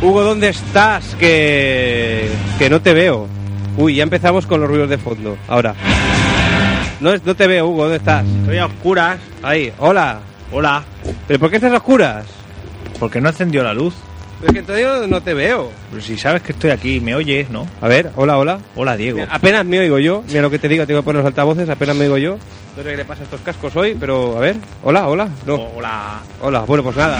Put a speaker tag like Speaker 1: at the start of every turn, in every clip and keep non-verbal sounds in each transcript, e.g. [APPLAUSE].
Speaker 1: ¿dónde estás? Que, que no te veo. Uy, ya empezamos con los ruidos de fondo. Ahora. No, es- no te veo, Hugo, ¿dónde estás?
Speaker 2: Estoy a oscuras.
Speaker 1: Ahí, hola.
Speaker 2: Hola.
Speaker 1: ¿Pero por qué estás a oscuras?
Speaker 2: ¿Por qué no encendió la luz?
Speaker 1: Es que todavía no te veo.
Speaker 2: Pero si sabes que estoy aquí, me oyes, ¿no?
Speaker 1: A ver, hola, hola.
Speaker 2: Hola, Diego.
Speaker 1: Apenas me oigo yo. Mira lo que te digo, tengo que poner los altavoces, apenas me oigo yo. No sé qué le pasa a estos cascos hoy, pero a ver. Hola, hola. No.
Speaker 2: Hola.
Speaker 1: Hola, bueno, pues nada.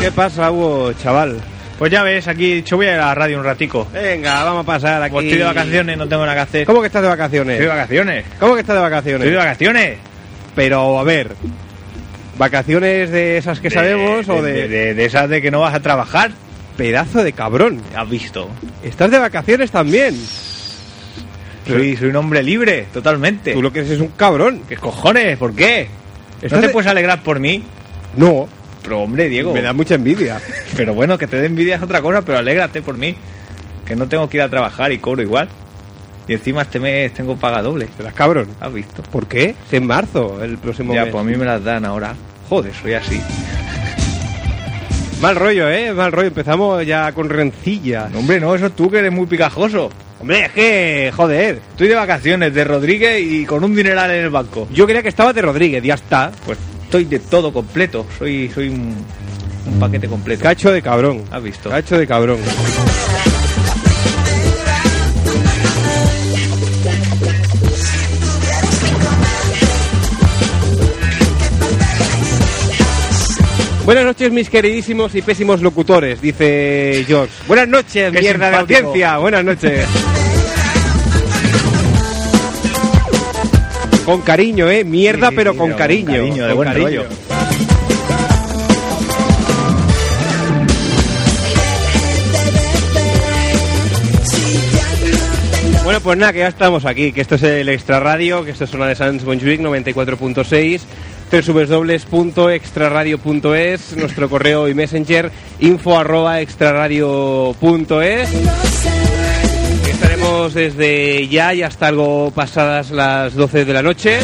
Speaker 1: ¿Qué pasa, Hugo, chaval?
Speaker 2: Pues ya ves, aquí he dicho voy a ir a la radio un ratico.
Speaker 1: Venga, vamos a pasar aquí.
Speaker 2: Como estoy de vacaciones, no tengo nada que hacer.
Speaker 1: ¿Cómo que estás de vacaciones?
Speaker 2: Estoy de vacaciones.
Speaker 1: ¿Cómo que estás de
Speaker 2: Estoy de
Speaker 1: vacaciones?
Speaker 2: vacaciones.
Speaker 1: Pero, a ver, ¿vacaciones de esas que
Speaker 2: De-
Speaker 1: sabemos o de...
Speaker 2: de, de- de esas de que no vas a trabajar?
Speaker 1: Pedazo de cabrón.
Speaker 2: Has visto.
Speaker 1: Estás de vacaciones también.
Speaker 2: Soy, soy un hombre libre, totalmente.
Speaker 1: Tú lo que eres es un cabrón.
Speaker 2: ¿Qué cojones? ¿Por qué?
Speaker 1: Estás
Speaker 2: ¿No te
Speaker 1: de-
Speaker 2: puedes alegrar por mí?
Speaker 1: No,
Speaker 2: Pero hombre, Diego.
Speaker 1: me da mucha envidia.
Speaker 2: [LAUGHS] Pero bueno, que te dé envidia es otra cosa, pero alégrate por mí. Que no tengo que ir a trabajar y cobro igual. Y encima este mes tengo paga doble.
Speaker 1: Serás cabrón.
Speaker 2: ¿Has visto?
Speaker 1: ¿Por qué? Es en marzo, el próximo
Speaker 2: Ya,
Speaker 1: mes.
Speaker 2: pues a mí me las dan ahora. Joder, soy así.
Speaker 1: Mal rollo, ¿eh? Mal rollo. Empezamos ya con rencillas.
Speaker 2: No, hombre, no, eso tú que eres muy picajoso.
Speaker 1: Hombre, es que, joder.
Speaker 2: Estoy de vacaciones de Rodríguez y con un dineral en el banco.
Speaker 1: Yo creía que estaba de Rodríguez, ya está.
Speaker 2: Pues estoy de todo completo. Soy, soy un, un paquete completo.
Speaker 1: Cacho de cabrón.
Speaker 2: ¿Has visto?
Speaker 1: Cacho de cabrón. Buenas noches, mis queridísimos y pésimos locutores, dice George. Buenas noches,
Speaker 2: Qué
Speaker 1: mierda de
Speaker 2: simpático.
Speaker 1: audiencia. Buenas noches. Con cariño, eh. Mierda,
Speaker 2: Sí, sí,
Speaker 1: pero
Speaker 2: sí,
Speaker 1: con
Speaker 2: pero con
Speaker 1: cariño.
Speaker 2: cariño, de
Speaker 1: con
Speaker 2: buen
Speaker 1: cariño.
Speaker 2: rollo.
Speaker 1: Bueno, pues nada, que ya estamos aquí, que esto es el Extra Radio, que esto es una de Sans Montjuic 94.6, www.extraradio.es, nuestro correo y messenger, info arroba extraradio.es. Estaremos desde ya y hasta algo pasadas las 12 de la noche.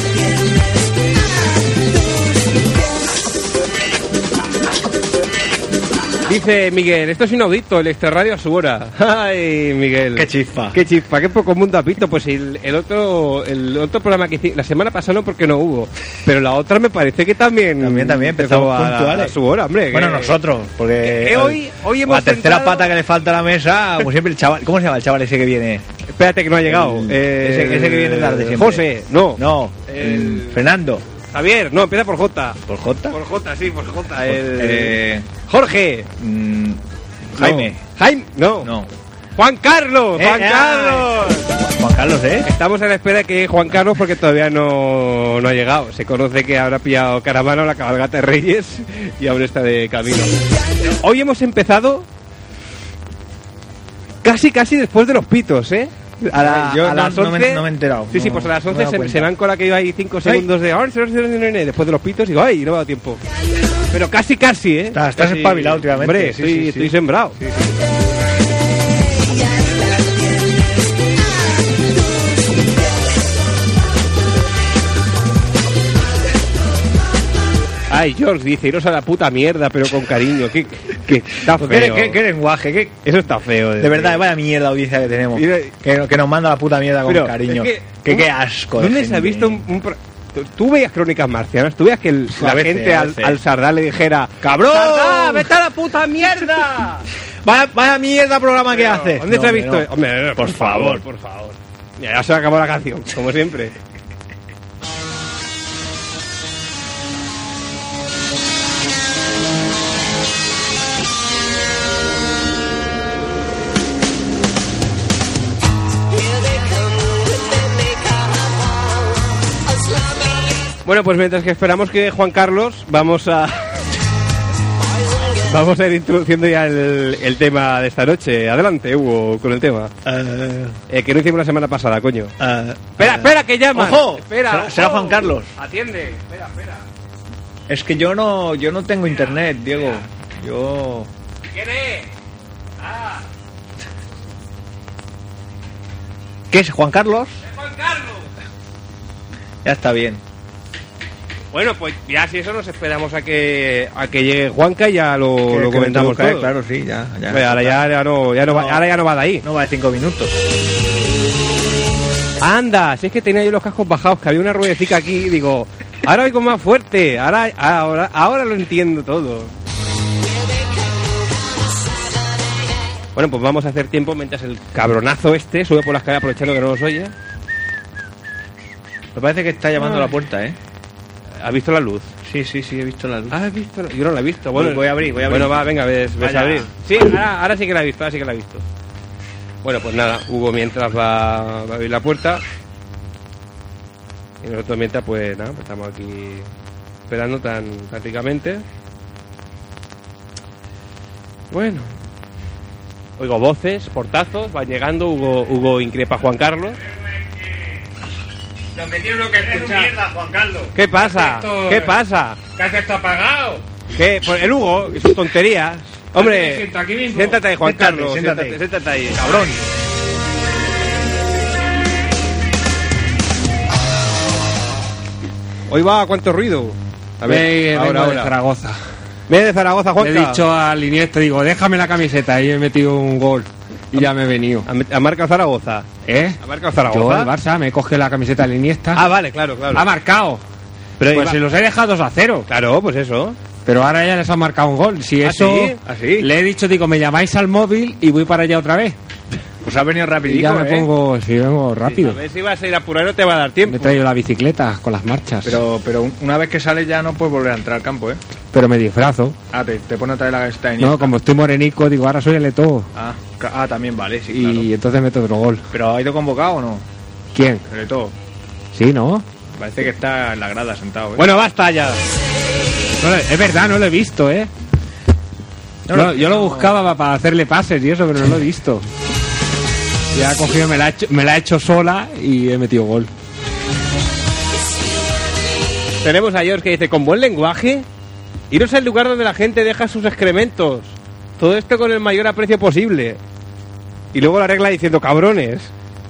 Speaker 1: Dice Miguel, esto es inaudito, el extrarradio a su hora. Ay, Miguel.
Speaker 2: Qué chispa.
Speaker 1: Qué chispa, qué poco mundo has visto. Pues el, el otro el otro programa que hice, la semana pasada no porque no hubo, pero la otra me parece que también
Speaker 2: También, también, empezamos
Speaker 1: empezó a,
Speaker 2: puntuales.
Speaker 1: a su hora, hombre.
Speaker 2: Bueno,
Speaker 1: que-
Speaker 2: nosotros, porque.
Speaker 1: Eh, hoy- hoy hemos
Speaker 2: La tercera
Speaker 1: entrado-
Speaker 2: pata que le falta a la mesa, como siempre, el chaval. ¿Cómo se llama el chaval ese que viene?
Speaker 1: Espérate que no ha llegado.
Speaker 2: El-
Speaker 1: Eh,
Speaker 2: ese, ese que viene tarde siempre.
Speaker 1: José, no.
Speaker 2: No.
Speaker 1: El-
Speaker 2: Fernando.
Speaker 1: Javier, no, empieza por J.
Speaker 2: ¿Por J?
Speaker 1: Por J, sí, por J. El...
Speaker 2: Eh,
Speaker 1: Jorge.
Speaker 2: mm, Jaime.
Speaker 1: No. Jaime, no.
Speaker 2: No.
Speaker 1: Juan Carlos,
Speaker 2: Eh,
Speaker 1: Juan
Speaker 2: ah.
Speaker 1: Carlos.
Speaker 2: Juan Carlos, ¿eh?
Speaker 1: Estamos a la espera de que llegue Juan Carlos porque todavía no, no ha llegado. Se conoce que habrá pillado caravana o la cabalgata de Reyes y aún está de camino. Hoy hemos empezado casi, casi después de los pitos, ¿eh? A, la-
Speaker 2: Yo
Speaker 1: a
Speaker 2: no-
Speaker 1: las
Speaker 2: no me-
Speaker 1: 11
Speaker 2: no me he enterado.
Speaker 1: Sí, sí,
Speaker 2: No-
Speaker 1: pues a las
Speaker 2: no me he
Speaker 1: 11
Speaker 2: dado
Speaker 1: se,
Speaker 2: cuenta.
Speaker 1: se me han colado que iba ahí 5
Speaker 2: Ay.
Speaker 1: segundos de... Después de los pitos y digo, ay, no me ha dado tiempo. Pero casi, casi, ¿eh?
Speaker 2: Estás- estás
Speaker 1: Casi-
Speaker 2: espabilado últimamente.
Speaker 1: Hombre,
Speaker 2: Sí,
Speaker 1: estoy,
Speaker 2: sí, sí.
Speaker 1: estoy sembrado. Ay, George dice, iros a la puta mierda, pero con cariño. Que, que está
Speaker 2: Pues ¿Qué,
Speaker 1: feo.
Speaker 2: qué- qué lenguaje? qué-
Speaker 1: Eso está feo.
Speaker 2: de verdad, eh, vaya mierda audiencia que tenemos.
Speaker 1: Y de-
Speaker 2: Que, no- que nos manda la puta mierda con
Speaker 1: Pero,
Speaker 2: cariño.
Speaker 1: es que-
Speaker 2: que, qué asco. de
Speaker 1: ¿Dónde se ha
Speaker 2: gente.
Speaker 1: visto un... un pro- tú- Tú veías crónicas marcianas, tú veías que el-
Speaker 2: A
Speaker 1: la
Speaker 2: veces,
Speaker 1: gente
Speaker 2: a
Speaker 1: al,
Speaker 2: veces.
Speaker 1: al Sardá le dijera
Speaker 2: ¡Cabrón!
Speaker 1: ¡Sardá, Ah, vete a la puta mierda!
Speaker 2: Vaya, vaya mierda programa que haces.
Speaker 1: ¿Dónde
Speaker 2: No,
Speaker 1: se ha
Speaker 2: hombre,
Speaker 1: visto?
Speaker 2: no.
Speaker 1: eh? Hombre, no,
Speaker 2: Por favor.
Speaker 1: por favor. Ya ya se acabó la canción, como siempre. Bueno, pues mientras que esperamos que Juan Carlos, vamos a [LAUGHS] vamos a ir introduciendo ya el, el tema de esta noche. Adelante, Hugo, con el tema.
Speaker 2: Eh,
Speaker 1: Eh, que no hicimos la semana pasada, coño.
Speaker 2: eh,
Speaker 1: Espera,
Speaker 2: eh.
Speaker 1: espera, que llama.
Speaker 2: ¡Ojo!
Speaker 1: Espera,
Speaker 2: Será- será Juan Carlos.
Speaker 1: Atiende, espera, espera.
Speaker 2: Es que yo no, yo no tengo internet, Diego. Yo.
Speaker 1: ¿Quién es? Ah,
Speaker 2: ¿Qué es, Juan Carlos?
Speaker 1: es Juan Carlos.
Speaker 2: Ya está bien.
Speaker 1: Bueno, pues ya si eso nos esperamos a que a que llegue Juanca y ya lo,
Speaker 2: Que-
Speaker 1: lo
Speaker 2: que
Speaker 1: comentamos
Speaker 2: me tengo que
Speaker 1: todo.
Speaker 2: caer, Claro, sí, ya. ya.
Speaker 1: Pues ahora ya, ya no, ya no va,
Speaker 2: No.
Speaker 1: ahora ya no va de ahí.
Speaker 2: No va de cinco minutos.
Speaker 1: Anda, si es que tenía yo los cascos bajados, que había una ruedecica aquí, y digo, ahora oigo más fuerte, ahora, ahora, ahora lo entiendo todo. Bueno, pues vamos a hacer tiempo mientras el cabronazo este sube por la escalera aprovechando que no nos oye.
Speaker 2: Me parece que está llamando
Speaker 1: Ay.
Speaker 2: a la puerta, ¿eh?
Speaker 1: ¿Ha visto la luz?
Speaker 2: Sí, sí, sí, he visto la luz.
Speaker 1: ¿Has visto? la- Yo no la he visto. Bueno,
Speaker 2: Voy a abrir, voy a abrir.
Speaker 1: Bueno, va, venga, ves, ves
Speaker 2: Vaya.
Speaker 1: a abrir. Sí, ahora, ahora sí que la he visto, ahora sí que la he visto. Bueno, pues nada, Hugo mientras va, va a abrir la puerta. Y nosotros mientras, pues nada, pues estamos aquí esperando tan prácticamente. Bueno. Oigo voces, portazos, va llegando, Hugo, Hugo increpa a Juan Carlos.
Speaker 3: Donde tiene uno que escuchar. mierda, Juan Carlos.
Speaker 1: ¿Qué pasa?
Speaker 3: Perfecto.
Speaker 1: ¿Qué pasa?
Speaker 3: ¿Qué haces esto apagado?
Speaker 1: ¿Qué? Pues el Hugo, y sus tonterías.
Speaker 3: Aquí
Speaker 1: Hombre,
Speaker 3: me siento, aquí mismo.
Speaker 1: siéntate ahí, Juan
Speaker 2: Siéntate,
Speaker 1: Carlos.
Speaker 2: siéntate.
Speaker 1: Siéntate, siéntate ahí, cabrón. Hoy va a cuánto ruido. A ver,
Speaker 4: vengo
Speaker 1: ahora,
Speaker 4: de
Speaker 1: ahora.
Speaker 4: Zaragoza.
Speaker 1: Viene de Zaragoza, Juan
Speaker 4: Le he dicho al Iniesta, digo, déjame la camiseta y he metido un gol. Y ya me he venido.
Speaker 1: A, a marca Zaragoza.
Speaker 4: ¿Eh?
Speaker 1: A marca
Speaker 4: Yo el
Speaker 1: Zaragoza.
Speaker 4: Barça me coge la camiseta del Iniesta.
Speaker 1: Ah, vale, claro, claro.
Speaker 4: ha marcado.
Speaker 1: Pero
Speaker 4: pues
Speaker 1: iba-
Speaker 4: se los he dejado 2 a 0.
Speaker 1: Claro, pues eso.
Speaker 4: Pero ahora ya les ha marcado un gol. Si
Speaker 1: ¿Ah,
Speaker 4: eso
Speaker 1: sí? ¿Ah, sí?
Speaker 4: le he dicho, digo, me llamáis al móvil y voy para allá otra vez.
Speaker 2: Pues ha venido
Speaker 4: Y
Speaker 2: rapidito,
Speaker 4: ya me
Speaker 2: ¿eh?
Speaker 4: pongo, si vengo rápido.
Speaker 1: A ver si vas a ir apurado, no te va a dar
Speaker 4: me he
Speaker 1: tiempo.
Speaker 4: traído la bicicleta con las marchas. Pero,
Speaker 2: Pero, pero un- una vez que sales ya no puedes volver a entrar al campo, ¿eh?
Speaker 4: me disfrazo.
Speaker 2: Ah, te, te pone otra vez la camiseta de
Speaker 4: No,
Speaker 2: Iniesta.
Speaker 4: como estoy morenico, digo, ahora soy el Eto'o.
Speaker 2: Ah, cla- ah, también vale, sí,
Speaker 4: Y
Speaker 2: claro.
Speaker 4: entonces meto otro gol.
Speaker 2: Pero ha ido convocado o no?
Speaker 4: ¿Quién?
Speaker 2: Sobre todo.
Speaker 4: Sí, ¿no?
Speaker 2: Parece que está en la grada sentado, ¿eh?
Speaker 1: Bueno, basta ya.
Speaker 4: No lo- es verdad, no lo he visto, ¿eh?
Speaker 2: No,
Speaker 4: No,
Speaker 2: no,
Speaker 4: yo lo
Speaker 2: no.
Speaker 4: buscaba pa- para hacerle pases y eso, pero no lo he visto. Ya ha cogido, me la ha hecho, me la ha hecho sola y he metido gol.
Speaker 1: Tenemos a George que dice, con buen lenguaje, iros al lugar donde la gente deja sus excrementos. Todo esto con el mayor aprecio posible. Y luego la regla diciendo, cabrones.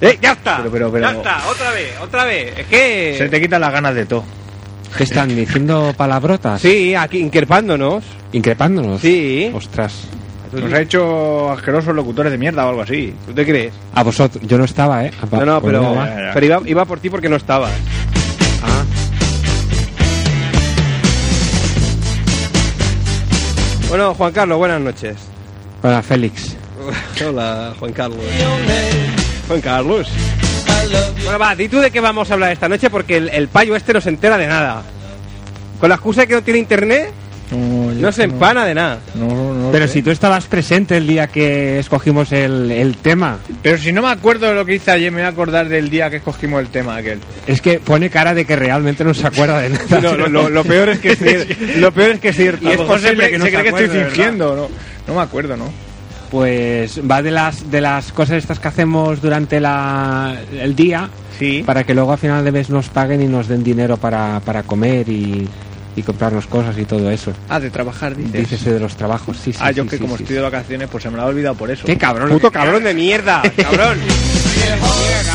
Speaker 1: ¡Eh, ya está!
Speaker 2: Pero, pero, pero-
Speaker 1: Ya está, otra vez, otra vez. Es que...
Speaker 2: Se te quitan las ganas de todo.
Speaker 4: ¿Qué están diciendo palabrotas?
Speaker 1: Sí, aquí, increpándonos.
Speaker 4: Increpándonos.
Speaker 1: Sí.
Speaker 4: Ostras.
Speaker 2: Nos ha hecho asquerosos locutores de mierda o algo así.
Speaker 1: ¿Tú te crees?
Speaker 4: A vosotros, yo no estaba, ¿eh? A-
Speaker 1: No, no,
Speaker 4: pues
Speaker 1: pero,
Speaker 4: nada.
Speaker 2: ya, ya.
Speaker 1: pero iba, iba por ti porque no estabas.
Speaker 4: Ah.
Speaker 1: Bueno, Juan Carlos, buenas noches.
Speaker 4: Hola, Félix.
Speaker 1: [LAUGHS] Hola, Juan Carlos. Juan Carlos. Bueno, va, di tú de qué vamos a hablar esta noche porque el, el payo este no se entera de nada. Con la excusa de que no tiene internet,
Speaker 2: No,
Speaker 1: no se empana de nada.
Speaker 2: No, no
Speaker 4: Pero
Speaker 2: lo sé.
Speaker 4: si tú estabas presente el día que escogimos el, el tema,
Speaker 2: Pero si no me acuerdo de lo que hice ayer, me voy a acordar del día que escogimos el tema aquel.
Speaker 4: es que pone cara de que realmente no se acuerda de nada.
Speaker 1: [LAUGHS] No, lo, lo- lo peor es [LAUGHS] que es
Speaker 4: [LAUGHS]
Speaker 1: cier- lo peor es que es cierto.
Speaker 4: Y es posible que no
Speaker 2: se
Speaker 4: se
Speaker 2: cree que estoy
Speaker 4: acuerde, ¿verdad?
Speaker 2: fingiendo, ¿no? No me acuerdo, ¿no?
Speaker 4: Pues va de las de las cosas estas que hacemos durante la, el día
Speaker 2: Sí.
Speaker 4: para que luego a final de mes nos paguen y nos den dinero para, para comer y, y comprarnos cosas y todo eso.
Speaker 2: Ah, de trabajar, dices.
Speaker 4: Dícese de los trabajos, sí, sí.
Speaker 2: ah, yo
Speaker 4: sí,
Speaker 2: que
Speaker 4: sí,
Speaker 2: como
Speaker 4: sí,
Speaker 2: estoy de vacaciones, pues se me lo ha olvidado por eso.
Speaker 4: Qué cabrón. eh.
Speaker 1: Puto cabrón de
Speaker 4: [LAUGHS]
Speaker 1: mierda, cabrón.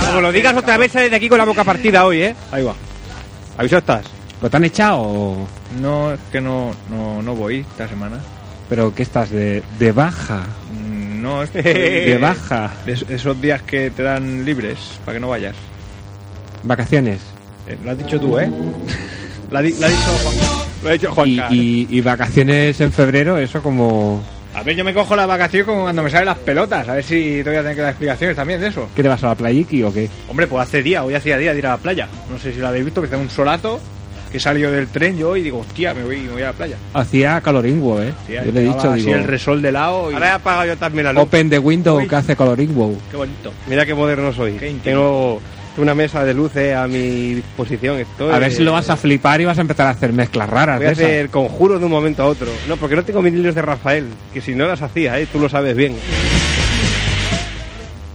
Speaker 1: Como lo digas otra vez, sales de aquí con la boca partida hoy, ¿eh?
Speaker 2: Ahí va.
Speaker 1: Aviso estás.
Speaker 4: ¿Lo te han echado? o-
Speaker 2: No, es que no, no, no voy esta semana.
Speaker 4: ¿Pero qué estás? ¿De, de baja?
Speaker 2: Mm, No,
Speaker 1: [LAUGHS]
Speaker 2: es que
Speaker 4: ¿De baja?
Speaker 2: de es- esos días que te dan libres para que no vayas.
Speaker 4: ¿Vacaciones?
Speaker 2: Eh, lo has dicho tú,
Speaker 4: [LAUGHS]
Speaker 2: ¿eh? Lo ha, di- lo ha dicho Juan.
Speaker 1: Lo ha dicho Juan
Speaker 4: Y, y- y vacaciones en febrero? Eso como...
Speaker 2: A ver, yo me cojo la vacación como cuando me salen las pelotas. A ver si te voy a tener que dar explicaciones también de eso.
Speaker 4: ¿Qué te vas a la playiki o qué?
Speaker 2: Hombre, pues hace día, hoy hacía día de ir a la playa. No sé si lo habéis visto, que está un solazo, que salió del tren yo y digo, hostia, me voy, me voy a la playa.
Speaker 4: Hacía caloringwo, ¿eh?
Speaker 2: Hostia,
Speaker 4: yo le he
Speaker 2: estaba
Speaker 4: dicho,
Speaker 2: así
Speaker 4: digo...
Speaker 2: el resol de lado y...
Speaker 1: Ahora he apagado yo también la luz.
Speaker 4: Open the window que hace caloringwo.
Speaker 2: Qué bonito.
Speaker 1: Mira qué moderno soy.
Speaker 2: Qué íntimo.
Speaker 1: Tengo una mesa de luces a mi disposición. Estoy,
Speaker 4: A ver si lo vas a flipar y vas a empezar a hacer mezclas raras
Speaker 1: Eh, Voy
Speaker 4: de
Speaker 1: a
Speaker 4: esas.
Speaker 1: hacer conjuro de un momento a otro. No, porque no tengo vinilos de Rafael, que si no las hacía, ¿eh? tú lo sabes bien.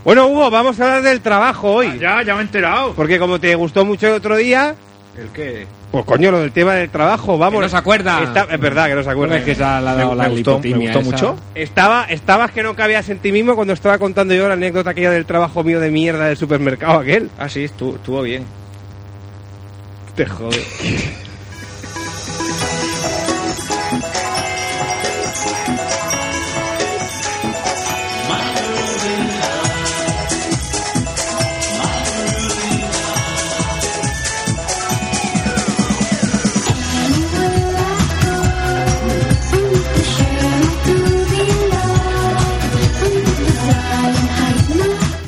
Speaker 1: Bueno, Hugo, vamos a hablar del trabajo hoy.
Speaker 2: Ah, Ya, ya me he enterado.
Speaker 1: Porque como te gustó mucho el otro día,
Speaker 2: ¿El [LAUGHS] qué?
Speaker 1: pues coño, lo del tema del trabajo, vamos.
Speaker 4: Que no se acuerda.
Speaker 1: Está- es verdad que no se acuerda.
Speaker 4: Hombre, que ya le ha dado
Speaker 2: Me-
Speaker 4: la
Speaker 2: me gustó- me
Speaker 4: lipotimia
Speaker 2: gustó
Speaker 4: esa.
Speaker 2: mucho.
Speaker 1: Estaba, estabas que no cabías en ti mismo cuando estaba contando yo la anécdota aquella del trabajo mío de mierda del
Speaker 4: Ah,
Speaker 1: supermercado aquel.
Speaker 4: [LAUGHS]
Speaker 2: Ah, sí, estu- estuvo bien.
Speaker 1: Te jode.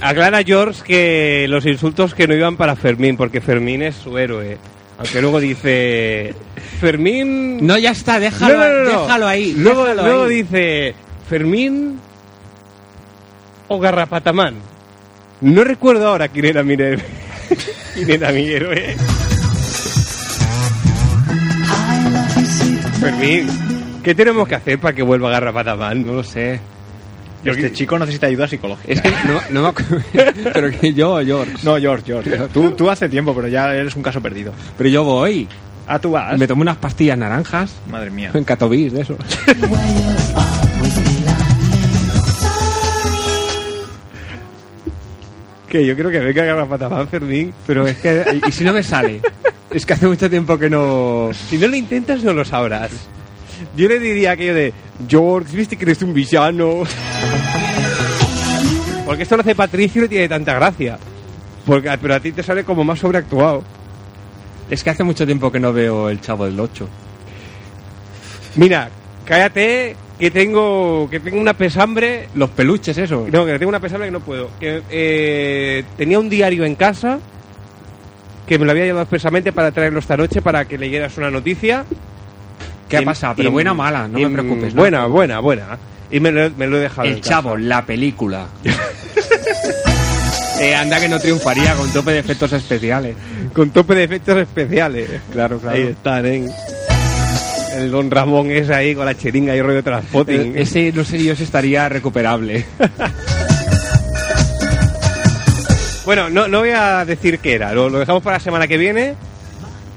Speaker 1: aclara George que los insultos que no iban para Fermín, porque Fermín es su héroe. Aunque luego dice. Fermín.
Speaker 5: No, ya está, déjalo,
Speaker 1: No, no, no, no.
Speaker 5: déjalo ahí.
Speaker 1: Luego,
Speaker 5: déjalo
Speaker 1: luego
Speaker 5: ahí.
Speaker 1: dice. Fermín. O Garrapatamán. No recuerdo ahora quién era mi héroe. [LAUGHS] quién era mi héroe. Fermín, ¿qué tenemos que hacer para que vuelva Garrapatamán?
Speaker 4: No lo sé.
Speaker 1: Yo
Speaker 2: Este
Speaker 1: que-
Speaker 2: chico necesita ayuda psicológica.
Speaker 4: Es que no, no me acuerdo. [LAUGHS] Pero que yo, George.
Speaker 2: No, George, George. Tú, tú hace tiempo, pero ya eres un caso perdido.
Speaker 4: Pero yo voy.
Speaker 2: Ah, tú vas.
Speaker 4: Me tomé unas pastillas naranjas
Speaker 2: Madre mía.
Speaker 4: en Catovis, de
Speaker 1: [LAUGHS]
Speaker 4: eso.
Speaker 1: Que yo creo que venga Garrapatamán, Fermín.
Speaker 4: Pero es que. [LAUGHS] ¿Y si no me sale? Es que hace mucho tiempo que no.
Speaker 1: Si no lo intentas, no lo sabrás. Yo le diría aquello de George, viste que eres un villano. Porque esto lo hace Patricio y no tiene tanta gracia. Porque, pero a ti te sale como más sobreactuado.
Speaker 4: Es que hace mucho tiempo que no veo el Chavo del 8.
Speaker 1: Mira, cállate que tengo que tengo una pesambre.
Speaker 4: Los peluches, eso.
Speaker 1: No, que tengo una pesambre que no puedo. Que, eh, tenía un diario en casa que me lo había llevado expresamente para traerlo esta noche para que leyeras una noticia.
Speaker 4: ¿Qué ha
Speaker 1: Y-
Speaker 4: pasado? Pero
Speaker 1: y-
Speaker 4: buena o mala, no
Speaker 1: y-
Speaker 4: me preocupes. ¿no?
Speaker 1: Buena, buena, buena. Y me lo, me lo he dejado. en
Speaker 4: El
Speaker 1: casa.
Speaker 4: Chavo, la
Speaker 1: [LAUGHS]
Speaker 4: película. Eh, anda que no triunfaría con tope de efectos especiales.
Speaker 1: Con tope de efectos especiales.
Speaker 4: Claro, claro.
Speaker 1: Ahí están, ¿eh? El Don Ramón es ahí con la chiringa y rollo
Speaker 4: Eh,
Speaker 1: transpotting.
Speaker 4: Ese, no sé yo, ese estaría recuperable.
Speaker 1: [LAUGHS] Bueno, no, no voy a decir qué era. Lo, lo dejamos para la semana que viene.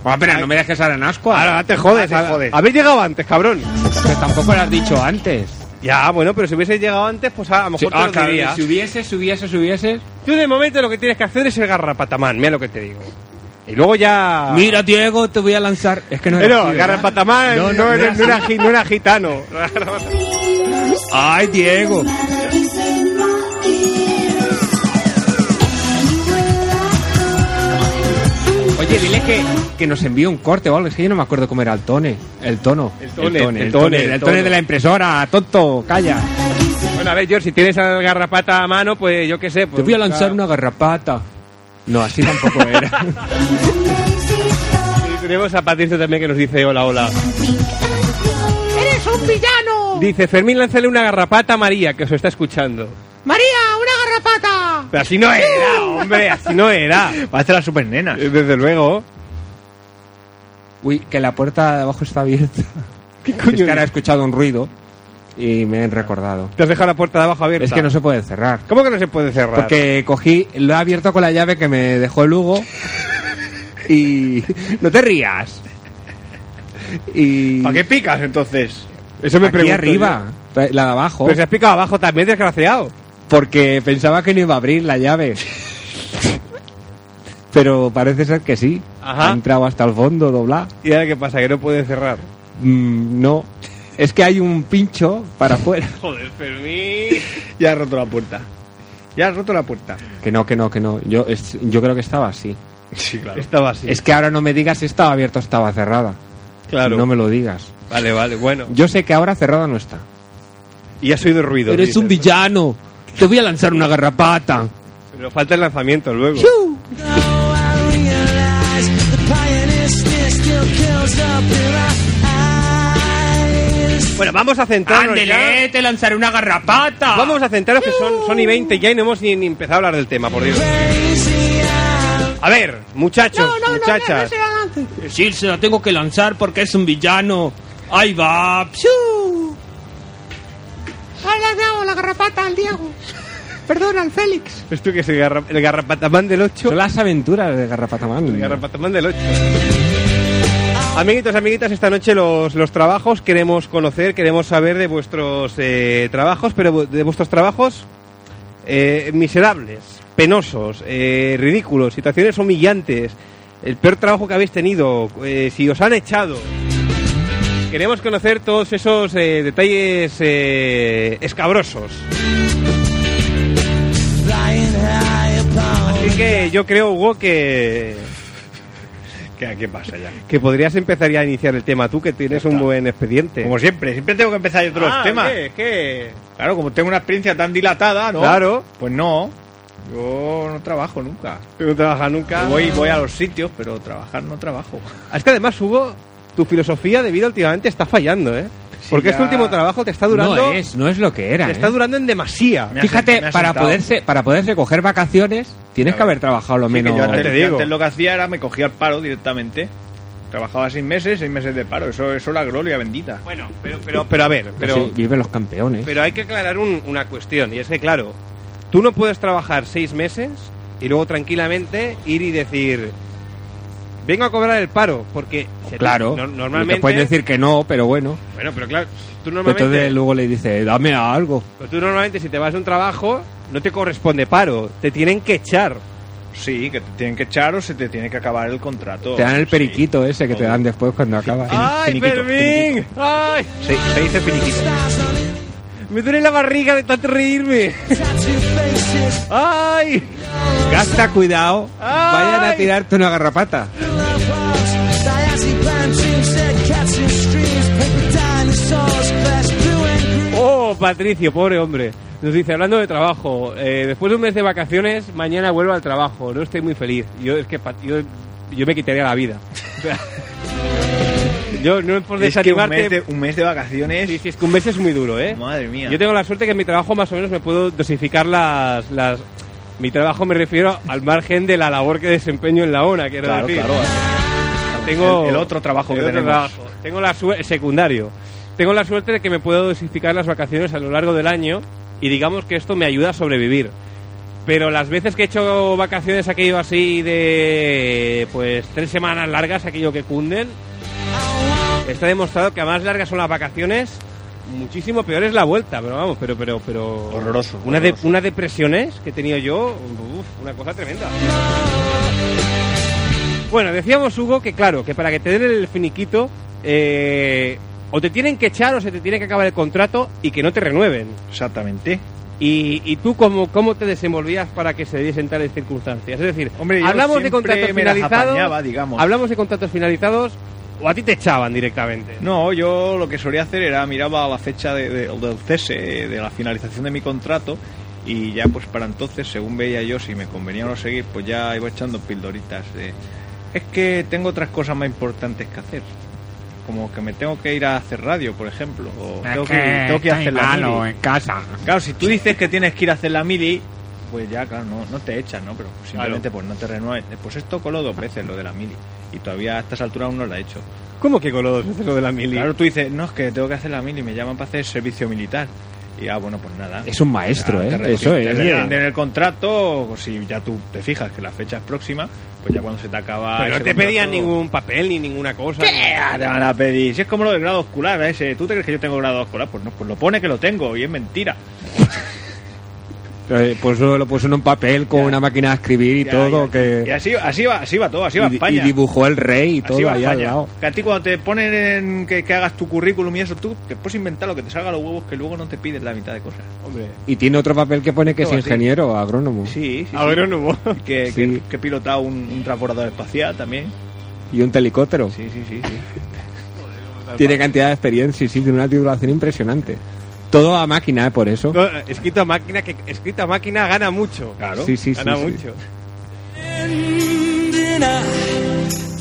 Speaker 4: Ah, pero no me dejes ahora en asco.
Speaker 1: Ahora te jodes,
Speaker 2: Ah, te
Speaker 1: ahora-
Speaker 2: jodes.
Speaker 1: Habéis llegado antes, cabrón.
Speaker 4: Pero tampoco lo has dicho antes.
Speaker 1: Ya, bueno, pero si hubieses llegado antes, pues a, a lo mejor
Speaker 4: Sí,
Speaker 1: te
Speaker 4: ah,
Speaker 1: lo
Speaker 4: claro,
Speaker 1: diría.
Speaker 4: si hubieses, subieses, subieses.
Speaker 1: Tú de momento lo que tienes que hacer es el garrapatamán, mira lo que te digo. Y luego ya...
Speaker 4: Mira, Diego, te voy a lanzar. Es que no
Speaker 1: Eh,
Speaker 4: era
Speaker 1: no,
Speaker 4: así, ¿verdad?
Speaker 1: garrapatamán no,
Speaker 4: no,
Speaker 1: era-
Speaker 4: era
Speaker 1: no era, gi- no era
Speaker 4: [LAUGHS]
Speaker 1: gitano.
Speaker 4: Ay, Diego. Oye, dile que, que nos envíe un corte o algo. Es que yo no me acuerdo cómo era el tone. El tono.
Speaker 1: El tone,
Speaker 4: El tone,
Speaker 1: el
Speaker 4: el
Speaker 1: tone,
Speaker 4: tone,
Speaker 1: el
Speaker 4: el tone
Speaker 1: tono.
Speaker 4: de la impresora, tonto. Calla.
Speaker 1: Bueno, a ver, George, si tienes al garrapata a mano, pues yo qué sé.
Speaker 4: Te
Speaker 1: pues,
Speaker 4: voy a lanzar
Speaker 1: ah,
Speaker 4: una garrapata. No, así
Speaker 1: [LAUGHS]
Speaker 4: tampoco era.
Speaker 1: Y tenemos a Patricio también que nos dice hola, hola.
Speaker 6: ¡Eres un villano!
Speaker 1: Dice, Fermín, lánzale una garrapata a María, que os está escuchando.
Speaker 6: ¡María, una garrapata!
Speaker 1: Pero así no era, hombre, así
Speaker 2: [LAUGHS]
Speaker 1: no era.
Speaker 2: Parece la super nena.
Speaker 1: Eh, Desde luego.
Speaker 4: Uy, que la puerta de abajo está abierta.
Speaker 1: ¿Qué
Speaker 4: Es que ahora he escuchado un ruido y me he recordado.
Speaker 1: Te has dejado la puerta de abajo abierta.
Speaker 4: Es que no se puede cerrar.
Speaker 1: ¿Cómo que no se puede cerrar?
Speaker 4: Porque cogí, lo he abierto con la llave que me dejó el Hugo.
Speaker 1: [LAUGHS]
Speaker 4: Y. No te rías. Y.
Speaker 2: ¿Para qué picas entonces?
Speaker 1: Eso me
Speaker 4: Aquí
Speaker 1: pregunto
Speaker 4: arriba, la de
Speaker 1: yo.
Speaker 4: abajo.
Speaker 1: Pero se has picado abajo también, desgraciado.
Speaker 4: Porque pensaba que no iba a abrir la llave. Pero parece ser que sí.
Speaker 1: Ajá.
Speaker 4: Ha entrado hasta el fondo, dobla.
Speaker 1: ¿Y ahora qué pasa? Que no puede cerrar.
Speaker 4: Mm, no. Es que hay un pincho para afuera.
Speaker 1: Joder, Fermín.
Speaker 2: Ya has roto la puerta. Ya has roto la puerta.
Speaker 4: Que no, que no, que no. Yo, es- yo creo que estaba así.
Speaker 2: Sí, claro.
Speaker 1: Estaba así.
Speaker 4: Es que ahora no me digas si estaba abierto o estaba cerrada.
Speaker 1: Claro.
Speaker 4: No me lo digas.
Speaker 1: Vale, vale, bueno.
Speaker 4: Yo sé que ahora cerrada no está.
Speaker 1: Y has oído ruido.
Speaker 4: Eres
Speaker 1: dices.
Speaker 4: un villano. Te voy a lanzar una garrapata.
Speaker 1: Pero falta el lanzamiento luego. Bueno, vamos a centrarnos ya.
Speaker 4: ¡Ándele! ¡Te lanzaré una garrapata!
Speaker 1: Vamos a centrarnos que son, son y 20 ya y no hemos ni, ni empezado a hablar del tema, por Dios. A ver, muchachos,
Speaker 6: No, no, no, no, no,
Speaker 1: muchachas.
Speaker 6: se la lance.
Speaker 4: Sí, se la tengo que lanzar porque es un villano. ¡Ahí va!
Speaker 6: ¡Piu! Ha lanzado la garrapata al Diego. Perdón, al Félix.
Speaker 1: ¿Esto que es el, garra- el garrapatamán del 8?
Speaker 4: Son las aventuras de Garrapatamán.
Speaker 1: El garrapatamán del 8. Amiguitos, amiguitas, esta noche los, los trabajos queremos conocer, queremos saber de vuestros eh, trabajos, pero vu- de vuestros trabajos eh, miserables, penosos, eh, ridículos, situaciones humillantes, el peor trabajo que habéis tenido, eh, si os han echado. Queremos conocer todos esos eh, detalles eh, escabrosos. Así que yo creo, Hugo, que,
Speaker 2: ¿Qué, qué pasa ya?
Speaker 1: que podrías empezar ya a iniciar el tema tú, que tienes un buen expediente.
Speaker 2: Como siempre, siempre tengo que empezar yo todos
Speaker 1: Ah,
Speaker 2: los temas.
Speaker 1: ¿qué? ¿Qué?
Speaker 2: Claro, como tengo una experiencia tan dilatada, ¿no?
Speaker 1: Claro.
Speaker 2: Pues no. Yo no trabajo nunca.
Speaker 1: No trabaja nunca. Ah,
Speaker 2: Voy, voy a los sitios, pero trabajar no trabajo.
Speaker 1: Es que además, Hugo, tu filosofía de vida últimamente está fallando, ¿eh? Porque
Speaker 2: ya-
Speaker 1: este último trabajo te está durando.
Speaker 4: No es, no es lo que era.
Speaker 1: Te está
Speaker 4: ¿eh?
Speaker 1: durando en
Speaker 2: Me
Speaker 1: demasía.
Speaker 2: ha sent- me
Speaker 4: Fíjate,
Speaker 2: ha
Speaker 4: para
Speaker 2: sentado.
Speaker 4: poderse, para poderse coger vacaciones, tienes que haber trabajado lo
Speaker 2: Sí, que
Speaker 4: menos.
Speaker 2: yo antes,
Speaker 1: te
Speaker 2: yo
Speaker 1: digo.
Speaker 2: antes lo que hacía era me cogía el paro directamente. Trabajaba seis meses, seis meses de paro. Eso, eso la gloria bendita.
Speaker 1: Bueno, pero, pero, pero a ver, pero,
Speaker 4: Sí, viven los
Speaker 2: ¿eh?
Speaker 4: campeones.
Speaker 1: pero hay que aclarar un- una cuestión. Y es que, claro, tú no puedes trabajar seis meses y luego tranquilamente ir y decir. Vengo a cobrar el paro, porque se te-
Speaker 4: claro.
Speaker 1: no- normalmente.
Speaker 4: Te pueden decir que no, pero bueno.
Speaker 1: Bueno, pero claro, tú
Speaker 4: Pero
Speaker 1: normalmente.
Speaker 4: Entonces luego le dice, dame algo.
Speaker 1: Pero tú normalmente si te vas de un trabajo no te corresponde paro, te tienen que echar.
Speaker 2: Sí, que te tienen que echar o se te tiene que acabar el contrato.
Speaker 4: Te dan el
Speaker 2: Sí.
Speaker 4: periquito ese que te dan después cuando acabas.
Speaker 1: ¡Ay,
Speaker 2: finiquito,
Speaker 1: Fermín! ¡Ay!
Speaker 2: Se, se dice finiquito.
Speaker 1: Me duele la barriga de tanto reírme. ¡Ay!
Speaker 4: Gasta cuidado.
Speaker 1: ¡Ay!
Speaker 4: Vayan a tirarte una garrapata.
Speaker 1: Oh, Patricio, pobre hombre. Nos dice, hablando de trabajo, eh, después de un mes de vacaciones, mañana vuelvo al trabajo. No estoy muy feliz. Yo es que Pat- yo, yo me quitaría la vida. O sea, yo no es por
Speaker 2: Es que un
Speaker 1: desanimarte.
Speaker 2: mes de, un mes de vacaciones.
Speaker 1: Sí, sí, es que un mes es muy duro, ¿eh?
Speaker 2: Madre mía.
Speaker 1: Yo tengo la suerte que en mi trabajo más o menos me puedo dosificar las... las... Mi trabajo me refiero al margen de la labor que desempeño en la ONA, quiero
Speaker 2: Claro,
Speaker 1: decir.
Speaker 2: claro.
Speaker 1: Tengo
Speaker 2: El- el otro trabajo que
Speaker 1: otro
Speaker 2: tenemos.
Speaker 1: trabajo. Tengo la suerte, secundario. Tengo la suerte de que me puedo dosificar las vacaciones a lo largo del año y digamos que esto me ayuda a sobrevivir. Pero las veces que he hecho vacaciones aquello así de pues tres semanas largas, aquello que cunden, está demostrado que a más largas son las vacaciones, muchísimo peor es la vuelta, pero vamos, pero pero pero
Speaker 2: Horroroso,
Speaker 1: Una de,
Speaker 2: horroroso.
Speaker 1: una depresiones que he tenido yo, uf, una cosa tremenda. Bueno, decíamos, Hugo, que claro, que para que te den el finiquito, eh, o te tienen que echar o se te tiene que acabar el contrato y que no te renueven.
Speaker 2: Exactamente.
Speaker 1: ¿Y, y tú cómo, cómo te desenvolvías para que se diesen tales circunstancias? Es decir,
Speaker 2: Hombre, yo
Speaker 1: hablamos de
Speaker 2: siempre
Speaker 1: contratos
Speaker 2: me las
Speaker 1: finalizados,
Speaker 2: apañaba, digamos.
Speaker 1: hablamos de contratos finalizados o a ti te echaban directamente.
Speaker 2: No, yo lo que solía hacer era miraba la fecha de- de- del cese, de la finalización de mi contrato y ya pues para entonces, según veía yo si me convenía o no seguir, pues ya iba echando pildoritas. de, es que tengo otras cosas más importantes que hacer. Como que me tengo que ir a hacer radio, por ejemplo. O tengo que, tengo que ir a hacer la
Speaker 4: malo
Speaker 2: mili.
Speaker 4: en casa.
Speaker 2: Claro, si tú dices que tienes que ir a hacer la mili, pues ya, claro, no, no te echan, ¿no? Pero simplemente pues no te renueven. Pues esto colo dos veces lo de la mili. Y todavía a estas alturas aún no la he hecho.
Speaker 1: ¿Cómo que con los dos lo de la mili?
Speaker 2: Claro, tú dices, no, es que tengo que hacer la mili, me llaman para hacer servicio militar. Y ah, bueno, pues nada.
Speaker 4: Es un maestro,
Speaker 2: Ah,
Speaker 4: ¿eh?
Speaker 2: te re-
Speaker 4: Eso
Speaker 2: te
Speaker 4: es.
Speaker 2: rescinden el contrato, o si ya tú te fijas que la fecha es próxima, pues ya cuando se te acaba.
Speaker 1: Pero no
Speaker 2: ese
Speaker 1: te pedían
Speaker 2: contrato-
Speaker 1: ningún papel ni ninguna cosa.
Speaker 2: ¿Qué? Ah, Te van a pedir. Si es como lo del grado escolar, ¿eh? ese. ¿Tú te crees que yo tengo grado escolar? Pues no, pues lo pone que lo tengo y es mentira.
Speaker 4: Eh, Pues lo, lo puso en un papel con una máquina de escribir y
Speaker 2: Ya,
Speaker 4: todo.
Speaker 2: ya.
Speaker 4: que
Speaker 2: Y así, así va, así va todo, así va
Speaker 4: Eh, y- y
Speaker 2: España.
Speaker 4: dibujó el rey y
Speaker 2: Así
Speaker 4: todo
Speaker 2: va
Speaker 4: ahí al
Speaker 2: España.
Speaker 4: lado.
Speaker 2: Que a ti cuando te ponen en que, que hagas tu currículum y eso, tú te puedes inventar lo que te salga a los huevos que luego no te piden la mitad de cosas.
Speaker 1: Hombre.
Speaker 4: Y tiene otro papel que pone que es
Speaker 2: Todo así.
Speaker 4: ingeniero, agrónomo.
Speaker 2: Sí, sí. sí.
Speaker 1: Agrónomo.
Speaker 2: Y que,
Speaker 4: Sí.
Speaker 2: que, que he pilotado un, un transbordador espacial también.
Speaker 4: Y un helicóptero.
Speaker 2: Sí, sí, sí, sí.
Speaker 4: Tiene cantidad de experiencia y sí, tiene una titulación impresionante. Todo a máquina, ¿eh? por eso.
Speaker 1: No, escrito a máquina, que escrito a máquina gana mucho.
Speaker 2: Claro.
Speaker 4: Sí, sí, sí.
Speaker 1: Gana
Speaker 4: sí.
Speaker 1: mucho.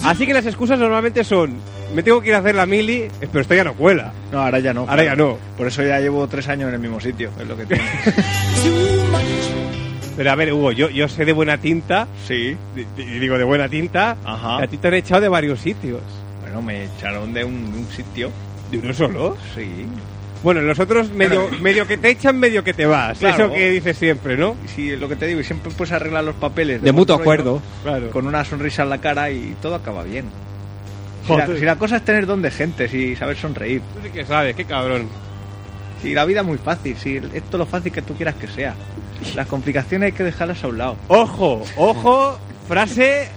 Speaker 1: Así que las excusas normalmente son: me tengo que ir a hacer la mili, eh, pero esto ya no cuela.
Speaker 2: No, ahora ya no.
Speaker 1: Ahora ya no.
Speaker 2: Por eso ya llevo tres años en el mismo sitio, es lo que tiene.
Speaker 1: [LAUGHS] Pero a ver, Hugo, yo, yo sé de buena tinta,
Speaker 2: sí.
Speaker 1: y y digo de buena tinta,
Speaker 2: Ajá.
Speaker 1: que a ti te han echado de varios sitios.
Speaker 2: Bueno, me echaron de un, de un sitio.
Speaker 1: ¿De uno solo?
Speaker 2: Sí.
Speaker 1: Bueno, los otros medio, medio que te echan, medio que te vas.
Speaker 2: Claro.
Speaker 1: Eso que dices siempre, ¿no?
Speaker 2: Y sí, es lo que te digo, y siempre puedes arreglar los papeles.
Speaker 4: De
Speaker 2: buen
Speaker 4: mutuo
Speaker 2: rollo,
Speaker 4: acuerdo.
Speaker 1: Claro.
Speaker 2: Con una sonrisa en la cara y todo acaba bien. Si la,
Speaker 1: Joder.
Speaker 2: si la cosa es tener don de gente, si saber sonreír.
Speaker 1: Tú sí que sabes, qué cabrón.
Speaker 2: Si la vida es muy fácil, si esto es lo fácil que tú quieras que sea. Las complicaciones hay que dejarlas a un lado.
Speaker 1: Ojo, ojo, frase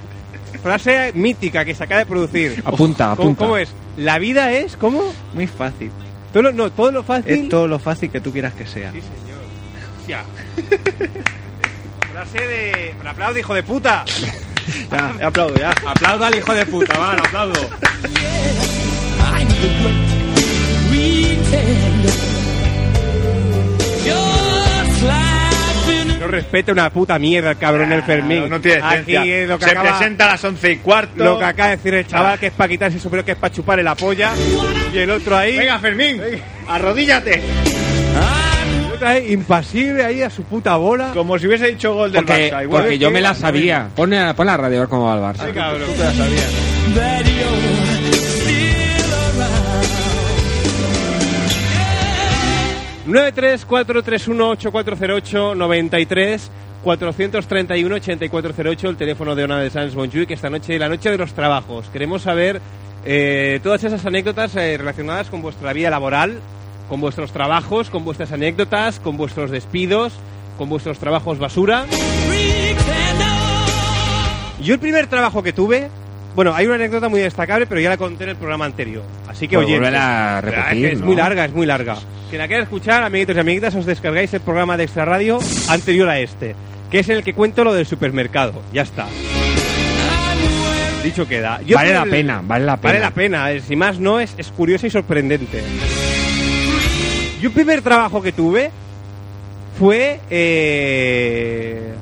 Speaker 1: frase mítica que se acaba de producir.
Speaker 4: Apunta,
Speaker 1: ¿Cómo,
Speaker 4: apunta.
Speaker 1: cómo es? La vida es, ¿cómo?
Speaker 2: Muy fácil.
Speaker 1: Todo lo, no, todo lo fácil.
Speaker 2: Es todo lo fácil que tú quieras que sea.
Speaker 1: Sí, señor.
Speaker 2: [LAUGHS]
Speaker 1: Hostia. frase de. Un aplauso, hijo de puta.
Speaker 2: [LAUGHS] Ya, he aplaudo, ya.
Speaker 1: Aplaudo al hijo de puta, va, lo
Speaker 2: [LAUGHS]
Speaker 1: aplaudo. Nos respeta una puta mierda el cabrón el Fermín.
Speaker 2: Ah, No, no tiene
Speaker 1: Aquí
Speaker 2: ciencia.
Speaker 1: es lo que
Speaker 2: Se
Speaker 1: acaba...
Speaker 2: presenta a las once y cuarto.
Speaker 1: Lo que acaba de decir el chaval que es para quitarse su pelo, que es para chuparle la polla. Y el otro ahí.
Speaker 2: Venga, Fermín, arrodíllate.
Speaker 1: el otro ahí, impasible ahí a su puta bola.
Speaker 2: Como si hubiese dicho gol del
Speaker 4: Porque,
Speaker 2: Barça. Igual
Speaker 4: porque
Speaker 2: es
Speaker 4: yo
Speaker 2: que-
Speaker 4: me la sabía. Pon, la- pon la radio a ver cómo va el Barça.
Speaker 2: Sí, cabrón. Tú te la sabías.
Speaker 1: ocho el teléfono de Ona de Sans Bonjuic, esta noche, la noche de los trabajos. Queremos saber eh, todas esas anécdotas eh, relacionadas con vuestra vida laboral, con vuestros trabajos, con vuestras anécdotas, con vuestros despidos, con vuestros trabajos basura. Yo el primer trabajo que tuve, bueno, hay una anécdota muy destacable, pero ya la conté en el programa anterior. Así que,
Speaker 4: Pues
Speaker 1: oye,
Speaker 4: vuélvela a repetir,
Speaker 1: es
Speaker 4: ¿no?
Speaker 1: muy larga, es muy larga. Si la queréis escuchar, amiguitos y amiguitas, os descargáis el programa de Extra Radio anterior a este, que es en el que cuento lo del supermercado. Ya está. Dicho queda. Yo
Speaker 4: Vale
Speaker 1: tuve
Speaker 4: la
Speaker 1: el-
Speaker 4: pena, vale la pena.
Speaker 1: Vale la pena, eh, si más no, es, es curiosa y sorprendente. Yo el primer trabajo que tuve fue eh,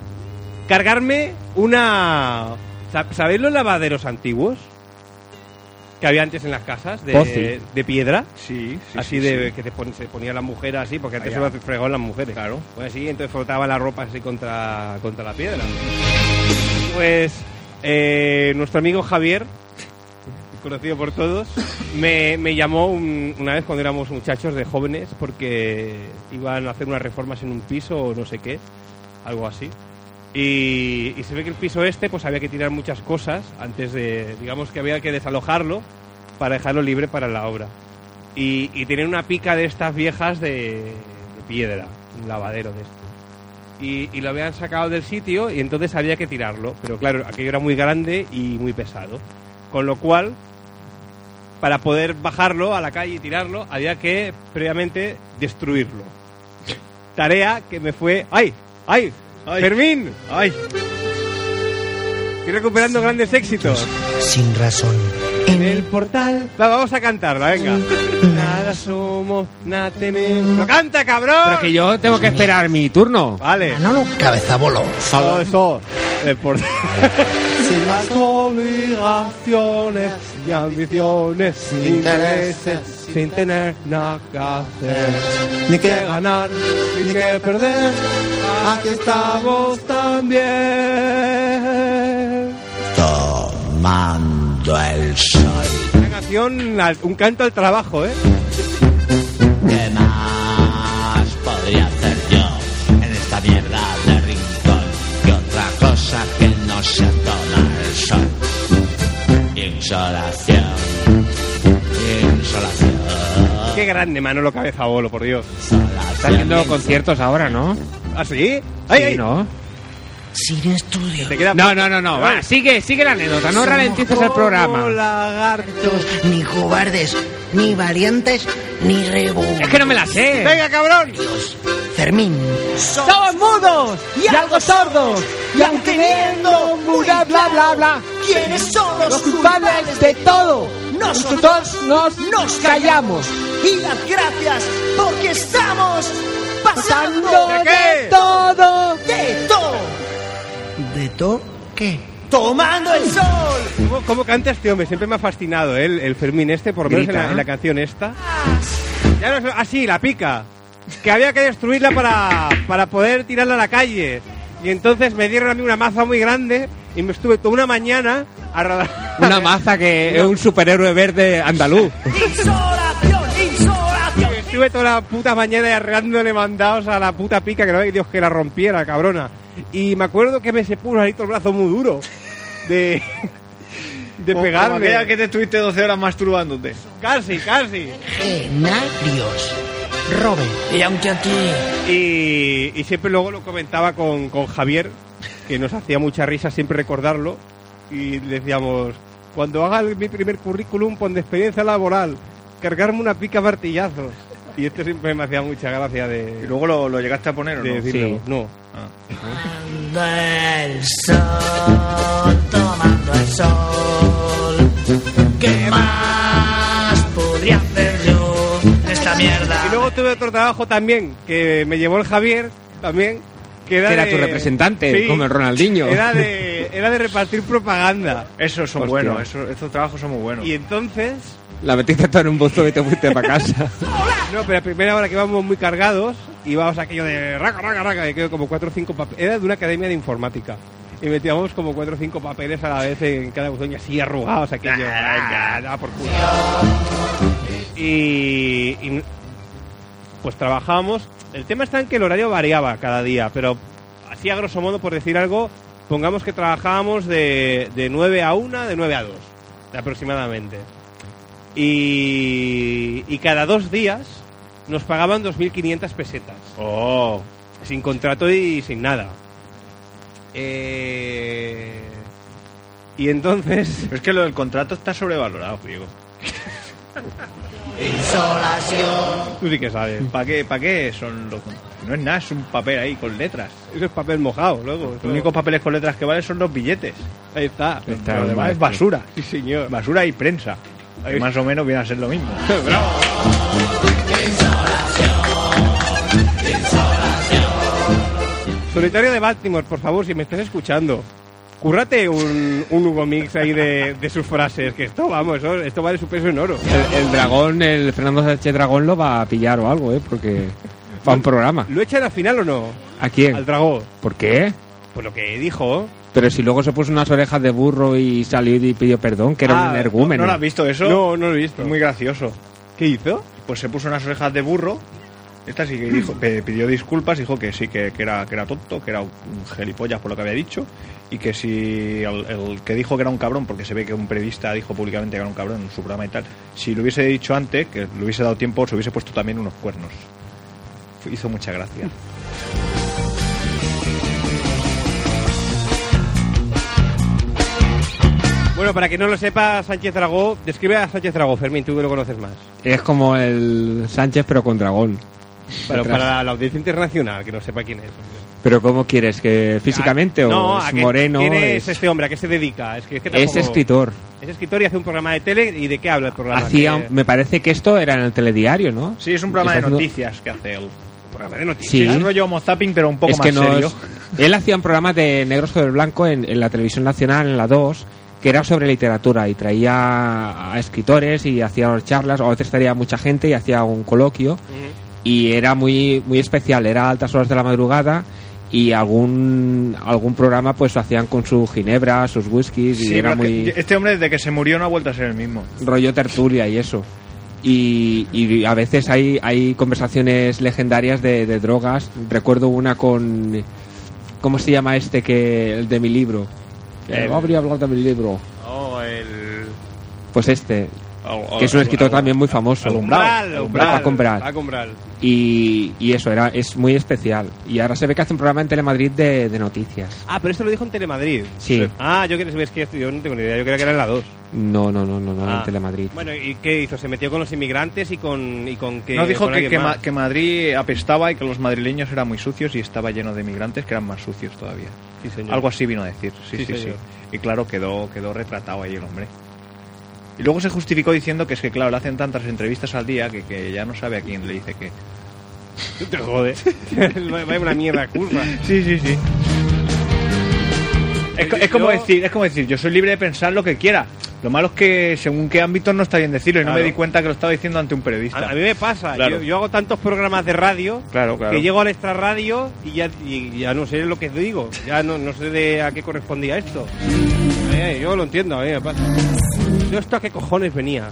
Speaker 1: cargarme una... ¿sab- ¿Sabéis los lavaderos antiguos? Que había antes en las casas
Speaker 4: Pozi.
Speaker 1: de, de piedra.
Speaker 2: Sí, sí,
Speaker 1: así
Speaker 2: sí,
Speaker 1: de
Speaker 2: sí.
Speaker 1: que te pon- se ponía la mujer así, porque antes se
Speaker 2: Allá.
Speaker 1: lo fregaban las mujeres.
Speaker 2: Claro.
Speaker 1: Pues así, entonces frotaba la ropa así contra, contra la piedra. Pues eh, nuestro amigo Javier, conocido por todos, me, me llamó un- una vez cuando éramos muchachos de jóvenes porque iban a hacer unas reformas en un piso o no sé qué, algo así. Y, y se ve que el piso este pues había que tirar muchas cosas antes de, digamos que había que desalojarlo para dejarlo libre para la obra. Y, y tenían una pica de estas viejas de, de piedra, un lavadero de estos y, y lo habían sacado del sitio y entonces había que tirarlo. Pero claro, aquello era muy grande y muy pesado. Con lo cual, para poder bajarlo a la calle y tirarlo, había que previamente destruirlo. Tarea que me fue... ¡Ay! ¡Ay!
Speaker 2: Ay.
Speaker 1: ¡Fermín!
Speaker 2: Ay,
Speaker 1: Estoy recuperando grandes éxitos.
Speaker 5: sin razón.
Speaker 1: En el portal... Va, vamos a cantarla, venga. Nada somos, nada tememos... ¡Lo canta, cabrón!
Speaker 4: Pero que yo tengo que esperar mi turno.
Speaker 1: Vale.
Speaker 5: Manolo Cabezabolo.
Speaker 1: Todo eso es por... Sin las obligaciones y ambiciones, sin intereses, sin tener nada que hacer, ni que ganar, ni que perder, aquí estamos también.
Speaker 5: Tomando el sol.
Speaker 1: Una canción, al- un canto al trabajo, ¿eh?
Speaker 5: ¿Qué más podría hacer yo en esta mierda de rincón? Que otra cosa que no sea tomar el sol. Insolación. Insolación.
Speaker 1: Qué grande Manolo Cabeza Bolo, por Dios.
Speaker 4: Está haciendo conciertos ahora, ¿no?
Speaker 1: ¿Ah, sí? ¡Ay,
Speaker 4: Sí,
Speaker 1: ay!
Speaker 4: ¿no?
Speaker 5: Sin estudios.
Speaker 1: Te queda Ah,
Speaker 4: No, no, no, no. Va, sigue, sigue la anécdota. No ralentices el
Speaker 1: como
Speaker 4: programa.
Speaker 1: lagarto.
Speaker 5: Ni cobardes, ni valientes, ni rebundos.
Speaker 4: Es que no me la sé.
Speaker 1: ¡Venga, cabrón!
Speaker 5: Fermín.
Speaker 1: ¡Somos mudos! ¡Y algo sordos! ¡Y aunque viendo bla bla bla bla!
Speaker 5: ¿Quiénes son
Speaker 7: Los culpables de todo. Nosotros nos, nos callamos.
Speaker 5: Y las gracias porque estamos
Speaker 7: Pasando
Speaker 1: ¿De qué?
Speaker 7: de todo.
Speaker 5: de todo. ¿De todo qué? Tomando el sol.
Speaker 1: ¿Cómo, cómo canta este hombre? Siempre me ha fascinado ¿eh? el, el Fermín este, por lo menos en
Speaker 4: Grita,
Speaker 1: la,
Speaker 4: ¿eh?
Speaker 1: en la canción esta. Ya no, así, la pica. Que había que destruirla para, para poder tirarla a la calle. Y entonces me dieron a mí una maza muy grande y me estuve toda una mañana a rodar.
Speaker 4: Una maza que es un superhéroe verde andaluz.
Speaker 1: Estuve toda la puta mañana arreglándole mandados a la puta pica que no hay Dios que la rompiera, cabrona. Y me acuerdo que me se puso ahí todo el brazo muy duro de, [LAUGHS] de
Speaker 2: como- como aquella
Speaker 1: pegarme.
Speaker 2: que te estuviste 12 horas masturbándote.
Speaker 1: Casi, casi.
Speaker 5: Genarios. Robert. Y aunque aquí.
Speaker 1: Y, y siempre luego lo comentaba con, con Javier, que nos hacía mucha risa siempre recordarlo. Y le decíamos, cuando haga el- mi primer currículum, pon de experiencia laboral, cargarme una pica a martillazos. Y esto siempre me hacía mucha gracia
Speaker 2: Y
Speaker 1: de,
Speaker 2: luego lo, lo llegaste a poner, ¿o
Speaker 1: de
Speaker 2: no?
Speaker 1: decirlo.
Speaker 4: Sí.
Speaker 1: No.
Speaker 5: Del sol, tomando el sol. ¿Qué más podría hacer yo en esta mierda?
Speaker 1: Y luego tuve otro trabajo también, que me llevó el Javier, también, Que era
Speaker 4: que era
Speaker 1: de-
Speaker 4: tu representante,
Speaker 1: Sí.
Speaker 4: como el Ronaldinho.
Speaker 1: Era de, era de repartir propaganda.
Speaker 2: Esos son
Speaker 4: Hostia.
Speaker 2: buenos, esos, estos trabajos son muy buenos.
Speaker 1: Y entonces
Speaker 4: La metiste todo en un buzo y te fuiste para casa.
Speaker 1: No, pero a primera hora que íbamos muy cargados, íbamos aquello de raca, raca, raca, y quedó como cuatro o cinco papeles. Era de una academia de informática. Y metíamos como cuatro o cinco papeles a la vez en cada buzón y así arrugados aquello. Venga, daba por culo. Y, y pues trabajábamos. El tema está en que el horario variaba cada día, pero así a grosso modo, por decir algo, pongamos que trabajábamos de, de 9 a 1, de 9 a 2, aproximadamente. Y, y cada dos días nos pagaban 2.500 pesetas,
Speaker 2: Oh,
Speaker 1: sin contrato y sin nada. Eh, y entonces...
Speaker 2: pero es que lo del contrato está sobrevalorado, digo.
Speaker 1: Tú sí que sabes.
Speaker 2: ¿Para qué, pa' qué son los contratos? No es nada, es un papel ahí con letras.
Speaker 1: Eso es papel mojado, luego.
Speaker 2: Los únicos papeles con letras que valen son los billetes.
Speaker 1: Ahí está.
Speaker 4: Está
Speaker 2: lo
Speaker 4: bien,
Speaker 2: demás es
Speaker 4: maestro.
Speaker 2: basura.
Speaker 1: Sí, señor.
Speaker 2: Basura y prensa. que más o menos viene a ser lo
Speaker 1: [LAUGHS]
Speaker 2: mismo.
Speaker 1: Solitario de Baltimore, por favor, si me estás escuchando. Cúrrate un, un Hugo Mix ahí de, de sus frases, que esto, vamos, eso- esto vale su peso en oro.
Speaker 4: El, el dragón, el Fernando Sánchez Dragón lo va a pillar o algo, ¿eh? Porque va a un programa.
Speaker 1: ¿Lo echan al final o no?
Speaker 4: ¿A
Speaker 1: Al
Speaker 4: quién?
Speaker 1: dragón.
Speaker 4: ¿Por qué?
Speaker 1: Pues lo que dijo.
Speaker 4: Pero si luego se puso unas orejas de burro y salió y pidió perdón, que era
Speaker 2: Ah,
Speaker 4: un
Speaker 2: ¿no-
Speaker 4: energúmeno.
Speaker 2: ¿No, lo has visto eso?
Speaker 1: No, no lo he visto.
Speaker 2: Es muy gracioso.
Speaker 1: ¿Qué hizo?
Speaker 2: Pues se puso unas orejas de burro. Esta sí que dijo,
Speaker 1: [LAUGHS]
Speaker 2: pe- pidió disculpas, dijo que sí, que, que era, que era tonto, que era un gilipollas por lo que había dicho. Y que si el, el que dijo que era un cabrón, porque se ve que un periodista dijo públicamente que era un cabrón en su programa y tal, si lo hubiese dicho antes, que le hubiese dado tiempo, se hubiese puesto también unos cuernos. Hizo mucha gracia.
Speaker 1: Bueno, para que no lo sepa, Sánchez Dragó, describe a Sánchez Dragó, Fermín, tú que lo conoces más.
Speaker 4: Es como el Sánchez, pero con dragón.
Speaker 1: Pero
Speaker 4: Detrás.
Speaker 1: para la audiencia internacional, que no sepa quién es.
Speaker 4: ¿Pero cómo quieres? ¿Que físicamente o
Speaker 1: no, ¿a
Speaker 4: es
Speaker 1: qué-
Speaker 4: moreno?
Speaker 1: ¿Quién
Speaker 4: es,
Speaker 1: es, este hombre? ¿A qué se dedica? Es, que, es, que
Speaker 4: es
Speaker 1: tampoco-
Speaker 4: escritor.
Speaker 1: Es escritor y hace un programa de tele. ¿Y de qué habla el programa?
Speaker 4: Hacía,
Speaker 1: Que-
Speaker 4: Me parece que esto era en el telediario, ¿no?
Speaker 2: Sí, es un programa de
Speaker 4: Está haciendo-
Speaker 2: noticias que hace él.
Speaker 1: programa de noticias.
Speaker 4: Sí.
Speaker 2: Es un rollo homo zapping, pero un poco
Speaker 4: es
Speaker 2: más
Speaker 4: que no
Speaker 2: serio.
Speaker 4: es- [LAUGHS] Él hacía un programa de negros sobre blanco en, en la televisión nacional, en la 2, que era sobre literatura y traía a escritores y hacía charlas, o a veces traía mucha gente y hacía un coloquio. Y era muy, muy especial, era a altas horas de la madrugada y algún, algún programa pues lo hacían con su ginebra, sus whiskies
Speaker 2: Sí,
Speaker 4: y era
Speaker 2: pero que-
Speaker 4: muy...
Speaker 2: Este hombre desde que se murió no ha vuelto a ser el mismo.
Speaker 4: rollo tertulia y eso. Y, y a veces hay, hay conversaciones legendarias de, de drogas. Recuerdo una con. ¿Cómo se llama este que el de mi libro?
Speaker 2: Eh,
Speaker 4: Eh, habría hablado de mi libro.
Speaker 2: Oh, el...
Speaker 4: Pues este. Que es un escritor también muy famoso.
Speaker 2: Alumbral,
Speaker 4: Paco Umbral.
Speaker 1: Paco Umbral.
Speaker 4: Y, y eso, era es muy especial. Y ahora se ve que hace un programa en Telemadrid de, de noticias.
Speaker 1: Ah, pero esto lo dijo en Telemadrid.
Speaker 4: Sí.
Speaker 1: Ah, yo creo es que esto- yo no tengo ni idea. Yo creía que era en la 2.
Speaker 4: No, no, no, no, no,
Speaker 1: Ah.
Speaker 4: en Telemadrid.
Speaker 1: Bueno, ¿y qué hizo? ¿Se metió con los inmigrantes y con, y con que
Speaker 2: No dijo
Speaker 1: con
Speaker 2: que,
Speaker 1: alguien
Speaker 2: que,
Speaker 1: más?
Speaker 2: Ma- que Madrid apestaba y que los madrileños eran muy sucios y estaba lleno de migrantes que eran más sucios todavía.
Speaker 1: Sí, señor.
Speaker 2: Algo así vino a decir. Sí,
Speaker 1: Sí,
Speaker 2: sí, sí.
Speaker 1: señor.
Speaker 2: Y claro, quedó, quedó retratado ahí el hombre. Y luego se justificó diciendo que es que, claro, le hacen tantas entrevistas al día que, que ya no sabe a quién le dice que...
Speaker 1: [LAUGHS]
Speaker 2: [LAUGHS]
Speaker 1: Te jode. Vaya una mierda curva.
Speaker 2: Sí, sí, sí. Es, co- es como
Speaker 1: Yo-
Speaker 2: decir, es como decir, yo soy libre de pensar lo que quiera. Lo malo es que según qué ámbito no está bien decirlo y no
Speaker 1: Claro.
Speaker 2: me di cuenta que lo estaba diciendo ante un periodista.
Speaker 1: A, a mí me pasa.
Speaker 2: Claro.
Speaker 1: Yo, yo hago tantos programas de radio
Speaker 2: Claro, claro.
Speaker 1: que llego al extra radio y ya, y ya no sé lo que digo. Ya no, no sé de a qué correspondía esto. Eh, yo lo entiendo, a mí me pasa. Yo esto a qué cojones venía.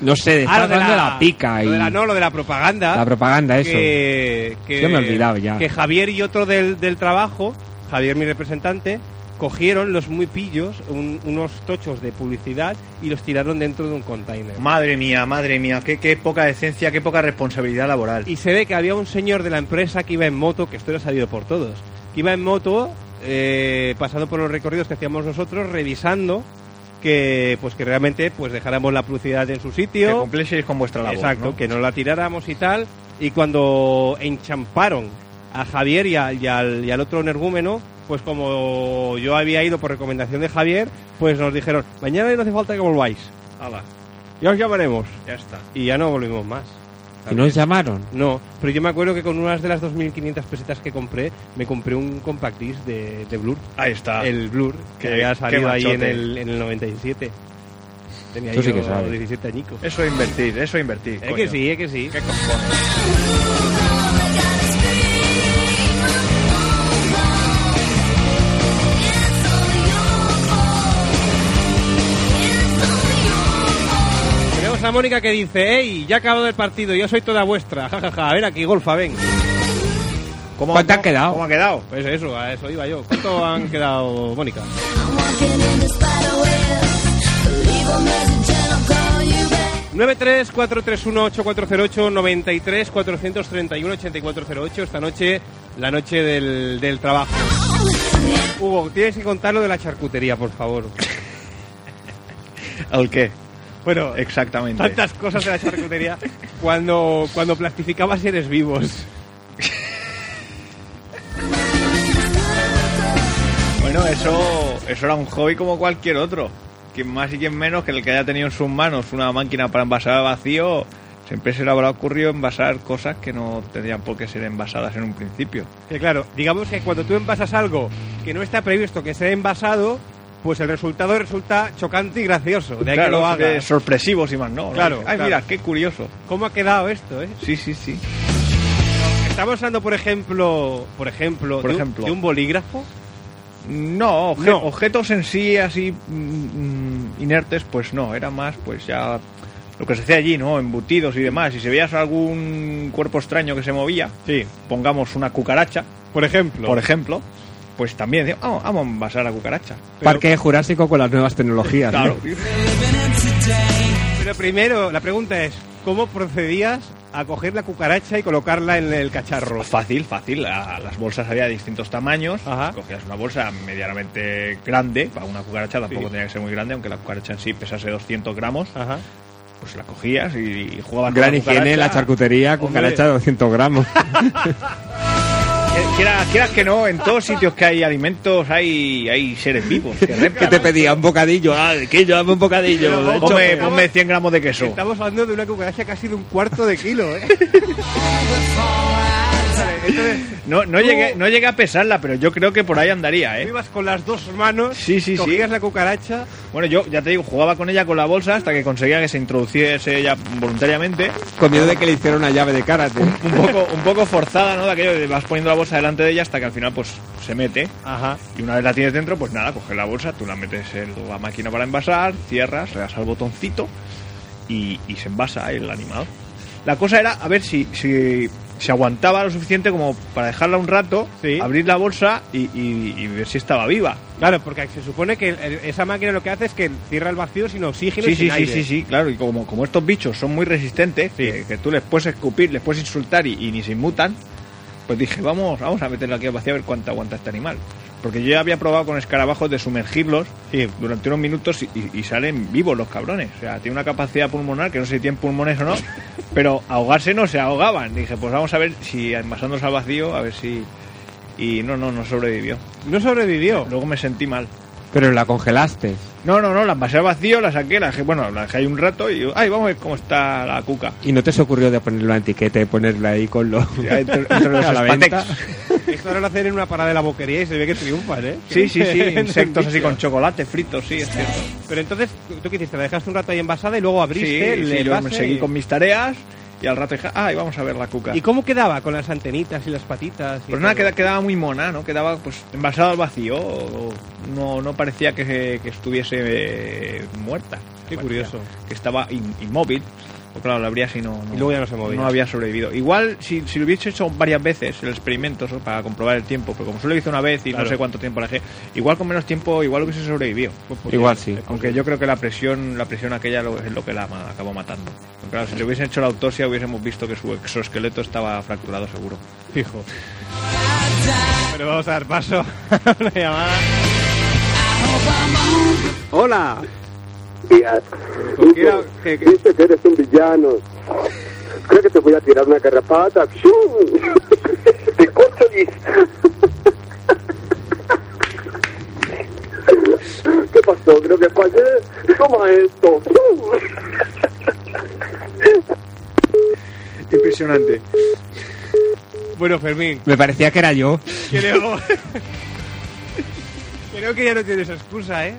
Speaker 4: No sé, está
Speaker 1: Ah, lo
Speaker 4: hablando de la, pica y
Speaker 1: lo de
Speaker 4: la,
Speaker 1: la, no, lo de la propaganda.
Speaker 4: propaganda, eso.
Speaker 1: que, que-
Speaker 4: Yo me he olvidado ya.
Speaker 1: Que Javier y otro del, del trabajo, Javier mi representante, cogieron los muy pillos, un- unos tochos de publicidad y los tiraron dentro de un container.
Speaker 2: Madre mía, madre mía, qué, qué poca decencia, qué poca responsabilidad laboral.
Speaker 1: Y se ve que había un señor de la empresa que iba en moto, que esto lo ha salido por todos, que iba en moto eh, pasando por los recorridos que hacíamos nosotros, revisando que pues que realmente pues dejáramos la publicidad en su
Speaker 2: que
Speaker 1: sitio.
Speaker 2: compléis con vuestra labor.
Speaker 1: Exacto,
Speaker 2: ¿no?
Speaker 1: que no la tiráramos y tal. Y cuando enchamparon a Javier y, al- y al, y al otro energúmeno, pues como yo había ido por recomendación de Javier, pues nos dijeron, mañana no hace falta que volváis,
Speaker 2: Ala,
Speaker 1: ya os llamaremos.
Speaker 2: ya está.
Speaker 1: Y ya no volvimos más.
Speaker 4: Y nos llamaron.
Speaker 8: No, pero yo me acuerdo que con unas de las 2.500 pesetas que compré, me compré un compact disc de, de Blur.
Speaker 1: Ahí está.
Speaker 8: El Blur, que
Speaker 1: Qué-
Speaker 8: había
Speaker 1: qué
Speaker 8: salido ahí
Speaker 1: machote.
Speaker 8: en el, en el 97. Tenía
Speaker 4: Tú sí
Speaker 8: yo
Speaker 4: que sabes.
Speaker 8: 17 añicos.
Speaker 1: Eso es invertir, eso es invertir.
Speaker 8: Es
Speaker 1: coño.
Speaker 8: que sí, es que sí.
Speaker 1: ¿Qué cojones?
Speaker 8: Tenemos a Mónica que dice, ¡Ey! Ya ha acabado el partido, yo soy toda vuestra. [LAUGHS] jajaja, A ver aquí, golfa, ven.
Speaker 1: ¿Cómo,
Speaker 4: ¿Cuánto han
Speaker 1: cómo-
Speaker 4: quedado?
Speaker 1: ¿Cómo ha quedado?
Speaker 8: Pues eso, a eso iba yo. ¿Cuánto han quedado, Mónica?
Speaker 9: I'm walking in the spider
Speaker 7: [LAUGHS]
Speaker 9: web. Leave a message and I'll call you back.
Speaker 8: 93-431-8408-93-431-8408 Esta noche, la noche del, del trabajo Hugo, tienes que contar lo de la charcutería, por favor
Speaker 1: ¿El qué?
Speaker 8: Bueno,
Speaker 1: Exactamente.
Speaker 8: tantas cosas de la charcutería Cuando, cuando plastificaba seres vivos
Speaker 1: Bueno, eso, eso era un hobby como cualquier otro. Quien más y quien menos que el que haya tenido en sus manos una máquina para envasar a vacío, siempre se le habrá ocurrido envasar cosas que no tendrían por qué ser envasadas en un principio.
Speaker 8: Que claro, digamos que cuando tú envasas algo que no está previsto que sea envasado Pues el resultado resulta chocante y gracioso De ahí
Speaker 1: claro,
Speaker 8: que lo hagas
Speaker 1: eh, sorpresivos y más no. ¿no?
Speaker 8: Claro,
Speaker 1: Ay,
Speaker 8: claro.
Speaker 1: mira, qué curioso.
Speaker 8: ¿Cómo ha quedado esto, eh?
Speaker 1: Sí, sí, sí.
Speaker 8: Estamos hablando, por ejemplo, por ejemplo,
Speaker 1: Por
Speaker 8: de un-
Speaker 1: ejemplo.
Speaker 8: de un bolígrafo
Speaker 1: No, obje-
Speaker 8: No.
Speaker 1: objetos en sí así mm, mm, inertes, pues no, era más pues ya lo que se hacía allí, ¿no? Embutidos y demás. Si se veías algún cuerpo extraño que se movía,
Speaker 8: Sí,
Speaker 1: pongamos una cucaracha,
Speaker 8: por ejemplo.
Speaker 1: por ejemplo, pues también decía, vamos, vamos a envasar a cucaracha.
Speaker 4: Parque Jurásico con las nuevas tecnologías. ¿no?
Speaker 1: Claro.
Speaker 8: Pero primero, la pregunta es, ¿cómo procedías a coger la cucaracha y colocarla en el cacharro?
Speaker 1: Fácil, fácil. La- Las bolsas había de distintos tamaños.
Speaker 8: Ajá.
Speaker 1: Cogías una bolsa medianamente grande, para una cucaracha tampoco
Speaker 8: Sí.
Speaker 1: tenía que ser muy grande, aunque la cucaracha en sí pesase 200 gramos.
Speaker 8: Ajá.
Speaker 1: Pues la cogías y, y jugabas con
Speaker 4: Gran
Speaker 1: la
Speaker 4: higiene, la
Speaker 1: cucaracha.
Speaker 4: charcutería, cucaracha de 200 gramos.
Speaker 1: Eh, Quiera- Quieras, que no, en todos sitios que hay alimentos hay, hay seres vivos.
Speaker 4: [LAUGHS]
Speaker 1: Que
Speaker 4: ¿Qué
Speaker 1: reptan.
Speaker 4: te pedía? Un bocadillo. Ah, que yo dame un bocadillo.
Speaker 8: Pero,
Speaker 4: De hecho,
Speaker 1: Ponme,
Speaker 8: Estamos-
Speaker 1: ponme 100 gramos de queso.
Speaker 8: Estamos hablando de una cucaracha casi de un cuarto de kilo,
Speaker 1: [LAUGHS]
Speaker 8: ¿eh? Vale, entonces,
Speaker 1: No, no, llegué, no llegué a pesarla, pero yo creo que por ahí andaría,
Speaker 8: tú
Speaker 1: ¿eh?
Speaker 8: ibas con las dos manos,
Speaker 1: Sí, sí, sí.
Speaker 8: cogías la cucaracha,
Speaker 1: Bueno, yo ya te digo, jugaba con ella con la bolsa hasta que conseguía que se introduciese ella voluntariamente.
Speaker 4: Con miedo de que le hiciera una llave de karate.
Speaker 1: Un poco, un poco forzada, ¿no? De aquello de vas poniendo la bolsa delante de ella hasta que al final, pues, se mete.
Speaker 8: ajá,
Speaker 1: Y una vez la tienes dentro, pues nada, coges la bolsa, tú la metes en la máquina para envasar, cierras, le das al botoncito y, y se envasa el animal. La cosa era a ver si, si se aguantaba lo suficiente como para dejarla un rato,
Speaker 8: Sí.
Speaker 1: abrir la bolsa y, y- y ver si estaba viva.
Speaker 8: claro, porque se supone que el- el- esa máquina lo que hace es que cierra el vacío sin oxígeno y
Speaker 1: Sí,
Speaker 8: sin
Speaker 1: sí, sí,
Speaker 8: aire.
Speaker 1: sí, sí, claro. Y como, como estos bichos son muy resistentes, que, que tú les puedes escupir, les puedes insultar y, y ni se inmutan, pues dije, vamos, vamos a meterlo aquí al vacío a ver cuánto aguanta este animal. Porque yo ya había probado con escarabajos de sumergirlos durante unos minutos y, y- y salen vivos los cabrones. O sea, tiene una capacidad pulmonar, que no sé si tienen pulmones
Speaker 8: [LAUGHS]
Speaker 1: o no, pero ahogarse no se ahogaban. Dije, pues vamos a ver si envasándose al vacío, a ver si... Y no, no, no sobrevivió.
Speaker 8: No sobrevivió.
Speaker 1: Luego me sentí mal.
Speaker 4: Pero la congelaste.
Speaker 1: No, no, no, la envasé al vacío, la saqué, la dejé, bueno, la dejé ahí un rato y ay, vamos a ver cómo está la cuca.
Speaker 4: ¿Y no te se ocurrió de ponerle una etiqueta y ponerla ahí con los... [LAUGHS]
Speaker 1: Ya, entre- [LAUGHS] entre los
Speaker 4: a la
Speaker 1: Spatex.
Speaker 4: venta?
Speaker 8: Esto ahora lo hacen en una parada de la boquería y se ve que triunfan, ¿eh?
Speaker 1: Sí, sí,
Speaker 8: [LAUGHS]
Speaker 1: sí, insectos así
Speaker 8: con
Speaker 1: con chocolate frito, sí, es cierto.
Speaker 8: Pero entonces, ¿tú qué hiciste? ¿La dejaste un rato ahí envasada y luego
Speaker 1: Sí,
Speaker 8: abriste?
Speaker 1: sí,
Speaker 8: el
Speaker 1: yo
Speaker 8: envase
Speaker 1: seguí
Speaker 8: y-
Speaker 1: con mis tareas y al rato dije, ay, vamos a ver la cuca.
Speaker 8: ¿Y cómo queda? con las antenitas y las patitas? y
Speaker 1: Pues nada,
Speaker 8: todo?
Speaker 1: queda- quedaba muy mona, ¿no? Quedaba pues envasada al vacío, o- no, no parecía que, se- que estuviese eh, muerta.
Speaker 8: Qué
Speaker 1: Parecía
Speaker 8: curioso.
Speaker 1: Que estaba in- inmóvil, o Pues claro, la habría si no, no-
Speaker 8: Y luego ya no se movía.
Speaker 1: no había sobrevivido. Igual, si, si lo hubiese hecho varias veces el experimento eso, para comprobar el tiempo, pero como solo lo hice una vez y
Speaker 8: Claro.
Speaker 1: no sé cuánto tiempo la dejé, igual con menos tiempo, igual hubiese sobrevivido. Pues
Speaker 4: Igual sí.
Speaker 1: Aunque yo creo que la presión, la presión aquella lo- es lo que la ma- acabó matando. Pero Claro, si le hubiesen hecho la autopsia hubiésemos visto que su exoesqueleto estaba fracturado seguro.
Speaker 8: Fijo. Pero vamos a dar paso a una llamada. ¡Hola!
Speaker 5: Díaz.
Speaker 8: ¿Con quién hab- qué- qué-
Speaker 5: Dice que eres un villano. Creo que te voy a tirar una garrapata. ¡Shum! ¡Te corto, Liz. ¿Qué pasó? Creo que fallé. Toma esto. ¡Shum!
Speaker 2: Impresionante.
Speaker 1: Bueno, Fermín,
Speaker 4: Me parecía que era yo.
Speaker 1: creo... [LAUGHS] creo que ya no tienes excusa, ¿eh?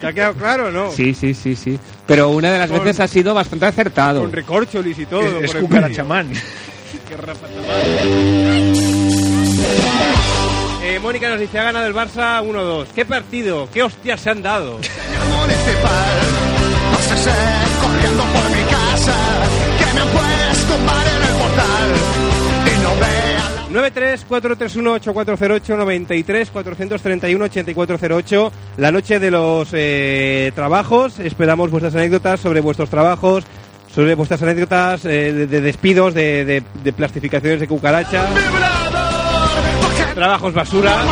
Speaker 1: ¿Te ha quedado claro o no?
Speaker 4: Sí, sí, sí, sí. Pero una de las
Speaker 1: Con-
Speaker 4: veces ha sido bastante acertado.
Speaker 1: Con recorcholis y todo.
Speaker 2: es
Speaker 1: por el
Speaker 2: cucara
Speaker 1: medio.
Speaker 2: chamán.
Speaker 1: Qué rapatamal. Eh, Mónica nos dice, ha ganado el Barça 1-2. ¿Qué partido? ¿Qué hostias se han dado?
Speaker 5: corriendo por mi casa, que me puedes tumbar en el portal y no veas.
Speaker 1: 93-431-8408-93-431-8408. La noche de los eh, trabajos. Esperamos vuestras anécdotas sobre vuestros trabajos, sobre vuestras anécdotas eh, de, de despidos, de, de- de plastificaciones de cucaracha. Trabajos basura.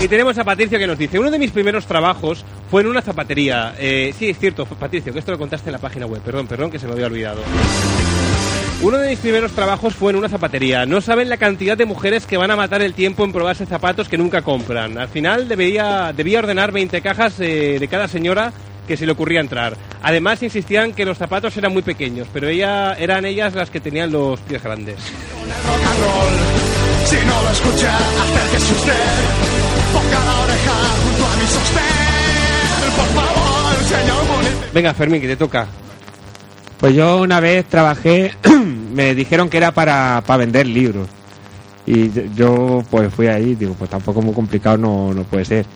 Speaker 1: Y tenemos a Patricio que nos dice, uno de mis primeros trabajos fue en una zapatería. Eh, sí, es cierto, Patricio, que esto lo contaste en la página web. Perdón, perdón, que se me había olvidado. Uno de mis primeros trabajos fue en una zapatería. No saben la cantidad de mujeres que van a matar el tiempo en probarse zapatos que nunca compran. Al final debía, debía ordenar 20 cajas eh, de cada señora que se le ocurría entrar. Además insistían que los zapatos eran muy pequeños, pero ella, eran ellas las que tenían los pies grandes.
Speaker 5: Si no lo escucha, acérquese usted. Ponga la oreja junto a mi sostén. Por favor, señor bonito.
Speaker 1: Venga, Fermín, que te toca.
Speaker 4: Pues yo una vez trabajé, [CLEARS THROAT] me dijeron que era para, para vender libros. Y yo- yo pues fui ahí, y digo, pues tampoco muy complicado no, no puede ser.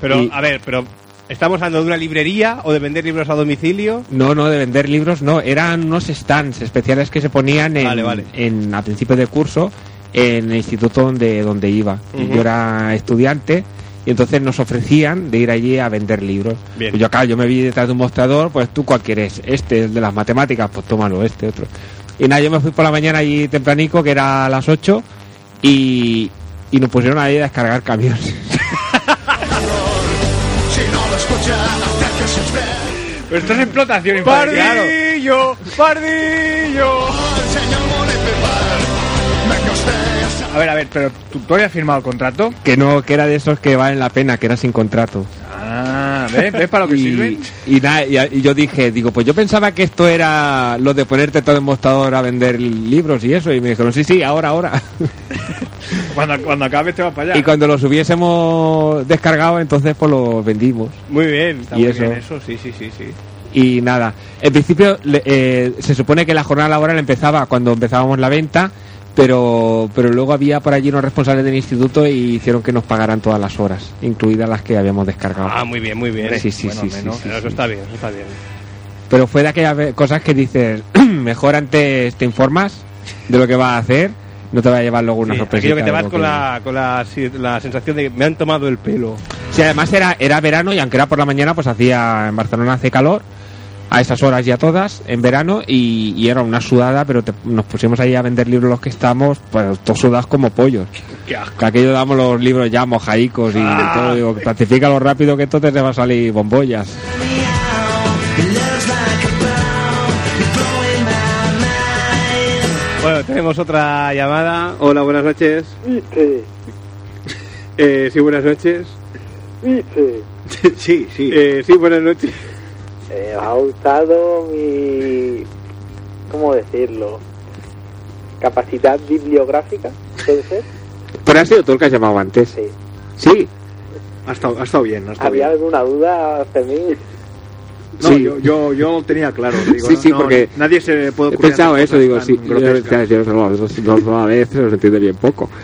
Speaker 1: Pero,
Speaker 4: Y-
Speaker 1: a ver, pero ¿estamos hablando de una librería o de vender libros a domicilio?
Speaker 4: No, no, de vender libros no, eran unos stands especiales que se ponían en,
Speaker 1: Vale, vale.
Speaker 4: en- a principio de curso en el instituto donde, donde iba. Y
Speaker 1: Ujú.
Speaker 4: Yo era estudiante y entonces nos ofrecían de ir allí a vender libros.
Speaker 1: Bien.
Speaker 4: Pues yo, claro, yo me vi detrás de un mostrador, pues tú cuál quieres, este el de las matemáticas, pues tómalo, este otro. Y nada, yo me fui por la mañana allí tempranico, que era a las 8, y, y nos pusieron ahí a descargar camiones. [LAUGHS]
Speaker 1: Pero esto es explotación infantil.
Speaker 2: ¡Pardillo! ¡Pardillo! A ver, a ver, pero ¿tú todavía has firmado el contrato?
Speaker 4: que no, que era de esos que valen la pena, que era sin contrato.
Speaker 2: Ah,
Speaker 1: ¿Eh?
Speaker 2: ¿ves? ¿Ves
Speaker 1: [LAUGHS]
Speaker 2: para lo que
Speaker 4: y,
Speaker 2: sirven?
Speaker 4: y nada, y, y yo dije, digo, pues yo pensaba que esto era lo de ponerte todo en mostrador a vender libros y eso. Y me dijeron, sí, sí, ahora, ahora.
Speaker 2: Cuando, cuando acabes te
Speaker 1: este
Speaker 2: vas para allá.
Speaker 4: y cuando los hubiésemos descargado, entonces pues los vendimos.
Speaker 1: Muy bien.
Speaker 2: Está
Speaker 4: y
Speaker 2: muy
Speaker 4: eso.
Speaker 2: bien eso, sí, sí, sí, sí.
Speaker 4: Y nada, en principio le- eh, se supone que la jornada laboral empezaba cuando empezábamos la venta, pero, pero luego había por allí unos responsables del instituto y hicieron que nos pagaran todas las horas, incluidas las que habíamos descargado.
Speaker 1: Ah, muy bien, muy bien.
Speaker 4: Sí, sí,
Speaker 1: Bueno,
Speaker 4: sí,
Speaker 1: hombre,
Speaker 4: sí,
Speaker 1: no,
Speaker 4: sí,
Speaker 1: pero
Speaker 4: sí.
Speaker 1: Eso está bien, eso está bien.
Speaker 4: Pero fue de aquellas ve- cosas que dices, [CLEARS THROAT] mejor antes te informas de lo que vas a hacer, no te va a llevar luego una
Speaker 1: Pues Sí,
Speaker 4: sorpresa.
Speaker 1: aquello que te vas con, la, con la, si- la sensación de que me han tomado el pelo.
Speaker 4: Sí, además era, era verano y aunque era por la mañana, pues hacía, en Barcelona hace calor, a esas horas y a todas, en verano, y, y era una sudada, pero te- nos pusimos ahí a vender libros los que estamos, pues todos sudados como pollos.
Speaker 2: Qué asco.
Speaker 4: [LAUGHS] Que aquello damos los libros ya mojaicos y todo, digo, platifícalo rápido que entonces te va a salir bombollas.
Speaker 1: Bueno, tenemos otra llamada. Hola, buenas noches.
Speaker 8: Viste,
Speaker 1: Eh, sí, buenas noches.
Speaker 8: viste.
Speaker 2: Sí, sí.
Speaker 1: Eh, [LAUGHS] sí, buenas noches.
Speaker 8: Eh, os ha gustado mi... ¿Cómo decirlo? ¿Capacidad bibliográfica? ¿Puede ser?
Speaker 4: Pero ha sido tú el que has llamado antes.
Speaker 8: Sí.
Speaker 4: Sí,
Speaker 2: Ha, estado, ha estado bien, ha estado
Speaker 8: ¿Había
Speaker 2: bien.
Speaker 8: alguna duda, Fermín?
Speaker 2: No,
Speaker 4: Sí.
Speaker 2: yo, yo, yo lo tenía claro. Digo,
Speaker 4: [LAUGHS] Sí,
Speaker 2: no,
Speaker 4: sí,
Speaker 2: no,
Speaker 4: porque
Speaker 2: Nadie se le puede
Speaker 4: He
Speaker 2: ocurrir
Speaker 4: pensado
Speaker 2: hacer
Speaker 4: eso,
Speaker 2: cosas
Speaker 4: digo,
Speaker 2: tan
Speaker 4: sí,
Speaker 2: grotescas.
Speaker 4: claro, yo solo dos, dos, dos veces los este entiende bien poco.
Speaker 1: [LAUGHS]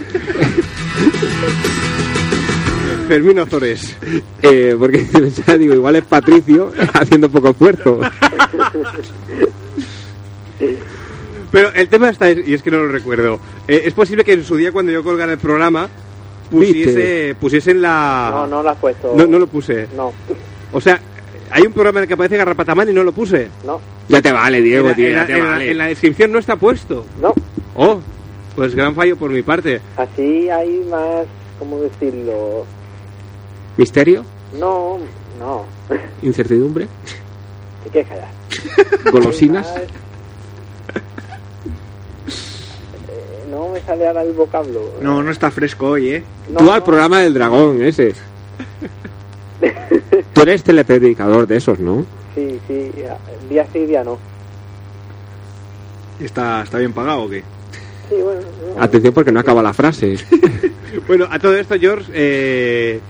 Speaker 1: Fermín Ozores.
Speaker 4: Eh, porque [LAUGHS] pensaba, digo, igual es Patricio [LAUGHS] haciendo poco esfuerzo.
Speaker 1: Pero el tema está, y es que no lo recuerdo. Eh, es posible que en su día, cuando yo colgara el programa, pusiese, pusiese en la.
Speaker 8: No, no la has puesto.
Speaker 1: No, no lo puse.
Speaker 8: No,
Speaker 1: O sea, hay un programa en el que aparece Garrapatamán y no lo puse.
Speaker 8: no,
Speaker 4: Ya te vale, Diego,
Speaker 1: en, la-
Speaker 4: tío,
Speaker 1: en
Speaker 4: ya
Speaker 1: la,
Speaker 4: te
Speaker 1: en la-
Speaker 4: vale.
Speaker 1: en la descripción no está puesto.
Speaker 8: no.
Speaker 1: Oh, pues gran fallo por mi parte.
Speaker 8: Así hay más, ¿cómo decirlo?
Speaker 4: ¿Misterio?
Speaker 8: No, no.
Speaker 4: ¿Incertidumbre?
Speaker 8: Te quieres callar.
Speaker 1: [LAUGHS]
Speaker 4: ¿Golosinas?
Speaker 8: Hay más- Eh, No me sale ahora el vocablo.
Speaker 10: [LAUGHS]
Speaker 2: No, no está fresco hoy, ¿eh?
Speaker 8: No,
Speaker 4: Tú al
Speaker 8: no.
Speaker 4: programa del dragón ese. Tú eres telepredicador de esos, ¿no?
Speaker 8: Sí, sí, ya, día sí, día no.
Speaker 2: ¿Está, está bien pagado o qué?
Speaker 10: Sí, bueno.
Speaker 4: Atención porque no acaba la frase.
Speaker 1: Bueno, a todo esto, George, eh,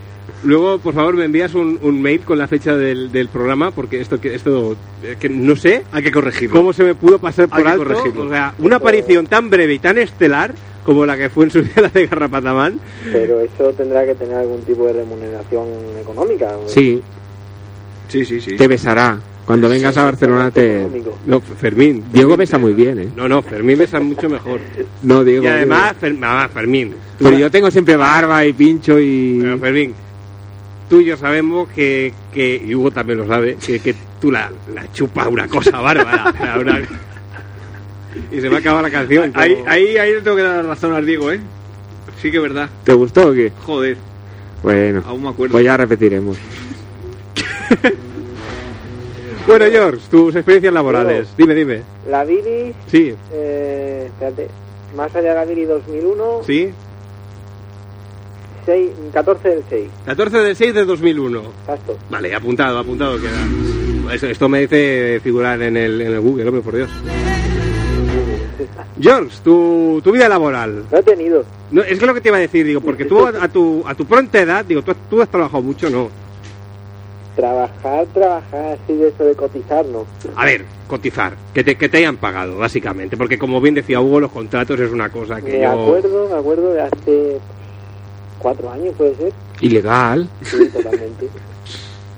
Speaker 1: luego, por favor, me envías un, un mail con la fecha del, del programa, porque esto, que esto eh, que no sé
Speaker 2: Hay que corregirlo.
Speaker 1: cómo se me pudo pasar por
Speaker 2: Hay que
Speaker 1: alto.
Speaker 2: corregirlo.
Speaker 1: O sea, una aparición tan breve y tan estelar como la que fue en su [LAUGHS] día la de Garrapatamán.
Speaker 10: Pero eso tendrá que tener algún tipo de remuneración económica. o-
Speaker 4: Sí,
Speaker 2: Sí, sí, sí.
Speaker 4: te besará. Cuando vengas a Barcelona te...
Speaker 10: económico.
Speaker 1: No, Fermín.
Speaker 4: Diego besa muy bien, ¿eh?
Speaker 1: No, no, Fermín besa mucho mejor.
Speaker 4: No, Diego.
Speaker 1: Y además,
Speaker 4: Diego.
Speaker 1: Fer- ah, Fermín. tú-
Speaker 4: Pero yo tengo siempre barba y pincho y...
Speaker 1: Pero, Fermín, tú y yo sabemos que, que y Hugo también lo sabe, que, que tú la, la chupas una cosa bárbara. [LAUGHS] la- una- Y se me ha acabado la canción.
Speaker 2: Ahí,
Speaker 1: como-
Speaker 2: ahí, ahí le tengo que dar la razón al Diego, ¿eh? Sí que es verdad.
Speaker 4: ¿Te gustó o qué?
Speaker 2: Joder,
Speaker 4: Bueno,
Speaker 2: aún me acuerdo.
Speaker 4: pues ya repetiremos.
Speaker 1: Bueno, George, tus experiencias laborales. Dime, dime.
Speaker 10: La Viri,
Speaker 1: Sí,
Speaker 10: eh, espérate, más allá de la Viri 2001,
Speaker 1: sí.
Speaker 10: 6, 14 del 6,
Speaker 1: 14 del 6 de 2001.
Speaker 10: exacto.
Speaker 1: Vale, apuntado, apuntado queda. Esto, esto me dice figurar en el, en el Google, hombre, por Dios. George, tu, tu vida laboral.
Speaker 10: No he tenido.
Speaker 1: No, es que lo que te iba a decir, digo, porque tú a, a tu, a tu pronta edad, digo, tú, has- tú has trabajado mucho, ¿no?
Speaker 10: Trabajar, trabajar, así de eso de cotizar, no.
Speaker 1: A ver, cotizar, que te, que te hayan pagado, básicamente, porque como bien decía Hugo, los contratos es una cosa que
Speaker 10: Me
Speaker 1: yo...
Speaker 10: acuerdo, me acuerdo de hace cuatro años, puede ser,
Speaker 4: Ilegal.
Speaker 10: sí,
Speaker 4: [LAUGHS]
Speaker 10: totalmente.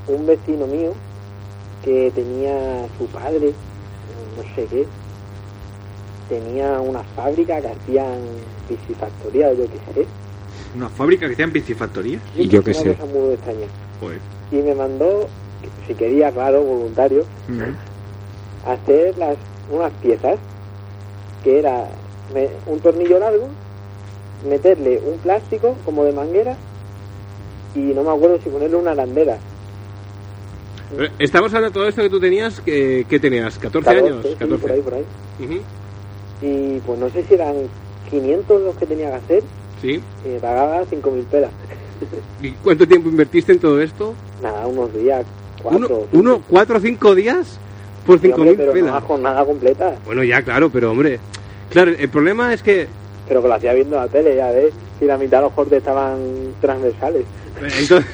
Speaker 10: Un vecino mío que tenía su padre, no sé qué, tenía una fábrica que hacían piscifactoría, yo qué sé.
Speaker 2: Una fábrica que sean piscifactorías.
Speaker 4: Y yo qué
Speaker 10: Una
Speaker 4: sé.
Speaker 10: cosa muy extraña.
Speaker 2: Joder.
Speaker 10: Y me mandó, si quería, claro, voluntario, hacer las, unas piezas que era me- un tornillo largo, meterle un plástico como de manguera y no me acuerdo si ponerle una arandela.
Speaker 1: Eh, Estamos hablando de todo esto que tú tenías, que, que tenías, 14,
Speaker 10: 14, sí,
Speaker 1: años, 14.
Speaker 10: por ahí, por ahí.
Speaker 1: Ujú,
Speaker 10: Y pues no sé si eran 500 los que tenía que hacer
Speaker 1: Sí.
Speaker 10: y me pagaba 5.000 pelas.
Speaker 1: ¿Y cuánto tiempo invertiste en todo esto?
Speaker 10: Nada, unos días,
Speaker 1: uno,
Speaker 10: cuatro.
Speaker 1: uno, cuatro o cinco días por
Speaker 10: Sí,
Speaker 1: cinco
Speaker 10: hombre,
Speaker 1: mil
Speaker 10: pero
Speaker 1: pelas.
Speaker 10: nada, jornada completa,
Speaker 1: Bueno, ya, claro, pero hombre, claro, el problema es que
Speaker 10: pero que lo hacía viendo la tele, ya ves, y la mitad de los cortes estaban transversales.
Speaker 1: Eh, Entonces,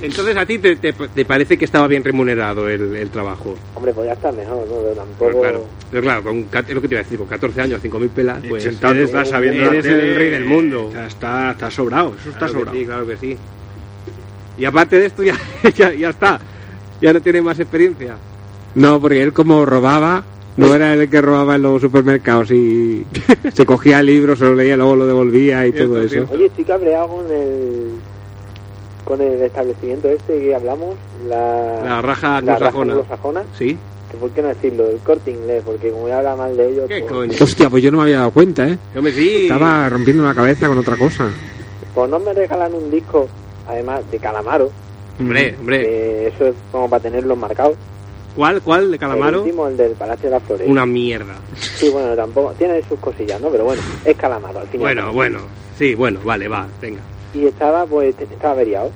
Speaker 1: entonces a ti te, te- te parece que estaba bien remunerado el, el trabajo.
Speaker 10: [LAUGHS] Hombre, podía estar mejor, ¿no? Pero tampoco...
Speaker 1: Pero claro, pero claro con, ca- es lo que te iba a decir, con 14 años, 5.000 pelas, pues
Speaker 2: sentado,
Speaker 1: eres,
Speaker 2: estás sabiendo la
Speaker 1: eres
Speaker 2: tele,
Speaker 1: el rey del mundo.
Speaker 2: Está, está, está sobrado, eso está
Speaker 1: Claro que
Speaker 2: sobrado.
Speaker 1: sí, claro que sí. Y aparte de esto, ya, [LAUGHS] ya, ya está. Ya no tiene más experiencia.
Speaker 4: No, porque él como robaba, no era el que robaba en los supermercados y [LAUGHS] se cogía libros, se lo leía, luego lo devolvía y todo
Speaker 1: Cierto,
Speaker 4: eso.
Speaker 10: Oye, estoy cabreado con el... Con el establecimiento este que hablamos, la...
Speaker 1: La raja
Speaker 10: la raza
Speaker 1: anglosajona.
Speaker 10: anglosajona,
Speaker 1: ¿Sí?
Speaker 10: que ¿Por qué no decirlo? El corte inglés, porque como ya habla mal de ellos...
Speaker 1: ¿Qué
Speaker 10: pues,
Speaker 1: coño?
Speaker 4: Hostia, pues yo no me había dado cuenta, ¿eh?
Speaker 1: Yo me sí.
Speaker 4: Estaba rompiendo la cabeza con otra cosa.
Speaker 10: pues no me regalan un disco, además, de Calamaro,
Speaker 1: Hombre, hombre.
Speaker 10: que eso es como para tenerlo marcado.
Speaker 1: ¿Cuál, cuál de
Speaker 10: El
Speaker 1: Calamaro?
Speaker 10: último, el del Palacio de las Flores.
Speaker 1: Una mierda.
Speaker 10: Sí, bueno, tampoco. Tiene sus cosillas, ¿no? Pero bueno, es calamaro al final.
Speaker 1: Bueno, bueno. Sí, bueno, vale, va, venga.
Speaker 10: Y estaba, pues, te- estaba averiado.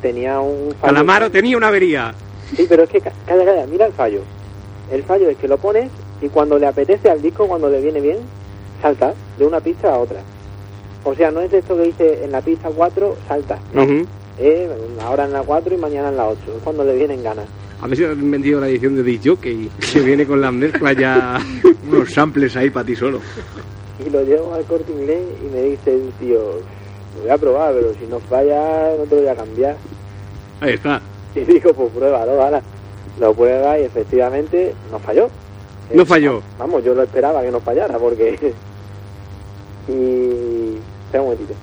Speaker 10: Tenía un fallo.
Speaker 1: Calamaro tenía una avería.
Speaker 10: Sí, pero es que, ca- calla, calla, mira el fallo. El fallo es que lo pones y cuando le apetece al disco, cuando le viene bien, salta de una pista a otra. O sea, no es de esto que dice en la pista 4, salta.
Speaker 1: Ujú.
Speaker 10: Eh, ahora en la 4 y mañana en la 8. Es cuando le vienen ganas.
Speaker 1: A ver si han vendido la edición de Disc Jockey, que viene con la mezcla ya.
Speaker 2: [LAUGHS] Unos samples ahí para ti solo.
Speaker 10: Y lo llevo al corte inglés y me dice el tío, lo voy a probar, pero si no falla, no te lo voy a cambiar. [LAUGHS]
Speaker 1: Ahí está.
Speaker 10: Y digo, pues pruébalo, ahora. Lo prueba y efectivamente no falló.
Speaker 1: No
Speaker 10: Eh,
Speaker 1: falló.
Speaker 10: Vamos, yo lo esperaba que no fallara porque... [LAUGHS] y... Espera un momentito.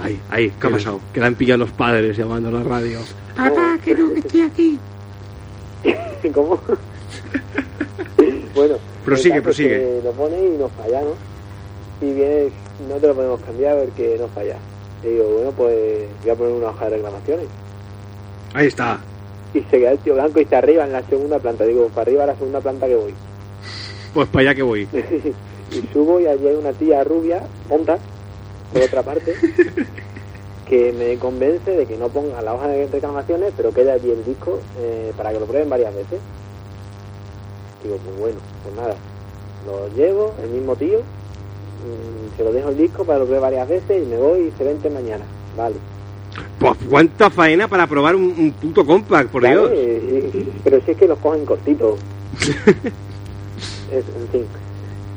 Speaker 1: Ahí, ahí, ¿qué ha pasado? Que la han pillado los padres llamando a la radio.
Speaker 10: Papá,
Speaker 6: que no, que estoy aquí.
Speaker 10: [LAUGHS] ¿Cómo? bueno.
Speaker 2: Prosigue,
Speaker 10: el caso es
Speaker 2: prosigue.
Speaker 10: que Lo pone y no falla, ¿no? Y viene, no te lo podemos cambiar porque no falla. Le digo, bueno, pues voy a poner una hoja de reclamaciones.
Speaker 2: Ahí está.
Speaker 10: Y se queda el tío blanco y está arriba en la segunda planta. Digo, para arriba a la segunda planta que voy.
Speaker 1: Pues para allá que voy.
Speaker 10: y subo y allí hay una tía rubia, tonta, por otra parte, que me convence de que no ponga la hoja de reclamaciones, pero queda allí el disco eh, para que lo prueben varias veces. Digo, pues bueno, pues nada. Lo llevo, el mismo tío, mm, se lo dejo el disco para que lo vea varias veces y me voy y se vente mañana. Vale.
Speaker 1: Pues cuánta faena para probar un, un puto compact, por
Speaker 10: Vale,
Speaker 1: Dios.
Speaker 10: eh, eh, Pero si es que los cogen
Speaker 1: [LAUGHS]
Speaker 10: cortitos. Es- en fin.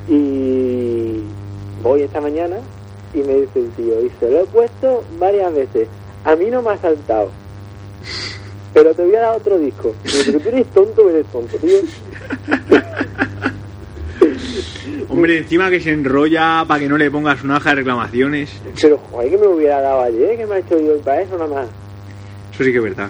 Speaker 10: Y voy esta mañana y me dice el tío, y se lo he puesto varias veces. A mí no me ha saltado. Pero te voy a dar otro disco. Y yo, pero tú eres tonto, eres tonto, tío.
Speaker 2: Hombre, encima que se enrolla para que no le pongas una hoja de reclamaciones.
Speaker 10: Pero joder, que me lo hubiera dado ayer, que me ha hecho yo para eso nada más.
Speaker 2: Eso sí que es verdad.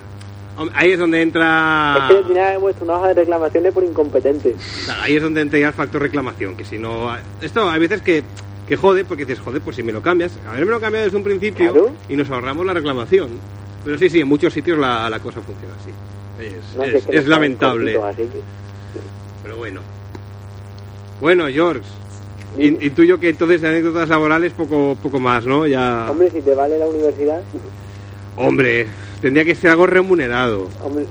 Speaker 1: Hom- Ahí es donde entra.
Speaker 10: Es que al final he puesto una hoja de reclamaciones por incompetente.
Speaker 1: Ahí es donde entra ya el factor reclamación. Que si no. Esto hay veces que, que jode, porque dices, joder, pues si me lo cambias. Haberme lo cambiado desde un principio
Speaker 10: Claro.
Speaker 1: y nos ahorramos la reclamación. Pero sí, sí, en muchos sitios la, la cosa funciona así. Es,
Speaker 10: No sé,
Speaker 1: es-
Speaker 10: creo que
Speaker 1: es lamentable.
Speaker 10: cortito, así que-
Speaker 1: Pero bueno. Bueno, George. in- Intuyo que entonces de anécdotas laborales poco, poco más, ¿no? Ya.
Speaker 10: Hombre, si te vale la universidad,
Speaker 1: Hombre, tendría que ser algo remunerado.
Speaker 10: hombre,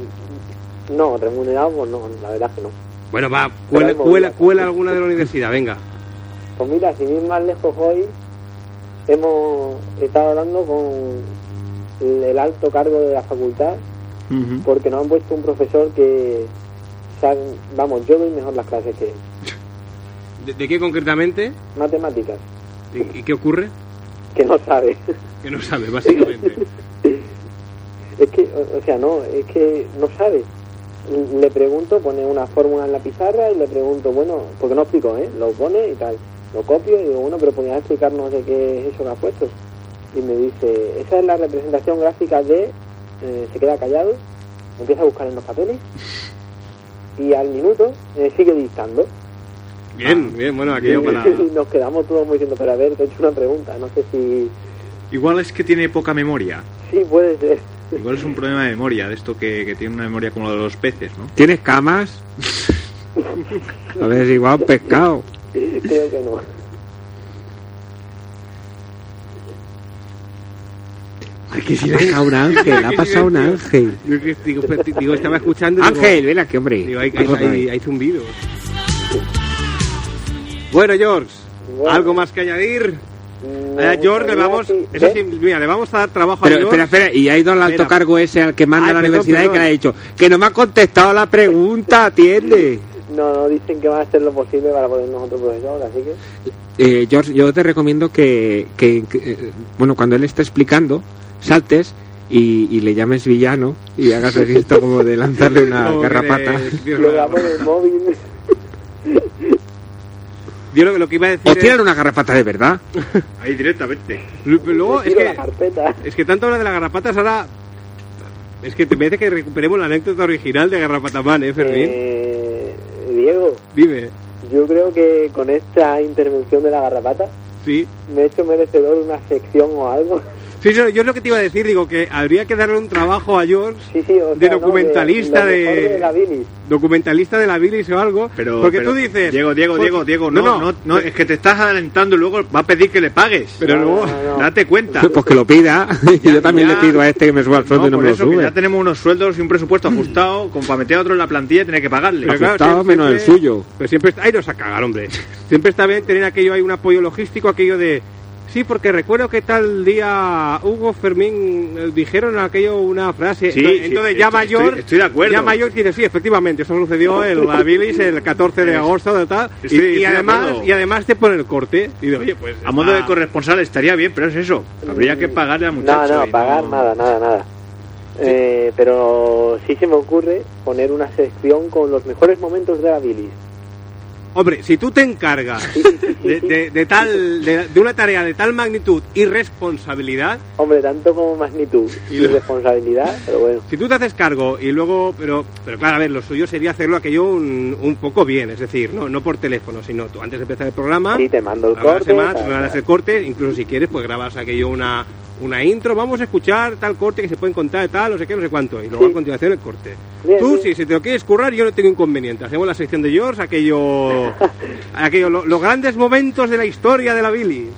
Speaker 10: no, remunerado, pues no, la verdad es que no.
Speaker 1: Bueno, va, cuela,
Speaker 10: hay
Speaker 1: cuela,
Speaker 10: movidas.
Speaker 1: cuela alguna de la universidad, venga.
Speaker 10: Pues mira, sin ir más lejos hoy, hemos estado hablando con el- el alto cargo de la facultad porque nos han puesto un profesor que, sabe- vamos, yo doy mejor las clases que él.
Speaker 1: ¿De, de qué concretamente?
Speaker 10: Matemáticas,
Speaker 1: ¿Y, y qué ocurre?
Speaker 10: que no sabe. [LAUGHS]
Speaker 1: Que no sabe, básicamente.
Speaker 10: Es que, o o sea, no, es que no sabe. Le pregunto, pone una fórmula en la pizarra y le pregunto, bueno, porque no explico, ¿eh? Lo pone y tal. Lo copio y digo, bueno, pero podrías explicarnos de qué es eso que has puesto. Y me dice, esa es la representación gráfica de... eh, se queda callado, empieza a buscar en los papeles y al minuto eh, sigue dictando.
Speaker 1: Bien, bien, bueno,
Speaker 10: [LAUGHS]
Speaker 1: aquello para...
Speaker 10: Y nos quedamos todos muy diciendo, pero a ver, te he hecho una pregunta, no sé si...
Speaker 2: Igual es que tiene poca memoria.
Speaker 10: Sí, puede ser. [LAUGHS]
Speaker 2: Igual es un problema de memoria, de esto que, que tiene una memoria como la de los peces, ¿no?
Speaker 4: ¿Tienes camas? A ver, igual pescado.
Speaker 10: Creo que no.
Speaker 4: Ay, que si le ha pasado un ángel, ha pasado un ángel.
Speaker 1: Yo que [LAUGHS] digo, pues, digo, estaba escuchando... y digo-
Speaker 4: Ángel, ven aquí, hombre.
Speaker 1: Digo, hay, hay,
Speaker 4: Vamos otra
Speaker 1: hay-
Speaker 4: vez.
Speaker 1: hay zumbidos. Bueno, George,
Speaker 10: Bueno.
Speaker 1: ¿algo más que añadir?
Speaker 10: Me
Speaker 1: A George le
Speaker 10: gustaría
Speaker 1: vamos...
Speaker 10: que-
Speaker 1: Eso
Speaker 10: ¿Eh?
Speaker 1: sí, mira, le vamos a dar trabajo
Speaker 4: Pero
Speaker 1: a George.
Speaker 4: espera, espera, y ha ido al alto
Speaker 1: Espera.
Speaker 4: cargo ese al que manda
Speaker 1: Ay,
Speaker 4: la
Speaker 1: perdón,
Speaker 4: universidad y
Speaker 1: perdón.
Speaker 4: que le ha dicho que no me ha contestado la pregunta, atiende.
Speaker 10: No, no, dicen que van a hacer lo posible para ponernos otro profesor, así que...
Speaker 4: Eh, George, yo te recomiendo que, que- que, eh, bueno, cuando él esté explicando, saltes y, y le llames villano y hagas el gesto como de lanzarle
Speaker 1: [LAUGHS]
Speaker 4: una
Speaker 1: Como que le-
Speaker 4: garrapata.
Speaker 1: Dios,
Speaker 10: Lo grabo en el móvil.
Speaker 1: Yo lo, lo que iba a decir
Speaker 4: O
Speaker 1: es-
Speaker 4: tirar una garrapata de
Speaker 1: [LAUGHS]
Speaker 4: verdad.
Speaker 2: Ahí directamente.
Speaker 1: Luego,
Speaker 10: le
Speaker 1: es
Speaker 10: tiro la
Speaker 1: que...
Speaker 10: carpeta.
Speaker 1: Es que tanto habla de las garrapatas ahora. Es que te merece que recuperemos la anécdota original de Garrapatamán, ¿eh, Fermín?
Speaker 10: Eh, Diego,
Speaker 1: Vive,
Speaker 10: yo creo que con esta intervención de la garrapata
Speaker 1: sí.
Speaker 10: me he hecho merecedor de una sección o algo.
Speaker 1: Sí, yo, yo es lo que te iba a decir, digo que habría que darle un trabajo a George,
Speaker 10: Sí, sí, o sea, [LAUGHS]
Speaker 1: De
Speaker 10: ¿no?
Speaker 1: documentalista,
Speaker 10: lo
Speaker 1: de-
Speaker 10: mejor de la bilis.
Speaker 1: documentalista de la bilis o algo,
Speaker 2: Pero,
Speaker 1: porque
Speaker 2: pero-
Speaker 1: tú dices...
Speaker 2: Diego, Diego,
Speaker 1: pues- eh,
Speaker 2: Diego, Diego, no, no, no, es que te estás adelantando y luego va a pedir que le pagues.
Speaker 1: Pero
Speaker 10: No,
Speaker 1: luego...
Speaker 10: no, no.
Speaker 2: Date cuenta.
Speaker 4: Pues que lo pida. [LAUGHS] yo también
Speaker 2: ya.
Speaker 4: le pido a este que me suba el sueldo
Speaker 2: No,
Speaker 4: y no
Speaker 2: por
Speaker 4: me lo
Speaker 2: eso, que
Speaker 4: sube.
Speaker 2: ya tenemos unos sueldos y un presupuesto ajustado, como para meter a otro en la plantilla y tener que pagarle.
Speaker 1: Pero claro,
Speaker 4: Ajustado
Speaker 1: siempre-
Speaker 4: menos el
Speaker 1: siempre-
Speaker 4: suyo.
Speaker 1: Pero siempre está... Ahí nos a cagar, hombre. Siempre está bien tener aquello, hay un apoyo logístico, aquello de... Sí, porque recuerdo que tal día Hugo Fermín eh, dijeron aquello una frase.
Speaker 2: Sí,
Speaker 1: entonces
Speaker 2: sí,
Speaker 1: entonces ya
Speaker 2: estoy-
Speaker 1: mayor...
Speaker 2: estoy- estoy de acuerdo.
Speaker 1: Ya mayor dice, sí, efectivamente, eso sucedió en la bilis el 14 de agosto de tal. Y,
Speaker 2: Estoy-
Speaker 1: y
Speaker 2: estoy de
Speaker 1: además,
Speaker 2: acuerdo.
Speaker 1: y además te pone el corte. Y digo, oye, pues...
Speaker 2: A modo de
Speaker 1: ah,
Speaker 2: corresponsal estaría bien, pero es eso. Habría que pagarle al
Speaker 10: Mm. No,
Speaker 2: muchacho.
Speaker 10: no,
Speaker 2: y
Speaker 10: pagar nada, nada, nada. Eh, pero sí se me ocurre poner una sección con los mejores momentos de la bilis.
Speaker 1: Hombre, si tú te encargas de, de- de tal, de, de una tarea de tal magnitud y responsabilidad,
Speaker 10: Hombre, tanto como magnitud
Speaker 1: Y
Speaker 10: y
Speaker 1: lo-
Speaker 10: responsabilidad, pero bueno.
Speaker 1: si tú te haces cargo y luego, pero, pero claro, a ver, lo suyo sería hacerlo aquello un, un poco bien, es decir, no, no por teléfono, sino tú antes de empezar el programa,
Speaker 10: Sí, te mando el
Speaker 1: Habrá pues,
Speaker 10: corte.
Speaker 1: semanas,
Speaker 10: tal,
Speaker 1: tú harás
Speaker 10: tal.
Speaker 1: el corte, incluso si quieres, pues grabas aquello una, una intro, vamos a escuchar tal corte que se puede encontrar, tal, no sé qué, no sé cuánto, y luego
Speaker 10: Sí.
Speaker 1: a continuación el corte.
Speaker 10: Bien,
Speaker 1: Tú,
Speaker 10: bien.
Speaker 1: si se te lo quieres currar, yo no tengo inconveniente. Hacemos la sección de George,
Speaker 10: [LAUGHS]
Speaker 1: aquello, aquello lo- los grandes momentos de la historia de la Billy.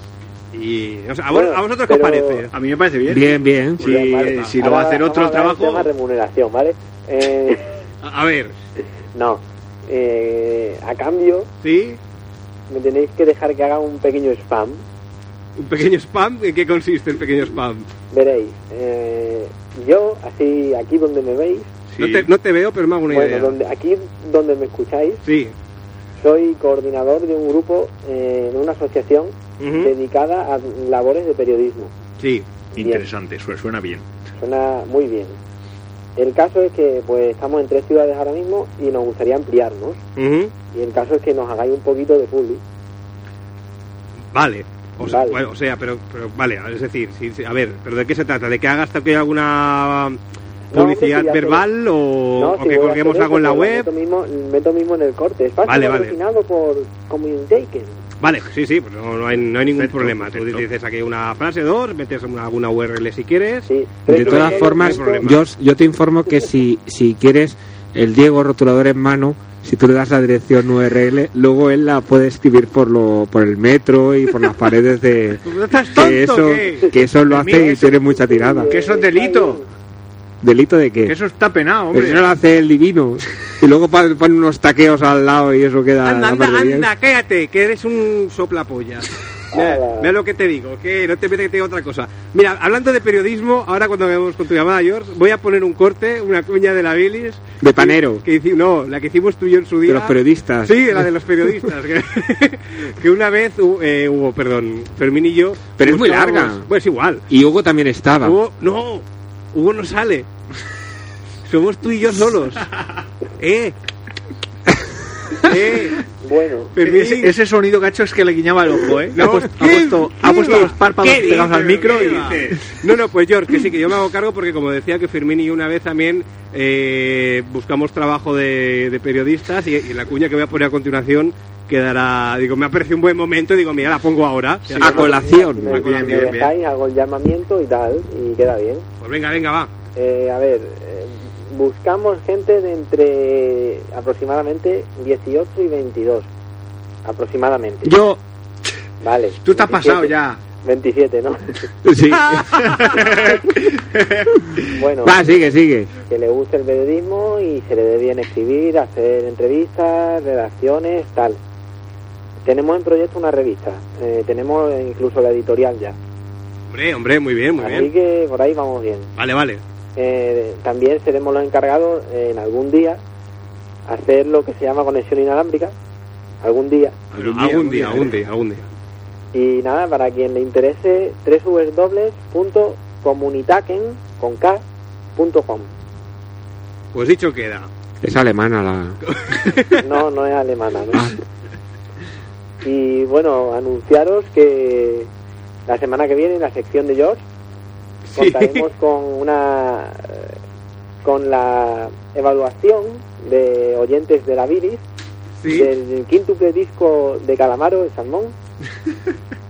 Speaker 1: Y no sé, a, vos-
Speaker 10: Bueno,
Speaker 1: a vosotros qué os
Speaker 10: pero-
Speaker 1: parece. Pues,
Speaker 2: A mí me parece bien.
Speaker 4: Bien, bien.
Speaker 2: Si,
Speaker 10: Bien, vale.
Speaker 2: si lo va a
Speaker 10: Ahora
Speaker 2: hacer otro el
Speaker 10: vamos a hablar del
Speaker 2: trabajo.
Speaker 1: [LAUGHS]
Speaker 10: tema remuneración, ¿vale? Eh,
Speaker 1: A, a ver,
Speaker 10: no. eh, a cambio,
Speaker 1: ¿Sí?
Speaker 10: me tenéis que dejar que haga un pequeño spam.
Speaker 1: ¿Un pequeño spam? ¿En qué consiste el pequeño spam?
Speaker 10: Veréis, eh, yo, así aquí donde me veis,
Speaker 1: No, te, no te veo, pero me hago una
Speaker 10: bueno,
Speaker 1: idea.
Speaker 10: donde, aquí donde me escucháis,
Speaker 1: Sí.
Speaker 10: soy coordinador de un grupo eh, en una asociación dedicada a labores de periodismo.
Speaker 1: Sí.
Speaker 11: Interesante, su- suena bien.
Speaker 10: Suena muy bien. El caso es que pues estamos en tres ciudades ahora mismo y nos gustaría ampliarnos. Y el caso es que nos hagáis un poquito de public.
Speaker 1: Vale. O sea,
Speaker 10: Vale.
Speaker 1: bueno, o sea, pero, pero vale, es decir, sí, sí, a ver, ¿pero de qué se trata? ¿De que hagas que haya alguna
Speaker 10: No, hombre,
Speaker 1: publicidad
Speaker 10: sí, ya sé.
Speaker 1: verbal o,
Speaker 10: No,
Speaker 1: o
Speaker 10: si voy
Speaker 1: que
Speaker 10: a
Speaker 1: colguemos
Speaker 10: hacer
Speaker 1: algo en la
Speaker 10: eso, pues,
Speaker 1: web?
Speaker 10: Meto mismo, meto mismo en el corte. Espacio
Speaker 1: Vale, vale.
Speaker 10: patrocinado por Communication.
Speaker 1: Vale, sí, sí, pues no, no hay, no hay ningún problema. Tú dices aquí una frase, dos, metes una- alguna URL si quieres.
Speaker 4: De todas formas, yo, yo te informo que si, si quieres el Diego rotulador en mano, si tú le das la dirección URL, luego él la puede escribir por lo por el metro y por las paredes de...
Speaker 1: ¿Estás
Speaker 4: que eso, que eso lo hace y tiene mucha tirada.
Speaker 11: Que eso es delito.
Speaker 4: ¿Delito de qué?
Speaker 11: Que eso está penado,
Speaker 4: Pero
Speaker 11: hombre.
Speaker 4: si no lo hace el divino. [LAUGHS] Y luego pa- ponen unos taqueos al lado y eso queda...
Speaker 1: Anda,
Speaker 4: aparte
Speaker 1: anda,
Speaker 4: bien.
Speaker 1: anda, cállate, que eres un
Speaker 4: [LAUGHS]
Speaker 1: soplapollas. Mira, mira lo que te digo, que no te metas que te diga otra cosa. Mira, hablando de periodismo, ahora cuando vemos con tu llamada, George, voy a poner un corte, una cuña de la bilis.
Speaker 4: De panero.
Speaker 1: Que, hici- no, la que hicimos tú y yo en su día.
Speaker 4: De los periodistas.
Speaker 1: Sí, la de los periodistas. que, que una vez hu- eh, hubo, perdón, Fermín y yo.
Speaker 4: [LAUGHS] Pero es muy
Speaker 1: buscábamos-
Speaker 4: larga.
Speaker 1: Pues igual.
Speaker 4: Y Hugo también estaba.
Speaker 1: Hugo, no, Hugo no sale. Somos tú y
Speaker 4: [LAUGHS]
Speaker 1: yo solos. ¿Eh? ¿Eh?
Speaker 10: Bueno.
Speaker 11: Ese, ese sonido gacho es que le guiñaba el ojo, ¿eh? ha puesto, ha puesto- ha puesto los párpados
Speaker 1: ¿Qué
Speaker 11: pegados al
Speaker 1: dices?
Speaker 11: micro y
Speaker 1: ¿Qué dices? No, no, pues George, que sí, que yo me hago cargo porque como decía que Firmini y yo una vez también eh, buscamos trabajo de, de periodistas y, y la cuña que voy a poner a continuación quedará, digo, me ha parecido un buen momento y digo, mira, la pongo ahora.
Speaker 10: Sí,
Speaker 1: a colación.
Speaker 10: Me, me dejáis, hago el llamamiento y tal, y queda bien.
Speaker 1: Pues venga, venga, va.
Speaker 10: Eh, a ver, eh, buscamos gente de entre aproximadamente 18 y 22. Aproximadamente.
Speaker 11: Yo.
Speaker 10: Vale.
Speaker 11: Tú te has pasado
Speaker 10: 27.
Speaker 11: ya.
Speaker 10: 27, ¿no?
Speaker 1: [LAUGHS]
Speaker 4: Sí.
Speaker 10: [LAUGHS] bueno,
Speaker 4: Va, sigue, sigue.
Speaker 10: que le guste el periodismo y se le dé bien escribir, hacer entrevistas, redacciones, tal. Tenemos en proyecto una revista, eh, tenemos incluso la editorial ya.
Speaker 1: Hombre, hombre, muy bien, muy
Speaker 10: Así
Speaker 1: bien.
Speaker 10: que por ahí vamos bien.
Speaker 1: Vale, vale.
Speaker 10: Eh, también seremos los encargados eh, en algún día hacer lo que se llama conexión inalámbrica, algún día.
Speaker 1: Algún, día, algún día, algún día.
Speaker 10: Y nada, para quien le interese, www.comunitaquen, con K, punto com.
Speaker 1: Pues dicho queda.
Speaker 4: Es alemana la...
Speaker 10: No, no es alemana, ¿no?
Speaker 4: Ah.
Speaker 10: Y bueno, anunciaros que la semana que viene en la sección de George contaremos con una eh, con la evaluación de oyentes de la Viris
Speaker 1: Sí.
Speaker 10: del quíntuple disco de Calamaro de Salmón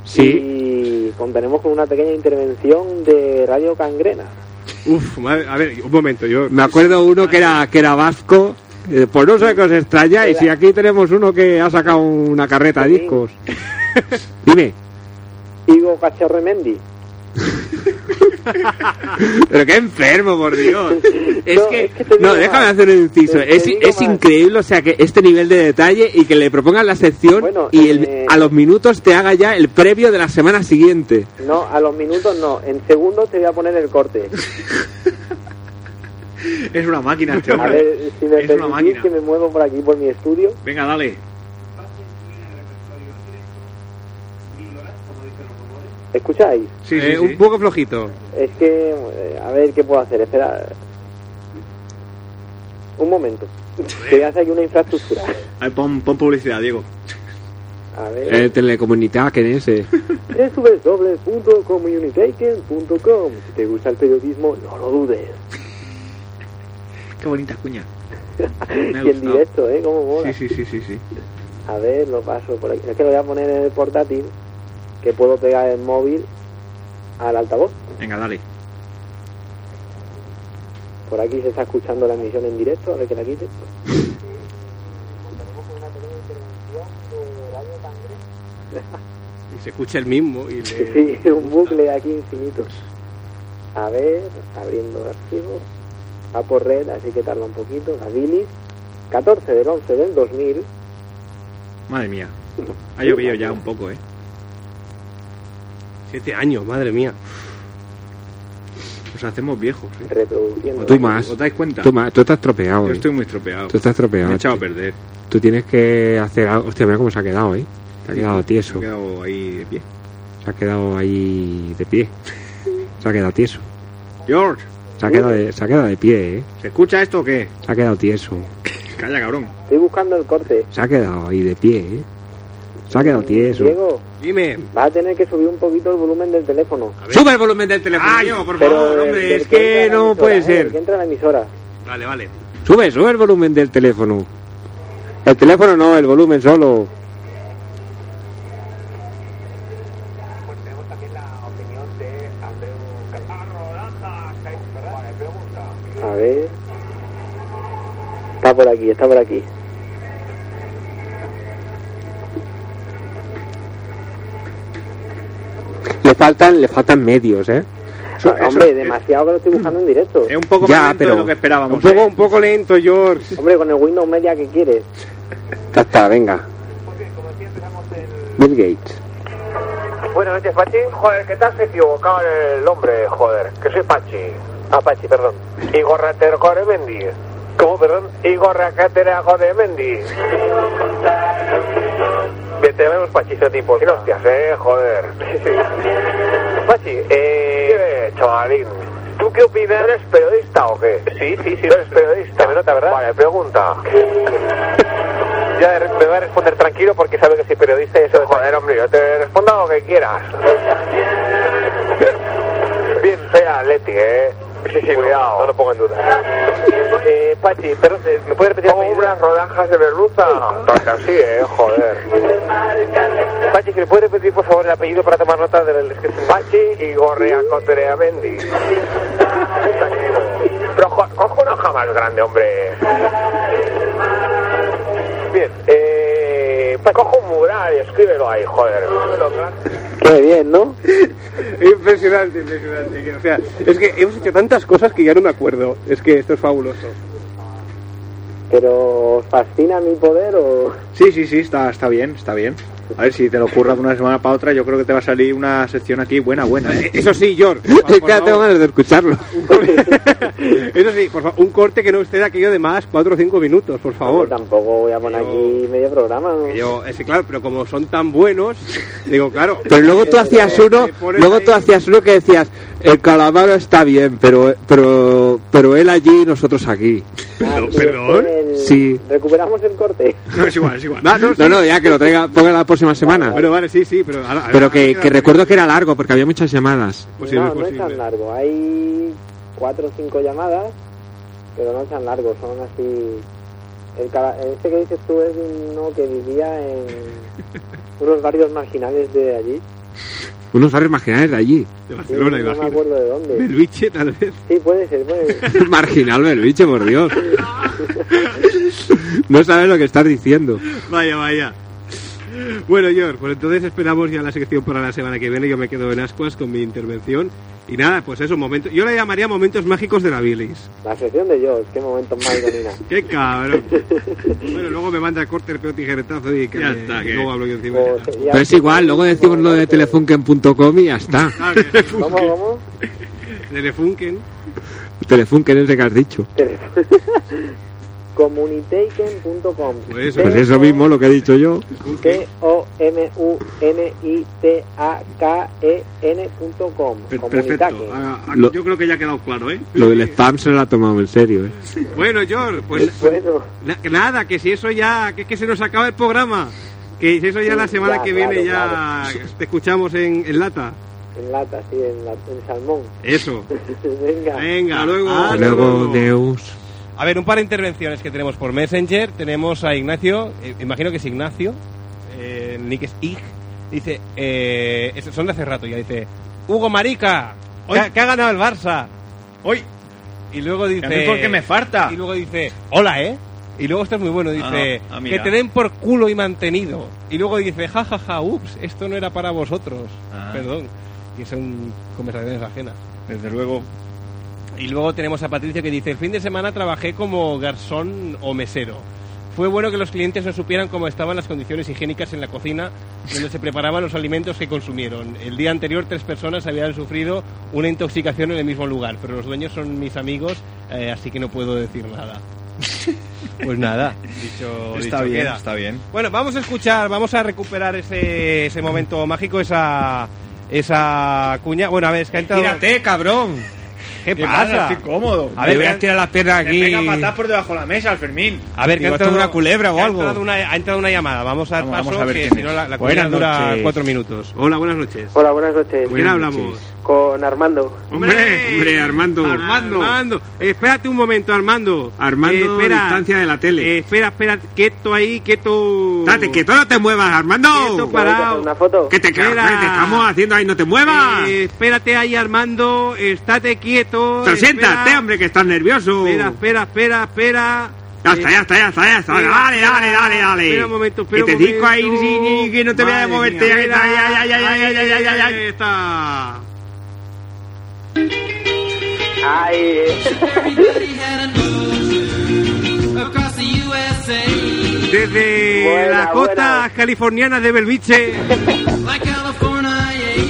Speaker 4: Sí.
Speaker 10: y contaremos con una pequeña intervención de Radio Cangrena.
Speaker 1: [LAUGHS] Uf, madre- a ver, un momento, yo...
Speaker 4: Me acuerdo uno que era, que era vasco. eh, Pues no sé qué os extrañáis. Y aquí tenemos uno que ha sacado una carreta de discos. [LAUGHS] Dime,
Speaker 10: Ivo Cachorremendi.
Speaker 4: pero qué enfermo, por Dios. Es
Speaker 10: No,
Speaker 4: que,
Speaker 10: es que te digo
Speaker 4: no,
Speaker 10: más.
Speaker 4: déjame hacer un inciso.
Speaker 10: Te- te
Speaker 4: Es,
Speaker 10: digo
Speaker 4: es
Speaker 10: más.
Speaker 4: increíble, o sea, que este nivel de detalle y que le propongan la sección
Speaker 10: Bueno,
Speaker 4: y el-
Speaker 10: eh,
Speaker 4: a los minutos te haga ya el previo de la semana siguiente.
Speaker 10: [LAUGHS] No, a los minutos no, en segundos te voy a poner el corte.
Speaker 11: [LAUGHS] Es una máquina este
Speaker 10: A
Speaker 11: hombre.
Speaker 10: ver si me
Speaker 11: es una
Speaker 10: permitís
Speaker 11: máquina.
Speaker 10: que me muevo por aquí por mi estudio.
Speaker 11: Venga, dale.
Speaker 10: ¿Escucháis?
Speaker 11: Sí,
Speaker 1: Eh, Un poco flojito.
Speaker 10: Es que, eh, a ver qué puedo hacer. Espera. Un momento. Que voy a hacer aquí una infraestructura.
Speaker 11: A ver, pon, pon publicidad, Diego.
Speaker 10: A
Speaker 4: Eh,
Speaker 10: ver.
Speaker 4: telecomunidad, Eh, que en ese.
Speaker 11: Eh.
Speaker 10: www.communication.com Si te gusta el periodismo, no lo dudes.
Speaker 11: Qué bonita
Speaker 10: [LAUGHS]
Speaker 11: cuña.
Speaker 10: Y
Speaker 11: Me ha
Speaker 10: en
Speaker 11: gustado.
Speaker 10: directo, ¿eh? Cómo mola.
Speaker 11: Sí, sí, sí, sí, sí.
Speaker 10: A ver, lo paso por aquí. Es que lo voy a poner en el portátil, que puedo pegar el móvil al altavoz.
Speaker 11: Venga, dale.
Speaker 10: Por aquí se está escuchando la emisión en directo, a ver que la quite.
Speaker 1: Y se escucha el mismo y le...
Speaker 10: Sí, [LAUGHS] un bucle aquí infinito. A ver, abriendo archivo. Va por red, así que tarda un poquito. La bilis. 14 del 11 del 2000,
Speaker 11: Madre mía. Ha llovido ya un poco, ¿eh?
Speaker 1: Siete años, madre mía.
Speaker 11: Nos hacemos viejos, ¿eh?
Speaker 10: reproduciendo.
Speaker 4: Tú más.
Speaker 11: ¿Os dais cuenta?
Speaker 4: Tú, más. tú estás tropeado.
Speaker 11: Yo
Speaker 4: hoy.
Speaker 11: estoy muy estropeado.
Speaker 4: eh. Tú estás tropeado.
Speaker 11: Me he echado a
Speaker 4: tío.
Speaker 11: perder.
Speaker 4: Tú tienes que hacer algo. Hostia, mira cómo se ha quedado, ¿eh? Se ha quedado
Speaker 11: Me
Speaker 4: tieso.
Speaker 11: he quedado ahí de pie.
Speaker 4: Se ha quedado ahí de pie. Se ha quedado tieso.
Speaker 11: George,
Speaker 4: Se ha quedado de, se ha quedado de pie, ¿eh?
Speaker 11: ¿se escucha esto o qué?
Speaker 4: Se ha quedado tieso.
Speaker 11: Calla, cabrón.
Speaker 10: Estoy buscando el corte.
Speaker 4: Se ha quedado ahí de pie, ¿eh? Se ha quedado tieso.
Speaker 10: Diego,
Speaker 1: Dime,
Speaker 10: vas a tener que subir un poquito el volumen del teléfono.
Speaker 1: sube el volumen del teléfono.
Speaker 11: Coño, Ah, por
Speaker 10: Pero
Speaker 11: favor,
Speaker 10: del-
Speaker 11: hombre.
Speaker 10: del
Speaker 11: es-
Speaker 4: que no
Speaker 10: entra a la emisora,
Speaker 4: puede
Speaker 10: ¿eh?
Speaker 4: ser.
Speaker 10: Del que entra a la emisora.
Speaker 11: Vale, vale.
Speaker 4: Sube, sube el volumen del teléfono. El teléfono no, el volumen solo.
Speaker 10: A ver. Está por aquí, está por aquí.
Speaker 4: Le faltan, le faltan medios, ¿eh? Eso- eso-
Speaker 10: Hombre, demasiado que lo estoy buscando en directo.
Speaker 11: Es un poco
Speaker 4: Ya,
Speaker 11: más lento
Speaker 4: pero-
Speaker 11: de lo que
Speaker 1: Un
Speaker 11: esperábamos.
Speaker 1: poco,
Speaker 11: ¿eh?
Speaker 1: un poco lento, George.
Speaker 10: Hombre, con el Windows Media que quieres.
Speaker 4: Ya está, venga. Bill Gates.
Speaker 12: Buenas noches, Pachi. Joder, que te has equivocado en el nombre, joder. Que soy Pachi. Ah, Pachi, perdón. Igor Ratero Goremendi. ¿Cómo, perdón? Igor Ratero Goremendi. Que te llamemos Pachi ese tipo. Y hostias, eh, joder. [LAUGHS] Pachi, eh... chavalín? ¿Tú qué opinas? ¿Eres periodista o qué? Sí, sí, sí. eres periodista? Se me nota, ¿verdad? Vale, pregunta. Ya eh, me va a responder tranquilo porque sabe que soy periodista y eso Joder, hombre, yo te respondo lo que quieras. Bien fea, Leti, eh. Sí, sí, Cuidado. No, lo pongo en duda. Eh, Pachi, perdón, eh, ¿me puedes repetir? Como unas rodajas de merluza. Porque así, eh, joder. Pachi, ¿me puedes repetir, por favor, el apellido para tomar nota de la descripción? Pachi y Gorrea Coterea Mendy. Pero jo- cojo una hoja más grande, hombre. Bien, eh. Pachi, Cojo un mural y escríbelo ahí, joder.
Speaker 10: Qué bien, ¿no?
Speaker 1: Impresionante, impresionante. que, O sea, es que hemos hecho tantas cosas que ya no me acuerdo. Es que esto es fabuloso.
Speaker 10: Pero ¿os fascina mi poder o
Speaker 11: Sí, sí, sí, está, está bien, está bien. A ver, si te lo curras de una semana para otra, yo creo que te va a salir una sección aquí buena, buena. ¿eh?
Speaker 1: Eso sí, George.
Speaker 4: [LAUGHS]
Speaker 11: [LAUGHS]
Speaker 4: Es
Speaker 1: por
Speaker 4: que ya tengo
Speaker 1: favor,
Speaker 4: ganas de escucharlo.
Speaker 1: [LAUGHS] Eso sí, por favor, un corte que no esté de aquello de más 4 o 5 minutos, por
Speaker 10: Hombre,
Speaker 1: favor.
Speaker 10: tampoco voy a poner aquí medio programa? ¿no?
Speaker 1: Yo, ese, claro, pero como son tan buenos, digo, claro.
Speaker 4: Pero luego tú hacías uno,
Speaker 1: eh, pones
Speaker 4: luego
Speaker 1: ahí-
Speaker 4: tú hacías uno que decías, el calamaro está bien, pero pero pero él allí y nosotros aquí.
Speaker 10: Ah, y
Speaker 11: perdón.
Speaker 10: después el-
Speaker 4: Sí.
Speaker 10: Recuperamos el corte.
Speaker 11: No, es igual, es igual.
Speaker 1: Ah, no, sí.
Speaker 4: No, no, ya que lo traiga, ponga la próxima semana.
Speaker 1: Bueno, vale, sí, sí, pero. ahora-
Speaker 4: Pero
Speaker 1: ahora
Speaker 4: que,
Speaker 1: queda
Speaker 4: que
Speaker 1: la-
Speaker 4: recuerdo que era largo porque había muchas llamadas.
Speaker 1: Posible,
Speaker 10: no, no es
Speaker 1: posible.
Speaker 10: tan largo. Hay cuatro o cinco llamadas, pero no es tan largo. Son así. El cala- Este que dices tú es uno que vivía en unos barrios marginales de allí.
Speaker 4: Unos barrios marginales de allí.
Speaker 1: De
Speaker 10: Sí,
Speaker 1: Barcelona,
Speaker 10: no me
Speaker 1: imagino.
Speaker 10: acuerdo de dónde.
Speaker 1: Belviche, tal vez.
Speaker 10: Sí, puede ser, puede
Speaker 4: [LAUGHS]
Speaker 10: ser.
Speaker 4: Marginal, el bicho, por Dios. No sabes lo que estás diciendo.
Speaker 1: Vaya, vaya. Bueno, George, pues entonces esperamos ya la sección para la semana que viene. Yo me quedo en ascuas con mi intervención. Y nada, pues eso, momento. Yo la llamaría momentos mágicos de la bilis.
Speaker 10: La sección de George, qué momento más domina.
Speaker 1: ¡Qué cabrón! bueno, luego me manda el corte el pelo tijeretazo y que,
Speaker 11: Ya
Speaker 1: me-
Speaker 11: está,
Speaker 1: y
Speaker 11: que-
Speaker 1: luego hablo yo encima.
Speaker 10: Pues, ya-
Speaker 4: Pero es igual, luego decimos lo de telefunken.com y ya está.
Speaker 1: Ah,
Speaker 10: [LAUGHS]
Speaker 1: que-
Speaker 10: ¿Cómo, cómo?
Speaker 1: Telefunken.
Speaker 4: Telefunken es de que has dicho.
Speaker 10: [LAUGHS] Comunitation.com
Speaker 1: Pues eso.
Speaker 4: Pues eso mismo lo que he dicho yo.
Speaker 10: T-O-M-U-N-I-T-A-K-E-N.com
Speaker 11: Per- perfecto.
Speaker 10: Comunicaque.
Speaker 11: Ah, ah,
Speaker 4: Lo-
Speaker 11: Yo creo que ya ha quedado claro, ¿eh?
Speaker 4: Lo del spam se lo ha tomado en serio. ¿eh?
Speaker 1: Bueno, George, pues
Speaker 10: Bueno,
Speaker 1: na- nada, que si eso ya. que es que se nos acaba el programa. Que si eso ya la semana
Speaker 10: Ya,
Speaker 1: que viene
Speaker 10: claro,
Speaker 1: ya te escuchamos en, en lata.
Speaker 10: en lata, sí, en, la- en salmón. [LAUGHS]
Speaker 1: Eso.
Speaker 10: Venga.
Speaker 1: Venga, luego.
Speaker 4: Hasta luego, Deus.
Speaker 1: A ver, un par de intervenciones que tenemos por Messenger. Tenemos a Ignacio, eh, imagino que es Ignacio, eh, el nick es Ig. Dice, eh, es- son de hace rato ya, dice, Hugo Marica, que, ha- que ha ganado el Barça.
Speaker 2: Hoy,
Speaker 1: Y luego
Speaker 2: a mí
Speaker 1: dice...
Speaker 2: porque me falta.
Speaker 1: Y luego dice, hola, ¿eh? Y luego esto es muy bueno, dice,
Speaker 2: Ah, ah, mira.
Speaker 1: que te den por culo y mantenido. Y luego dice, jajaja, ja, ja, ups, esto no era para vosotros.
Speaker 2: Ah.
Speaker 1: Perdón. Y son conversaciones ajenas.
Speaker 2: Desde luego.
Speaker 1: Y luego tenemos a Patricio que dice, el fin de semana trabajé como garzón o mesero. Fue bueno que los clientes no supieran cómo estaban las condiciones higiénicas en la cocina donde se preparaban los alimentos que consumieron. El día anterior tres personas habían sufrido una intoxicación en el mismo lugar, pero los dueños son mis amigos, eh, así que no puedo decir nada. Pues nada, dicho,
Speaker 2: Está
Speaker 1: dicho
Speaker 2: bien,
Speaker 1: queda.
Speaker 2: está bien.
Speaker 1: Bueno, vamos a escuchar, vamos a recuperar ese, ese momento mágico, esa esa cuña. Bueno, a ver, es que ha entrado...
Speaker 4: Tírate, cabrón.
Speaker 1: ¿Qué
Speaker 4: ¿Qué
Speaker 1: pasa?
Speaker 4: pasa?
Speaker 1: Estoy cómodo.
Speaker 4: A ver, voy a tirar las piernas aquí.
Speaker 1: Venga, patada
Speaker 4: por debajo de la mesa, Alfermín.
Speaker 1: A ver, que ha entrado
Speaker 4: una culebra o
Speaker 1: que ha
Speaker 4: algo.
Speaker 1: entrado una- ha entrado una llamada. Vamos a dar
Speaker 4: Vamos-
Speaker 1: paso,
Speaker 4: vamos a ver
Speaker 1: que
Speaker 4: quién
Speaker 1: si no
Speaker 4: es.
Speaker 1: la, la
Speaker 4: Buenas
Speaker 1: cuña dura
Speaker 4: noches.
Speaker 1: cuatro minutos. Hola, buenas noches.
Speaker 10: Hola, buenas noches.
Speaker 1: ¿Con quién hablamos?
Speaker 10: Con Armando.
Speaker 1: Hombre, hombre, Armando. Armando. Espérate un momento, Armando.
Speaker 11: Armando, distancia
Speaker 1: de la tele. espera, espera, quieto ahí, quieto.
Speaker 11: Date, que no te muevas, Armando.
Speaker 1: parado.
Speaker 11: Una foto. Que te cagas,
Speaker 1: Espera.
Speaker 11: hombre, te estamos haciendo ahí, no te muevas.
Speaker 1: Ah. Eh, espérate ahí, Armando. Estate quieto. eh,
Speaker 11: Pero
Speaker 1: espera.
Speaker 11: siéntate, este hombre, que estás nervioso.
Speaker 1: Espera, espera, espera, espera.
Speaker 11: Ya está, ya está, ya está, ya está.
Speaker 1: Espera,
Speaker 11: Dale,
Speaker 1: espera.
Speaker 11: dale, dale, dale.
Speaker 1: Espera un momento,
Speaker 11: Que
Speaker 1: espera
Speaker 11: te
Speaker 1: un
Speaker 11: digo ahí,
Speaker 1: momento.
Speaker 11: sí, sí, que no te voy a
Speaker 1: Madre
Speaker 11: moverte.
Speaker 1: mía,
Speaker 11: Ahí está,
Speaker 1: mira.
Speaker 11: ya, ya, ya, ya, ya, ya, ya, ya.
Speaker 1: Ahí está.
Speaker 10: Ay,
Speaker 1: Desde las costas californianas de Belviche.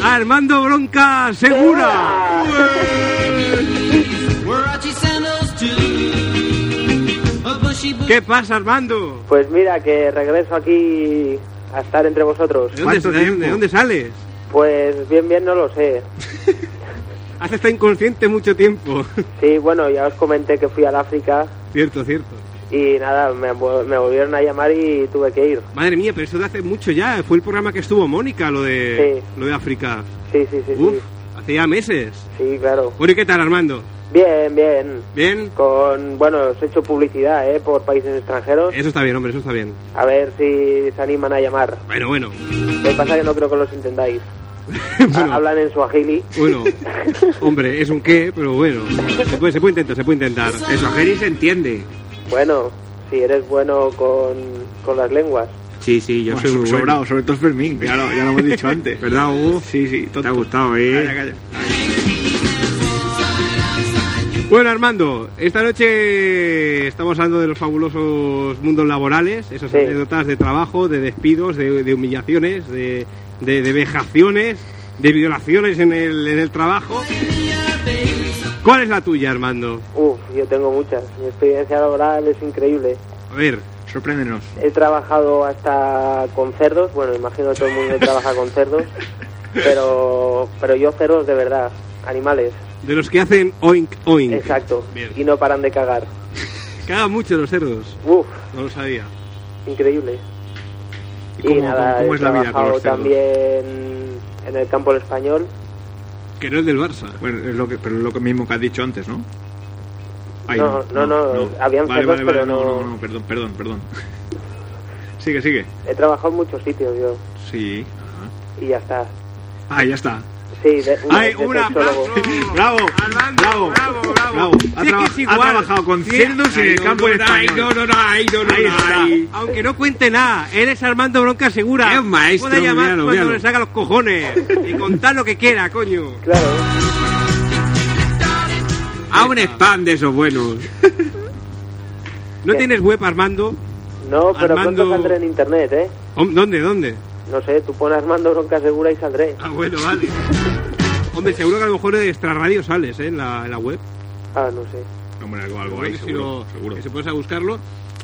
Speaker 1: Armando Bronca Segura. ¿Qué pasa, Armando?
Speaker 10: Pues mira, que regreso aquí a estar entre vosotros.
Speaker 1: ¿De dónde, de dónde- de dónde sales?
Speaker 10: Pues bien, bien, no lo sé.
Speaker 1: Has estado inconsciente mucho tiempo. [LAUGHS]
Speaker 10: Sí, bueno, ya os comenté que fui al África
Speaker 1: cierto, cierto.
Speaker 10: y nada, me, vo- me volvieron a llamar y tuve que ir.
Speaker 1: Madre mía, pero eso de hace mucho ya. Fue el programa que estuvo Mónica, lo de, lo de África.
Speaker 10: Sí, sí, sí,
Speaker 1: Uf, hace ya meses.
Speaker 10: Sí, claro.
Speaker 1: Bueno, ¿y qué tal, Armando?
Speaker 10: Bien, bien.
Speaker 1: Bien.
Speaker 10: Con, bueno, os he hecho publicidad, ¿eh? Por países extranjeros.
Speaker 1: Eso está bien, hombre, eso está bien.
Speaker 10: A ver si se animan a llamar.
Speaker 1: Bueno, bueno.
Speaker 10: Lo que pasa es que no creo que los intentáis.
Speaker 1: [LAUGHS] Bueno.
Speaker 10: Hablan en suajili.
Speaker 1: Bueno, hombre, es un qué, pero bueno. Se puede, se puede intentar, se puede intentar. Eso, Jerry se entiende.
Speaker 10: [LAUGHS] Bueno, si eres bueno con, con las lenguas.
Speaker 11: Sí, sí, yo
Speaker 1: soy muy
Speaker 11: sobrado,
Speaker 1: bueno.
Speaker 11: sobre todo Fermín, que ya lo, ya lo hemos dicho antes.
Speaker 1: [LAUGHS] ¿Verdad, Hugo?
Speaker 11: Sí, sí, te ha gustado, eh.
Speaker 1: Bueno, Armando, esta noche estamos hablando de los fabulosos mundos laborales, esas
Speaker 10: Sí.
Speaker 1: anécdotas de trabajo, de despidos, de, de humillaciones, de, de- de vejaciones, de violaciones en el, en el trabajo. ¿Cuál es la tuya, Armando?
Speaker 10: Uf, yo tengo muchas. Mi experiencia laboral es increíble.
Speaker 1: A ver, sorpréndenos.
Speaker 10: He trabajado hasta con cerdos. Bueno, imagino todo el mundo que trabaja con cerdos. Pero, pero yo cerdos de verdad, animales.
Speaker 1: De los que hacen oink oink.
Speaker 10: Exacto. Y no paran de cagar.
Speaker 1: Cagan mucho los cerdos.
Speaker 10: Uf,
Speaker 1: No lo sabía.
Speaker 10: increíble.
Speaker 1: ¿Y cómo- cómo- cómo
Speaker 10: he
Speaker 1: es la vida con
Speaker 10: trabajado
Speaker 1: los cerdos?
Speaker 10: también en el campo del español.
Speaker 1: Que no es del Barça.
Speaker 11: Bueno, es lo que, pero es lo que mismo que has dicho antes, ¿no? Ay,
Speaker 10: No, no, no, habían
Speaker 11: vale,
Speaker 10: cerdos,
Speaker 11: vale, vale,
Speaker 10: pero
Speaker 11: no,
Speaker 10: no-
Speaker 11: no, no, perdón, perdón, perdón. [LAUGHS] sigue, sigue.
Speaker 10: He trabajado en muchos sitios yo.
Speaker 11: Sí.
Speaker 10: Y ya está.
Speaker 11: Ah, ya está.
Speaker 10: Sí, de,
Speaker 11: ¡Ay,
Speaker 10: de
Speaker 11: un
Speaker 10: sexólogo.
Speaker 11: aplauso! ¡Bravo! ¡Bravo! ¡Bravo! ¡Bravo! Ha,
Speaker 1: Sí, es que
Speaker 11: traba-
Speaker 1: es igual.
Speaker 11: ha trabajado con
Speaker 1: Sí,
Speaker 11: cerdos en
Speaker 1: ay,
Speaker 11: el
Speaker 1: no,
Speaker 11: campo
Speaker 1: no,
Speaker 11: de
Speaker 1: ay, no, no, no, ay, no, no,
Speaker 11: Ahí
Speaker 1: no,
Speaker 11: está.
Speaker 1: ay. Aunque no cuente nada, eres Armando Bronca Segura. Es
Speaker 11: maestro,
Speaker 1: Puede llamar
Speaker 11: míralo,
Speaker 1: cuando
Speaker 11: míralo.
Speaker 1: le saca los cojones y contar lo que quiera, coño.
Speaker 11: A un spam de esos buenos.
Speaker 1: ¿No tienes web, Armando?
Speaker 10: No, pero
Speaker 1: Armando-
Speaker 10: pronto saldré en internet, ¿eh?
Speaker 1: Hom- ¿Dónde, dónde?
Speaker 10: No sé, tú pones Armando Bronca Segura y saldré.
Speaker 1: Ah, bueno, vale. Hombre, seguro que a lo mejor de extra radio sales, ¿eh? En la, en la web.
Speaker 10: Ah, no sé.
Speaker 11: Hombre, algo, algo
Speaker 1: Creo
Speaker 11: ahí,
Speaker 1: que si
Speaker 11: seguro,
Speaker 1: lo-
Speaker 11: seguro.
Speaker 1: que se puede buscarlo.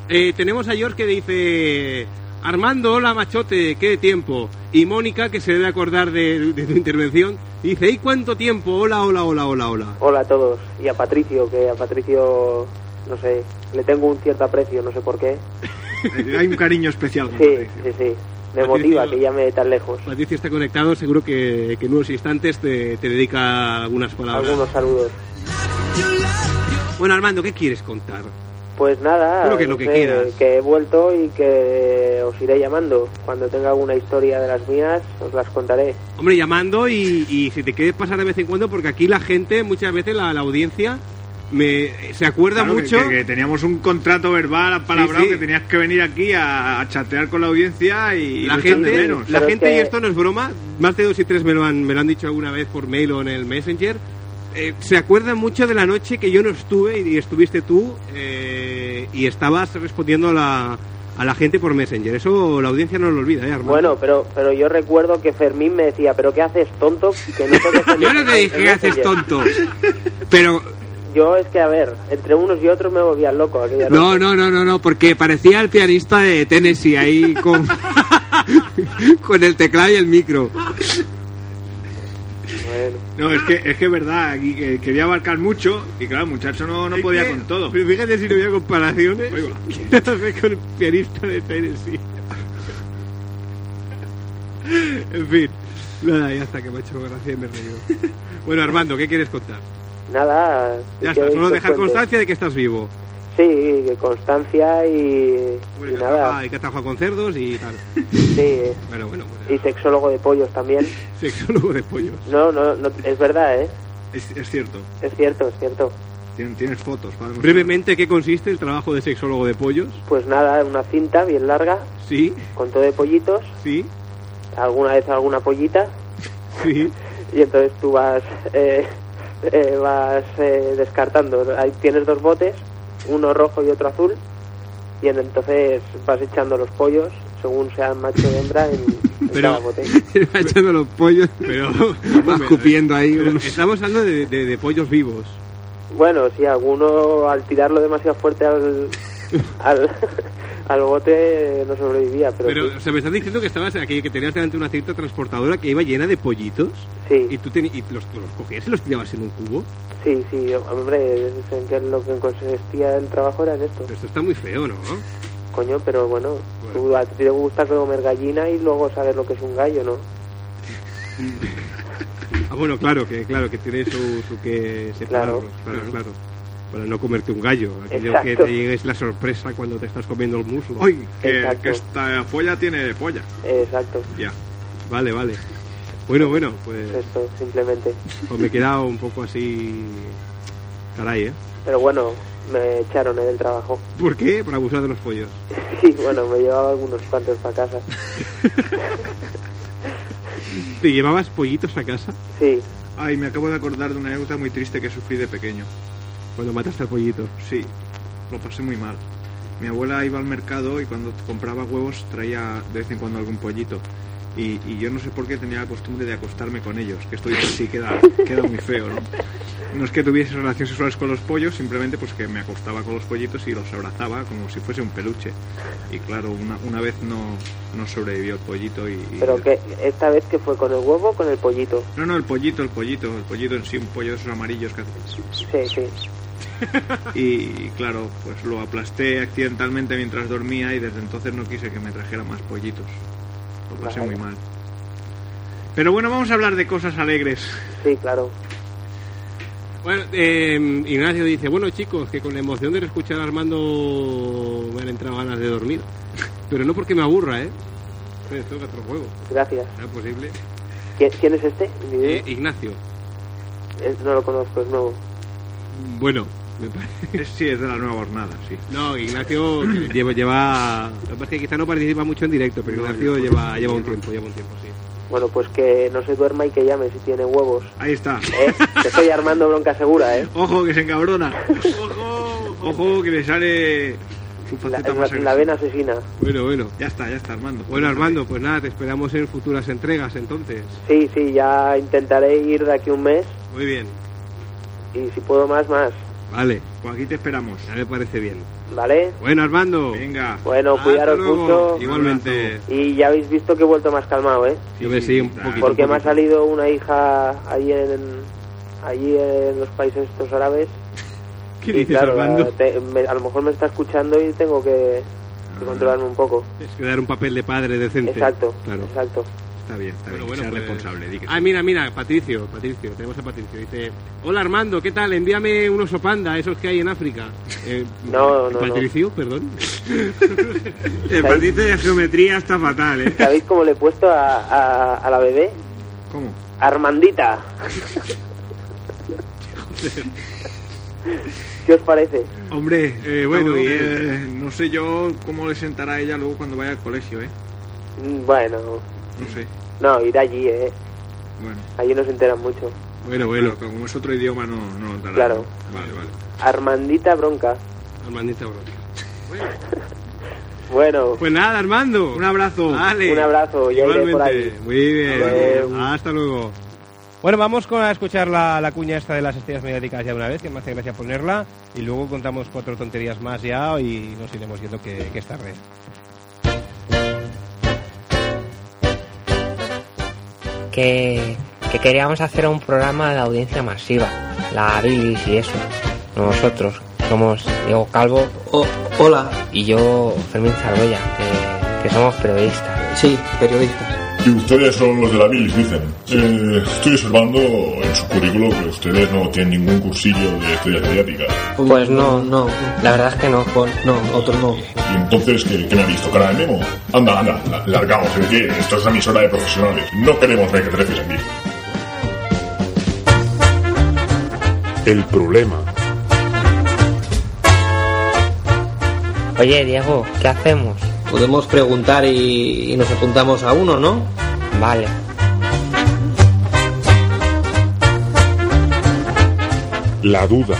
Speaker 1: Eh, tenemos a George que dice... Armando, hola machote, qué tiempo. Y Mónica, que se debe acordar de, de tu intervención, dice, ¿y cuánto tiempo? Hola, hola, hola, hola, hola.
Speaker 10: Hola a todos. Y a Patricio, que a Patricio, no sé, le tengo un cierto aprecio, no sé por qué.
Speaker 11: Eh, Hay un cariño especial. con
Speaker 10: Sí,
Speaker 11: Patricio.
Speaker 10: sí, sí. Me
Speaker 1: Patricio-
Speaker 10: motiva que llame de tan lejos.
Speaker 1: Patricio está conectado, seguro que, que en unos instantes te, te dedica algunas palabras.
Speaker 10: Algunos saludos.
Speaker 1: Bueno, Armando, ¿qué quieres contar?
Speaker 10: Pues nada,
Speaker 1: Bueno, que lo
Speaker 10: no
Speaker 1: que
Speaker 10: sé,
Speaker 1: quieras.
Speaker 10: que he vuelto y que os iré llamando. Cuando tenga alguna historia de las mías, os las contaré.
Speaker 1: Hombre, llamando y, y si te quieres pasar de vez en cuando, porque aquí la gente, muchas veces la, la audiencia, me, se acuerda
Speaker 11: Claro, que-
Speaker 1: mucho.
Speaker 11: Que, que teníamos un contrato verbal apalabrado
Speaker 1: Sí, sí.
Speaker 11: que tenías que venir aquí a, a chatear con la audiencia y
Speaker 1: la
Speaker 11: lo echan de
Speaker 1: gente,
Speaker 11: menos.
Speaker 1: la gente y esto no es broma, más de dos y tres me lo han, me lo han dicho alguna vez por mail o en el Messenger, eh, se acuerdan mucho de la noche que yo no estuve y, y estuviste tú eh, y estabas respondiendo a la, a la gente por Messenger. Eso la audiencia no lo olvida, ¿eh, Armando?
Speaker 10: Bueno, pero, pero yo recuerdo que Fermín me decía, pero ¿qué haces tonto? Que no
Speaker 1: [LAUGHS]
Speaker 10: toques el-
Speaker 4: Yo no te dije
Speaker 10: el
Speaker 4: que haces
Speaker 10: Messenger".
Speaker 4: tonto. Pero
Speaker 10: [LAUGHS] Yo es que, a ver, entre unos y otros me volvían loco. aquella
Speaker 4: no,
Speaker 10: noche.
Speaker 4: no, no, no, no, porque parecía el pianista de Tennessee ahí con, [LAUGHS] con el teclado y el micro.
Speaker 11: No, es que es que es verdad, aquí, que quería abarcar mucho y claro, el muchacho no, no podía con todo.
Speaker 1: Pero fíjate si no había comparaciones. [LAUGHS] ¿Qué haces con el pianista de Tennessee? en fin, nada, ya está, que me ha hecho gracia y me he reído. Bueno, Armando, ¿qué quieres contar?
Speaker 10: Nada. si
Speaker 1: Ya está,
Speaker 10: queréis
Speaker 1: solo
Speaker 10: que
Speaker 1: dejar
Speaker 10: os cuente.
Speaker 1: constancia de que estás vivo.
Speaker 10: Sí, de constancia y, y nada.
Speaker 1: Ah, y que has trabajado con cerdos y tal.
Speaker 10: Sí,
Speaker 1: Bueno, bueno, pues
Speaker 10: y sexólogo de pollos
Speaker 11: [LAUGHS]
Speaker 10: también.
Speaker 1: sexólogo de pollos.
Speaker 10: No, no, no, es verdad, ¿eh?
Speaker 11: Es, es cierto.
Speaker 10: Es cierto, es cierto.
Speaker 11: Tien- Tienes, fotos, para demostrar.
Speaker 1: Brevemente, ¿qué consiste el trabajo de sexólogo de pollos?
Speaker 10: Pues nada, una cinta bien larga,
Speaker 1: Sí,
Speaker 10: con todo de pollitos,
Speaker 1: sí,
Speaker 10: alguna vez alguna pollita,
Speaker 1: sí.
Speaker 10: y entonces tú vas eh, eh, vas eh, descartando. Ahí tienes dos botes, uno rojo y otro azul, y en- entonces vas echando los pollos según sean macho y hembra en, en cada
Speaker 1: [LAUGHS] Pero,
Speaker 10: bote.
Speaker 4: Va [LAUGHS] echando los pollos,
Speaker 1: pero
Speaker 4: va [LAUGHS] escupiendo ahí.
Speaker 1: pero
Speaker 4: unos-
Speaker 1: estamos hablando de, de- de pollos vivos.
Speaker 10: Bueno, si alguno al tirarlo demasiado fuerte al, al, [LAUGHS] al bote eh, no sobrevivía, pero,
Speaker 1: Pero, o sea, me estás diciendo que estabas aquí, que tenías delante una cinta transportadora que iba llena de pollitos.
Speaker 10: Sí.
Speaker 1: Y tú teni- y los, los cogías y los tirabas en un cubo.
Speaker 10: sí, sí, hombre, en que lo que consistía el trabajo era en esto.
Speaker 1: Esto está muy feo, ¿no?
Speaker 10: Coño, pero bueno, tú a ti te gusta comer gallina y luego sabes lo que es un gallo, ¿no?
Speaker 1: Ah, bueno, claro, que claro que tiene su, su que separarlo. Claro, claro. Para no comerte un gallo. Aquello que
Speaker 11: Exacto.
Speaker 1: te llegues la sorpresa cuando te estás comiendo el muslo.
Speaker 11: Uy, que,
Speaker 13: Eh,
Speaker 11: que esta folla tiene de polla.
Speaker 10: Exacto.
Speaker 11: Ya.
Speaker 1: Vale, vale. Bueno, bueno, pues,
Speaker 10: Esto, simplemente.
Speaker 1: pues me he quedado un poco así... Caray, ¿eh?
Speaker 10: Pero bueno, me echaron en el trabajo. [LAUGHS]
Speaker 1: ¿Por qué? Por abusar de los pollos.
Speaker 10: Sí, bueno, me llevaba algunos cuantos para casa.
Speaker 1: ¿Te llevabas pollitos a casa
Speaker 10: Sí.
Speaker 11: Ay, me acabo de acordar de una anécdota muy triste que sufrí de pequeño.
Speaker 1: cuando mataste al pollito?
Speaker 11: Sí, lo pasé muy mal. Mi abuela iba al mercado y cuando compraba huevos traía de vez en cuando algún pollito. Y, y yo no sé por qué tenía la costumbre de acostarme con ellos, que esto sí queda, queda muy feo, ¿no? No es que tuviese relaciones sexuales con los pollos, simplemente pues que me acostaba con los pollitos y los abrazaba como si fuese un peluche. Y claro, una, una vez no, no sobrevivió el pollito y... y-
Speaker 10: Pero que esta vez que fue con el huevo o con el pollito.
Speaker 11: No, no, el pollito, el pollito, el pollito en sí, un pollo de esos amarillos que hace-
Speaker 10: Sí, sí.
Speaker 11: [LAUGHS] y claro, pues lo aplasté accidentalmente mientras dormía y desde entonces no quise que me trajera más pollitos. Lo pasé
Speaker 10: Vaya.
Speaker 11: muy mal. Pero bueno, vamos a hablar de cosas alegres.
Speaker 10: Sí, claro.
Speaker 1: Bueno, eh, Ignacio dice, bueno chicos, que con la emoción de escuchar a Armando me han entrado ganas de dormir. [LAUGHS] Pero no porque me aburra, ¿eh? Entonces, toca otro juego.
Speaker 10: Gracias.
Speaker 1: ¿Será posible?
Speaker 10: ¿Qui- ¿Quién es este? Ni idea.
Speaker 1: Eh, Ignacio.
Speaker 10: Eh, No lo conozco, es nuevo.
Speaker 1: Bueno, me parece...
Speaker 11: Es- Sí, es de la nueva jornada, sí.
Speaker 1: No, Ignacio
Speaker 11: [CLEARS THROAT]
Speaker 1: lleva... lleva... Lo que pasa es que quizá no participa mucho en directo, pero Ignacio
Speaker 11: pues
Speaker 1: lleva, lleva un tiempo, lleva un tiempo, sí.
Speaker 10: Bueno, pues que no se duerma y que llame si tiene huevos.
Speaker 11: Ahí está.
Speaker 10: ¿Eh? Que estoy armando bronca
Speaker 11: [LAUGHS]
Speaker 10: segura, ¿eh?
Speaker 11: Ojo, que se
Speaker 1: [LAUGHS]
Speaker 11: encabrona. Ojo, ojo, que le sale su
Speaker 10: La,
Speaker 11: faceta
Speaker 10: la,
Speaker 11: más
Speaker 10: la
Speaker 11: agresiva.
Speaker 10: vena asesina.
Speaker 1: Bueno, bueno.
Speaker 11: Ya está, ya está, Armando.
Speaker 1: Bueno, Armando, pues nada, te esperamos en futuras entregas, entonces.
Speaker 10: Sí, sí, ya intentaré ir de aquí un mes
Speaker 1: Muy bien.
Speaker 10: y si puedo más, más.
Speaker 1: Vale,
Speaker 11: Pues aquí te esperamos.
Speaker 1: ya me parece bien.
Speaker 10: ¿Vale?
Speaker 1: Bueno, Armando.
Speaker 11: Venga.
Speaker 10: Bueno,
Speaker 1: Hasta
Speaker 10: cuidaros
Speaker 1: luego.
Speaker 10: mucho.
Speaker 1: Igualmente.
Speaker 10: Y ya habéis visto que he vuelto más calmado, ¿eh?
Speaker 1: Yo me sí, un poquito.
Speaker 10: Porque
Speaker 1: un
Speaker 10: me ha
Speaker 1: poquito.
Speaker 10: salido una hija allí en, allí en los países estos árabes.
Speaker 1: ¿Qué
Speaker 10: y
Speaker 1: dices,
Speaker 10: claro,
Speaker 1: Armando?
Speaker 10: la- te- me- a lo mejor me está escuchando y tengo que, que controlarme un poco.
Speaker 1: Es que dar un papel de padre decente.
Speaker 10: Exacto,
Speaker 1: Claro.
Speaker 10: exacto.
Speaker 11: Está bien, está bien.
Speaker 1: Bueno, bueno,
Speaker 11: sea
Speaker 1: pues-
Speaker 11: responsable. di que-
Speaker 1: Ah, mira, mira, Patricio, Patricio, tenemos a Patricio. Dice, hola Armando, ¿qué tal? Envíame un oso panda, esos que hay en África. Eh,
Speaker 10: [LAUGHS] No, no, no.
Speaker 1: Patricio,
Speaker 10: [LAUGHS]
Speaker 1: perdón. El Patricio de geometría está fatal, ¿eh?
Speaker 10: ¿Sabéis cómo le he puesto a, a- a la bebé?
Speaker 11: ¿Cómo?
Speaker 10: Armandita. ¿Qué os parece?
Speaker 11: Hombre,
Speaker 1: Eh, bueno,
Speaker 11: Pablo,
Speaker 1: bien.
Speaker 11: eh, no sé yo cómo le sentará a ella luego cuando vaya al colegio, ¿eh?
Speaker 10: Mm, Bueno,
Speaker 11: No sé.
Speaker 10: no, ir allí, ¿eh?
Speaker 11: Bueno,
Speaker 10: Allí no se enteran mucho.
Speaker 1: Bueno, bueno,
Speaker 11: bueno, como es otro idioma no, no dará.
Speaker 10: Claro.
Speaker 11: Vale, vale.
Speaker 10: Armandita Bronca.
Speaker 1: Armandita, bro.
Speaker 10: Bueno.
Speaker 11: Pues nada, Armando. Un abrazo.
Speaker 10: Un abrazo, ya iré por
Speaker 11: Igualmente.
Speaker 10: ahí.
Speaker 11: Muy bien.
Speaker 1: Adiós.
Speaker 11: Hasta luego.
Speaker 1: Bueno, vamos con a escuchar la, la cuña esta de las estrellas mediáticas ya de una vez, que me hace gracia ponerla, y luego contamos cuatro tonterías más ya y nos iremos yendo que, que es tarde.
Speaker 14: que, que queríamos hacer un programa de audiencia masiva, la bilis y eso. Nosotros somos Diego Calvo. hola. Y yo, Fermín Zardoya, que, que somos periodistas. Sí, periodistas.
Speaker 13: Y ustedes son los de la bilis, dicen. Eh, estoy observando en su currículo que ustedes no tienen ningún cursillo de estudios mediáticas.
Speaker 14: Pues no, no, la verdad es que no, no, otro no.
Speaker 13: Y entonces, ¿qué, qué me ha visto? ¿Cara de Memo? Anda, anda, la- largamos, ¿eh? ¿Qué? Esto es una emisora de profesionales. No queremos mequetrefes aquí.
Speaker 15: El problema.
Speaker 14: Oye, Diego, ¿qué hacemos?
Speaker 16: Podemos preguntar y, y nos apuntamos a uno, ¿no?
Speaker 14: Vale.
Speaker 15: La duda.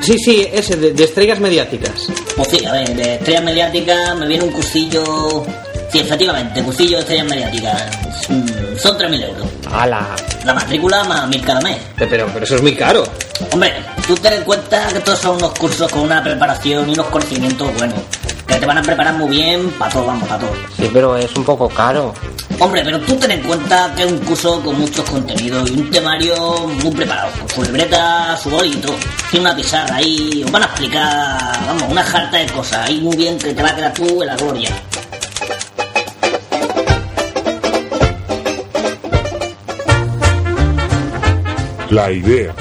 Speaker 16: Sí, sí, ese, de, de estrellas mediáticas.
Speaker 17: Pues sí, a ver, de estrellas mediáticas me viene un cursillo. Sí, efectivamente, cursillo de estrellas mediáticas. Mm, Son 3.000 euros.
Speaker 14: ¡Hala!
Speaker 17: La matrícula más 1.000 cada mes.
Speaker 16: Pero, pero eso es muy caro.
Speaker 17: Hombre, tú ten en cuenta que todos son unos cursos con una preparación y unos conocimientos buenos. Que te van a preparar muy bien para todo, vamos, para todo.
Speaker 14: Sí, pero es un poco caro.
Speaker 17: Hombre, pero tú ten en cuenta que es un curso con muchos contenidos y un temario muy preparado. Con su libreta, su boli y todo. Tiene una pizarra ahí, os van a explicar, vamos, una jarta de cosas. Ahí muy bien que te va a quedar tú en la gloria.
Speaker 15: La idea.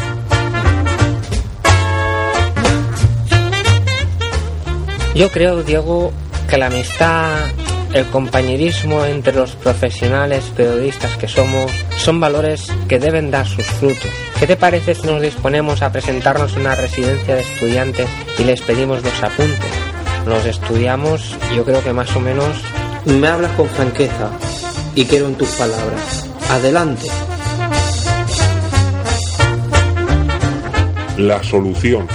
Speaker 14: Yo creo, Diego, que la amistad, el compañerismo entre los profesionales periodistas que somos, son valores que deben dar sus frutos. ¿Qué te parece si nos disponemos a presentarnos en una residencia de estudiantes y les pedimos los apuntes? Los estudiamos, yo creo que más o menos...
Speaker 16: Me hablas con franqueza y quiero en tus palabras. Adelante.
Speaker 15: La solución.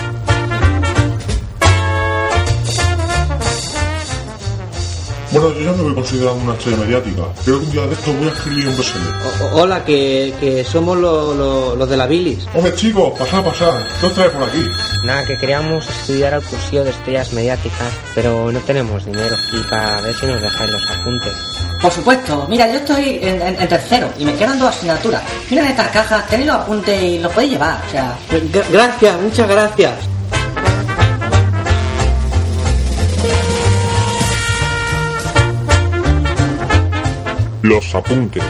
Speaker 13: Bueno, yo ya me voy considerando una estrella mediática. Creo que un día de esto voy a escribir un resumen.
Speaker 16: O- hola, que, que somos lo- lo- los de la bilis.
Speaker 13: Hombre, chicos, pasad, pasad. ¿Qué os trae por aquí?
Speaker 14: Nada, que queríamos estudiar al cursillo de estrellas mediáticas, pero no tenemos dinero y para ver si nos dejan los apuntes.
Speaker 18: Por supuesto, mira, yo estoy en, en- en tercero y me quedan dos asignaturas. Miren estas cajas, tenéis los apuntes y los podéis llevar, o sea...
Speaker 16: Gra- gracias, muchas gracias.
Speaker 15: Los apuntes.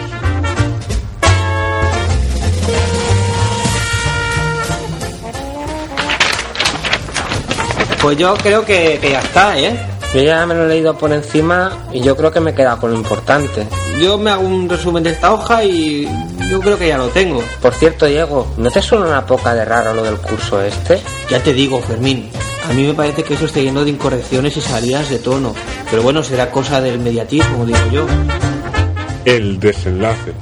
Speaker 16: Pues yo creo que, que ya está, ¿eh?
Speaker 14: Yo ya me lo he leído por encima y yo creo que me queda con lo importante.
Speaker 16: Yo me hago un resumen de esta hoja y yo creo que ya lo tengo.
Speaker 14: Por cierto, Diego, ¿no te suena una poca de raro lo del curso este?
Speaker 16: Ya te digo, Fermín, a mí me parece que eso está lleno de incorrecciones y salidas de tono. Pero bueno, será cosa del mediatismo, digo yo.
Speaker 15: El desenlace.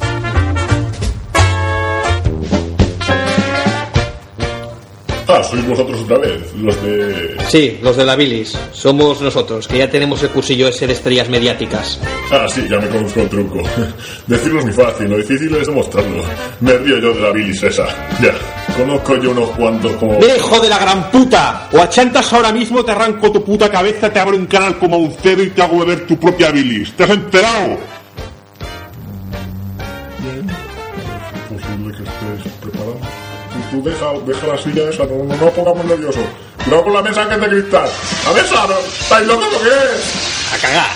Speaker 13: Ah, sois vosotros otra vez, los de...
Speaker 16: Sí, los de la bilis. Somos nosotros, que ya tenemos el cursillo de ser estrellas mediáticas.
Speaker 13: Ah, sí, ya me conozco el truco. [LAUGHS] Decirlo es muy fácil, lo difícil es demostrarlo. Me río yo de la bilis esa. Ya, conozco yo unos cuantos como...
Speaker 19: ¡Eh, hijo de la gran puta! O achantas ahora mismo, te arranco tu puta cabeza, te abro un canal como un cedo y te hago beber tu propia bilis. ¿Te has enterado?
Speaker 13: Bien. Es posible que estés preparado. Y tú deja, deja la silla esa, no, no nos pongamos nerviosos. Cuidado con la mesa que es de cristal. ¡La mesa! ¿no? ¿Estáis locos o qué? ¡A cagar!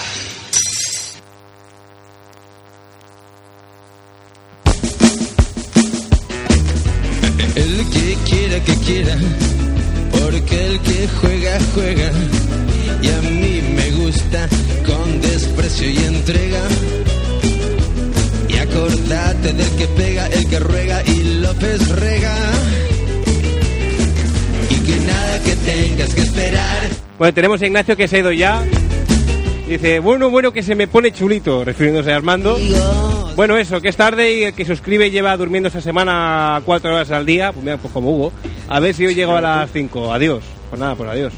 Speaker 20: [LAUGHS] El que quiera que quiera, porque el que juega juega. Y a mí me gusta con desprecio y entrega. Y acordate del que pega, el que ruega y López rega. Y que nada que tengas que esperar.
Speaker 1: Bueno, tenemos a Ignacio que se ha ido ya. Dice, bueno, bueno, que se me pone chulito, refiriéndose a Armando. Bueno, eso, que es tarde y el que suscribe lleva durmiendo esta semana cuatro horas al día, pues mira, pues como Hugo. A ver si hoy llego a las 5. Adiós. Pues nada, pues adiós.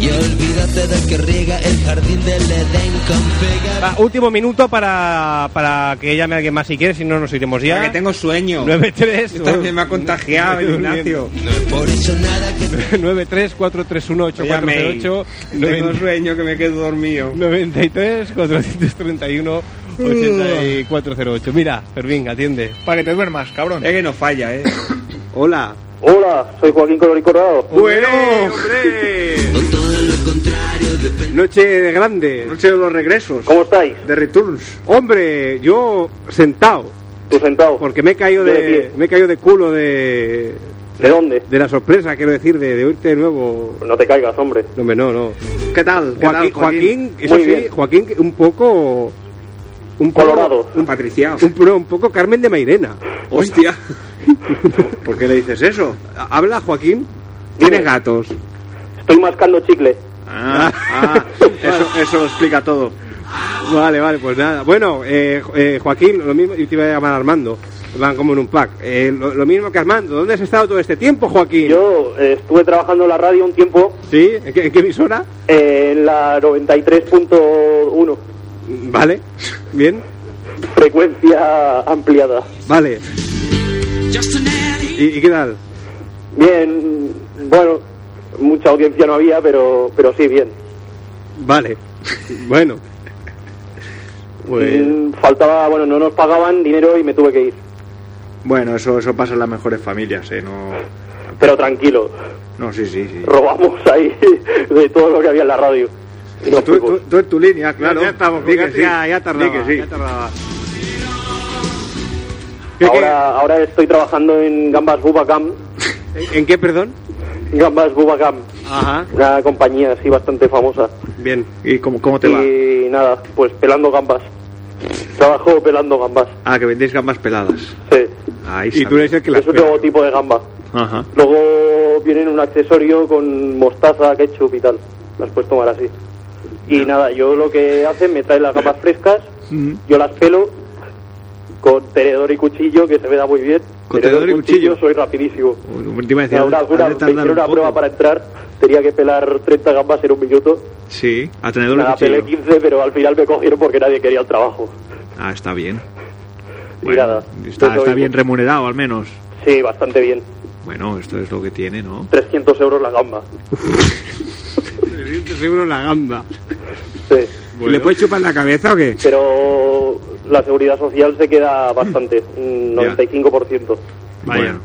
Speaker 20: Y olvídate del que riega el jardín del Edén con pega.
Speaker 1: Va, Ah, último minuto para, para que llame alguien más si quiere, si no nos iremos ya.
Speaker 4: Porque tengo sueño.
Speaker 1: 9-3.
Speaker 4: Yo también me ha
Speaker 1: [LAUGHS]
Speaker 4: contagiado, Ignacio.
Speaker 20: Por eso nada que
Speaker 1: 9-3-4-3-1-8-4-0-8.
Speaker 4: Tengo sueño que me quedo dormido.
Speaker 1: 93-431-8408. Mira, Fermín, atiende.
Speaker 2: Para que te duermas, cabrón.
Speaker 4: Es que no falla, ¿eh? Hola.
Speaker 8: Hola, soy Joaquín Color y Corrado.
Speaker 2: Bueno,
Speaker 1: Noche de grande.
Speaker 11: Noche de los regresos.
Speaker 8: ¿Cómo estáis?
Speaker 11: De returns.
Speaker 1: Hombre, yo sentado,
Speaker 8: Tú sentado.
Speaker 1: porque me he caído
Speaker 8: De
Speaker 1: de,
Speaker 8: pie.
Speaker 1: me he caído de culo de,
Speaker 8: ¿De dónde?
Speaker 1: de la sorpresa, quiero decir, de, de oírte de nuevo.
Speaker 8: No te caigas, hombre.
Speaker 1: No, hombre, no, no.
Speaker 11: ¿Qué tal? ¿Qué tal,
Speaker 1: Joaquín, Joaquín, eso
Speaker 8: Muy
Speaker 1: sí,
Speaker 8: bien.
Speaker 1: Joaquín, un poco. Un poco-
Speaker 8: Colorado.
Speaker 1: Un,
Speaker 11: Patriciao.
Speaker 1: un- no, un poco Carmen de Mairena. [LAUGHS]
Speaker 11: Hostia. ¿Por qué le dices eso?
Speaker 1: Habla, Joaquín.
Speaker 8: Dime.
Speaker 1: Tiene gatos.
Speaker 8: Estoy mascando chicle.
Speaker 11: Ah,
Speaker 1: [LAUGHS]
Speaker 11: ah, eso, eso lo explica todo.
Speaker 1: Vale, vale, pues nada. Bueno, eh, Jo- eh, Joaquín, lo mismo, yo te iba a llamar Armando. Van como en un pack. Eh, lo, lo mismo que Armando. ¿Dónde has estado todo este tiempo, Joaquín?
Speaker 8: Yo eh, estuve trabajando en la radio un tiempo
Speaker 1: ¿Sí? ¿En qué, en qué emisora?
Speaker 8: eh, en la 93.1,
Speaker 1: Vale. Bien.
Speaker 8: frecuencia ampliada.
Speaker 1: Vale. ¿Y, y qué tal?
Speaker 8: Bien, bueno, mucha audiencia no había, pero, pero sí, bien.
Speaker 1: Vale. Bueno. Pues,
Speaker 8: Mm, Faltaba, bueno, no nos pagaban dinero y me tuve que ir.
Speaker 11: Bueno, eso, eso pasa en las mejores familias, ¿eh? No,
Speaker 8: Pero tranquilo,
Speaker 11: no sí, sí, sí.
Speaker 8: robamos ahí [LAUGHS] de todo lo que había en la radio. Y nos
Speaker 11: Tú, tú-
Speaker 8: fuimos.
Speaker 11: tú en tu línea, claro.
Speaker 1: Ya estamos,
Speaker 11: Di que
Speaker 1: ya-
Speaker 11: sí.
Speaker 1: ya- ya
Speaker 11: Di
Speaker 1: tardaba,
Speaker 11: que sí.
Speaker 1: ya tardaba. ¿Qué- qué-
Speaker 8: ahora, ahora estoy trabajando en Gambas Bubacam,
Speaker 1: ¿En- ¿En qué, perdón?
Speaker 8: Gambas Bubacam,
Speaker 1: Ajá.
Speaker 8: una compañía así bastante famosa.
Speaker 1: Bien.
Speaker 11: ¿Y cómo, cómo te va?
Speaker 8: Y nada, pues pelando gambas. Trabajo pelando gambas.
Speaker 11: Ah, que vendéis gambas peladas.
Speaker 8: Sí.
Speaker 11: Ahí
Speaker 1: Y
Speaker 11: está.
Speaker 1: tú eres el que las
Speaker 8: es un
Speaker 1: pela.
Speaker 8: nuevo tipo de gamba.
Speaker 11: Ajá.
Speaker 8: Luego vienen un accesorio con mostaza, ketchup y tal. Las puedes tomar así. Y nada, yo lo que hacen, me traen las gambas frescas,
Speaker 11: Mm.
Speaker 8: yo las pelo con tenedor y cuchillo, que se me da muy bien.
Speaker 11: Con tenedor y cuchillo.
Speaker 8: soy rapidísimo.
Speaker 11: Uy, Te iba a decir,
Speaker 8: Ahora
Speaker 11: has de
Speaker 8: alguna vez me
Speaker 11: tardar
Speaker 8: hicieron
Speaker 11: un
Speaker 8: una
Speaker 11: poco.
Speaker 8: prueba para entrar, tenía que pelar 30 gambas en un minuto.
Speaker 11: Sí, a tenedor de
Speaker 8: Nada, pelé
Speaker 11: cuchillo.
Speaker 8: 15, pero al final me cogieron porque nadie quería el trabajo.
Speaker 11: Ah, está bien.
Speaker 8: Y
Speaker 11: Bueno,
Speaker 8: nada,
Speaker 11: está,
Speaker 8: eso
Speaker 11: está
Speaker 8: mismo.
Speaker 11: bien remunerado al menos.
Speaker 8: Sí, bastante bien.
Speaker 11: Bueno, esto es lo que tiene, ¿no?
Speaker 8: 300 euros la gamba.
Speaker 1: 300 euros la gamba.
Speaker 8: Sí.
Speaker 4: ¿Le puedes chupar la cabeza o qué?
Speaker 8: Pero la seguridad social se queda bastante, un
Speaker 11: Ya.
Speaker 8: 95%.
Speaker 11: Vaya.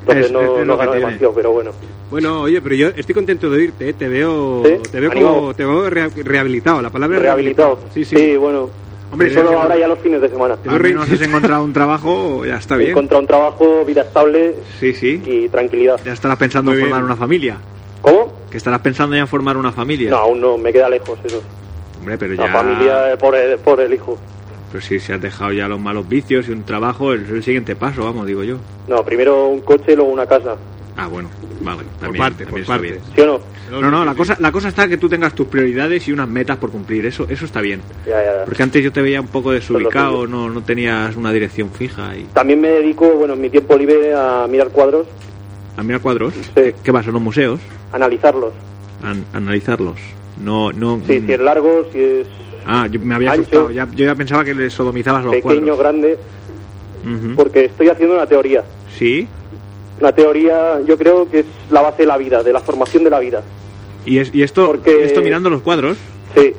Speaker 8: Entonces
Speaker 11: Es-
Speaker 8: no,
Speaker 11: es lo
Speaker 8: no
Speaker 11: que
Speaker 8: gana
Speaker 11: tiene.
Speaker 8: demasiado, pero bueno.
Speaker 1: Bueno, oye, pero yo estoy contento de oírte, ¿eh? te veo,
Speaker 8: ¿Sí?
Speaker 1: te veo
Speaker 8: Animado.
Speaker 1: como te veo rea- rehabilitado, la palabra es
Speaker 8: Rehabilitado.
Speaker 1: Sí, sí.
Speaker 8: bueno.
Speaker 11: Hombre,
Speaker 8: Y solo
Speaker 11: sí,
Speaker 8: ahora
Speaker 11: sí.
Speaker 8: ya los fines de semana.
Speaker 11: Al menos has encontrado un trabajo, ya está
Speaker 8: He
Speaker 11: bien.
Speaker 8: encontrado un trabajo, vida estable
Speaker 11: Sí, sí.
Speaker 8: y tranquilidad.
Speaker 11: Ya estarás pensando en
Speaker 1: Muy
Speaker 11: formar
Speaker 1: bien.
Speaker 11: una familia.
Speaker 8: ¿Cómo?
Speaker 11: Que estarás pensando ya en formar una familia.
Speaker 8: No, aún no, me queda lejos eso.
Speaker 11: Hombre, pero
Speaker 8: La
Speaker 11: Pues ya.
Speaker 8: familia eh, por el, por el hijo.
Speaker 11: Pero si se has dejado ya los malos vicios y un trabajo, el, el siguiente paso, vamos, digo yo.
Speaker 8: No, primero un coche, luego una casa.
Speaker 11: Ah, bueno, vale. También,
Speaker 1: Por parte,
Speaker 11: también
Speaker 1: por
Speaker 11: está
Speaker 1: parte.
Speaker 11: bien.
Speaker 8: ¿Sí o no?
Speaker 11: No, no, la cosa, la cosa está que tú tengas tus prioridades y unas metas por cumplir. Eso, eso está bien.
Speaker 8: Ya, ya, ya.
Speaker 11: Porque antes yo te veía un poco desubicado,
Speaker 8: Solo
Speaker 11: no, no tenías una dirección fija. Y...
Speaker 8: También me dedico, bueno, en mi tiempo libre a mirar cuadros,
Speaker 11: A mirar cuadros, ¿qué, qué vas a los museos?
Speaker 8: analizarlos.
Speaker 11: An- analizarlos. No, no.
Speaker 8: Sí,
Speaker 11: mm.
Speaker 8: si es largo, si es
Speaker 11: Ah, yo me había
Speaker 8: Ancho.
Speaker 11: asustado. Ya, yo ya pensaba que le sodomizabas los
Speaker 8: pequeño,
Speaker 11: cuadros.
Speaker 8: grande,
Speaker 11: Ujú.
Speaker 8: porque estoy haciendo una teoría.
Speaker 11: Sí.
Speaker 8: Una teoría, yo creo que es la base de la vida, de la formación de la vida.
Speaker 11: Y, es, y esto,
Speaker 8: Porque-
Speaker 11: esto mirando los cuadros.
Speaker 8: Sí,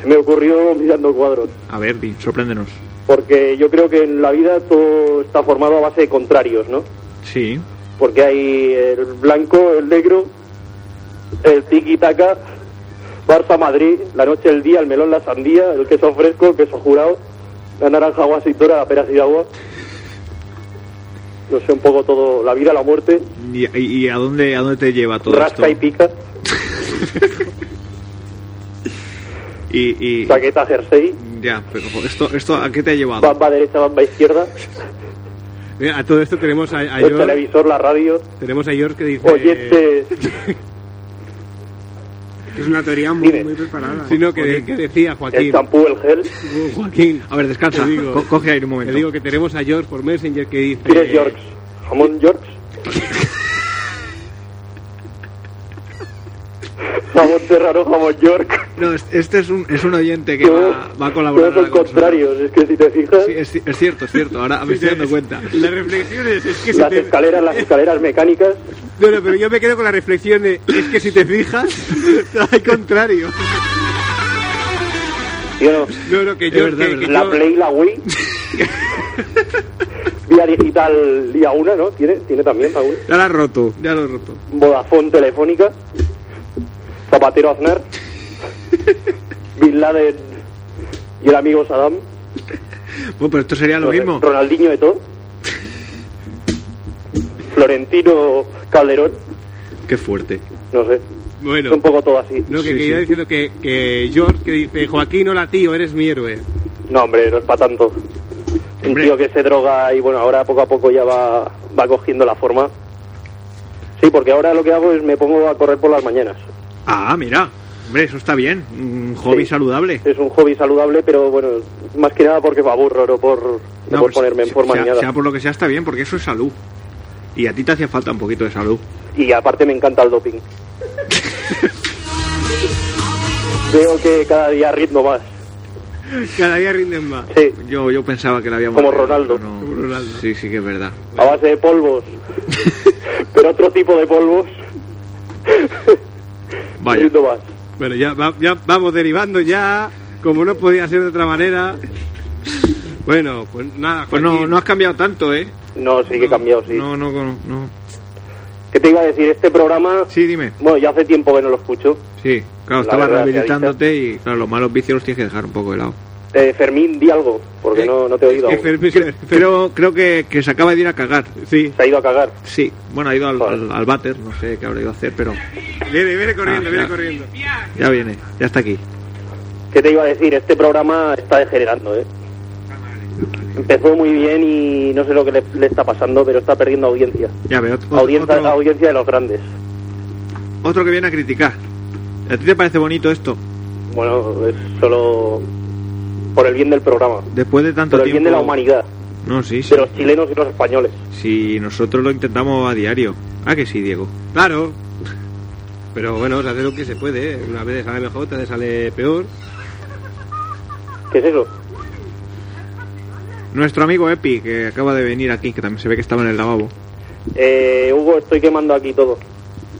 Speaker 8: se me ocurrió [LAUGHS] mirando cuadros,
Speaker 11: A ver, di, sorpréndenos.
Speaker 8: porque yo creo que en la vida todo está formado a base de contrarios, ¿no?
Speaker 11: Sí.
Speaker 8: Porque hay el blanco, el negro, el tiki-taka, Barça-Madrid, la noche, el día, el melón, la sandía, el queso fresco, el queso jurado, la naranja, agua, cintura, la pera, sin agua. No sé, un poco todo, la vida, la muerte,
Speaker 11: ¿Y, y- y a dónde a dónde te lleva todo
Speaker 8: rasca y
Speaker 11: esto?
Speaker 8: pica,
Speaker 11: [LAUGHS] Y, y-
Speaker 8: chaqueta, jersey,
Speaker 11: ya, pero jo, esto esto a qué te ha llevado?
Speaker 8: bamba derecha, bamba
Speaker 4: [LAUGHS]
Speaker 8: izquierda,
Speaker 1: Mira, a todo esto tenemos a, a
Speaker 8: el
Speaker 1: George-
Speaker 8: televisor, la este, radio,
Speaker 1: tenemos a George que
Speaker 4: Eh,
Speaker 1: dice
Speaker 8: oyentes,
Speaker 4: [LAUGHS] Es una teoría muy,
Speaker 8: Dime.
Speaker 4: muy
Speaker 1: [LAUGHS]
Speaker 4: preparada.
Speaker 1: Sí, no, que, de- que decía
Speaker 8: el
Speaker 1: Ah, Joaquín.
Speaker 8: champú, el gel.
Speaker 1: Uh, [LAUGHS] Joaquín, Ah,
Speaker 11: A ver, descansa.
Speaker 1: Te digo-
Speaker 11: Co- coge aire un
Speaker 1: te
Speaker 11: momento.
Speaker 1: digo que tenemos a George por Messenger que dice [LAUGHS]
Speaker 8: ¿Quién es Yorks? ¿Jamón Yorks? Jamón serrano, jamón york.
Speaker 1: No, es- este es un, es un oyente que
Speaker 8: Todos-
Speaker 1: va, va a colaborar.
Speaker 8: Todos son contrarios, es que si te fijas...
Speaker 1: Sí, es, ci- es cierto, es cierto. Ahora me estoy dando cuenta.
Speaker 4: Las reflexiones, es que si
Speaker 8: Las
Speaker 4: te-
Speaker 8: escaleras,
Speaker 1: [LAUGHS]
Speaker 8: las escaleras mecánicas.
Speaker 4: No, no, pero yo me quedo con la reflexión de, es que si te
Speaker 1: [LAUGHS]
Speaker 4: fijas, hay contrario.
Speaker 8: Yo no.
Speaker 4: No, no, que yo-
Speaker 8: Es verdad,
Speaker 4: que- que
Speaker 8: la
Speaker 4: yo-
Speaker 8: Play, la
Speaker 4: [LAUGHS]
Speaker 8: Wii. Vía digital, día una, ¿no? Tiene, tiene también la Wii.
Speaker 1: Ya la has roto. Ya lo he roto.
Speaker 8: Vodafone Telefónica, Zapatero
Speaker 4: [LAUGHS]
Speaker 8: Aznar, Bin Laden y el amigo Saddam,
Speaker 1: Bueno, Oh, pero esto sería lo mismo.
Speaker 8: Ronaldinho de
Speaker 4: [LAUGHS]
Speaker 8: todo, Florentino Calderón,
Speaker 1: Qué fuerte.
Speaker 8: no sé,
Speaker 4: Bueno.
Speaker 8: es un poco todo así.
Speaker 4: No, que, que iba diciendo que, que George, que dice, Joaquín, hola tío, eres mi héroe.
Speaker 8: No, hombre, no es para tanto. Un tío que se droga y bueno, ahora poco a poco ya va, va cogiendo la forma. Sí, porque ahora lo que hago es me pongo a correr por las mañanas.
Speaker 1: Ah, mira. Hombre, eso está bien. Un hobby saludable.
Speaker 8: Es un hobby saludable, pero bueno, más que nada porque me aburro, no por, no por
Speaker 1: pues,
Speaker 8: ponerme en
Speaker 1: sea-
Speaker 8: forma ni
Speaker 1: sea,
Speaker 8: nada.
Speaker 1: sea por lo que sea, está bien, porque eso es salud. Y a ti te hacía falta un poquito de
Speaker 8: [LAUGHS]
Speaker 1: salud.
Speaker 8: Y aparte me encanta el
Speaker 1: [LAUGHS]
Speaker 8: doping. Veo que cada día ritmo más.
Speaker 1: Cada día rinden más.
Speaker 8: Sí.
Speaker 1: Yo, yo pensaba que la habíamos.
Speaker 8: Como Ronaldo.
Speaker 1: No, Sí, sí que es verdad.
Speaker 8: A base de
Speaker 1: [LAUGHS]
Speaker 8: polvos. pero otro tipo de polvos.
Speaker 1: Vaya.
Speaker 8: Ritmo más.
Speaker 4: Bueno, ya, va- ya vamos derivando ya, como no podía ser de otra manera. Bueno, pues nada,
Speaker 1: Pues no,
Speaker 4: Joaquín.
Speaker 1: no has cambiado tanto, ¿eh?
Speaker 8: No, sí que he cambiado, sí.
Speaker 1: No, no, no. no.
Speaker 8: ¿Qué te iba a decir? Este programa...
Speaker 1: Sí, dime.
Speaker 8: Bueno, ya hace tiempo que no lo escucho.
Speaker 1: Sí,
Speaker 8: La
Speaker 1: claro, estabas
Speaker 8: verdad,
Speaker 1: rehabilitándote y claro, los malos vicios los tienes que dejar un poco de lado.
Speaker 8: Eh, Fermín, di algo,
Speaker 1: Eh,
Speaker 8: porque no, no te he oído aún.
Speaker 1: Pero creo que, que se acaba de ir a cagar. Sí.
Speaker 8: Se ha ido a cagar.
Speaker 1: Sí, bueno, ha ido al, al, al váter, no sé qué habrá ido a hacer, pero
Speaker 4: Viene, viene corriendo,
Speaker 1: Ah,
Speaker 4: viene
Speaker 1: ya.
Speaker 4: corriendo.
Speaker 1: ya viene, ya está aquí.
Speaker 8: ¿Qué te iba a decir? Este programa está degenerando, ¿eh? Empezó muy bien y no sé lo que le, le está pasando, pero está perdiendo audiencia.
Speaker 1: Ya veo, otro,
Speaker 8: Audiencia,
Speaker 1: Pues otro-
Speaker 8: audiencia de los grandes.
Speaker 1: otro que viene a criticar. ¿A ti te parece bonito esto?
Speaker 8: Bueno, es solo por el bien del programa,
Speaker 1: Después de tanto
Speaker 8: por el
Speaker 1: tiempo.
Speaker 8: bien de la humanidad,
Speaker 1: No, sí, sí.
Speaker 8: de los chilenos y los españoles.
Speaker 1: Sí, nosotros lo intentamos a diario. Ah, que sí, Diego.
Speaker 4: Claro. Pero bueno, se hace lo que se puede, ¿eh? Una vez sale mejor, otra vez sale peor.
Speaker 8: ¿Qué es eso?
Speaker 1: Nuestro amigo Epi, que acaba de venir aquí, que también se ve que estaba en el lavabo.
Speaker 8: Eh, Hugo, estoy quemando aquí todo.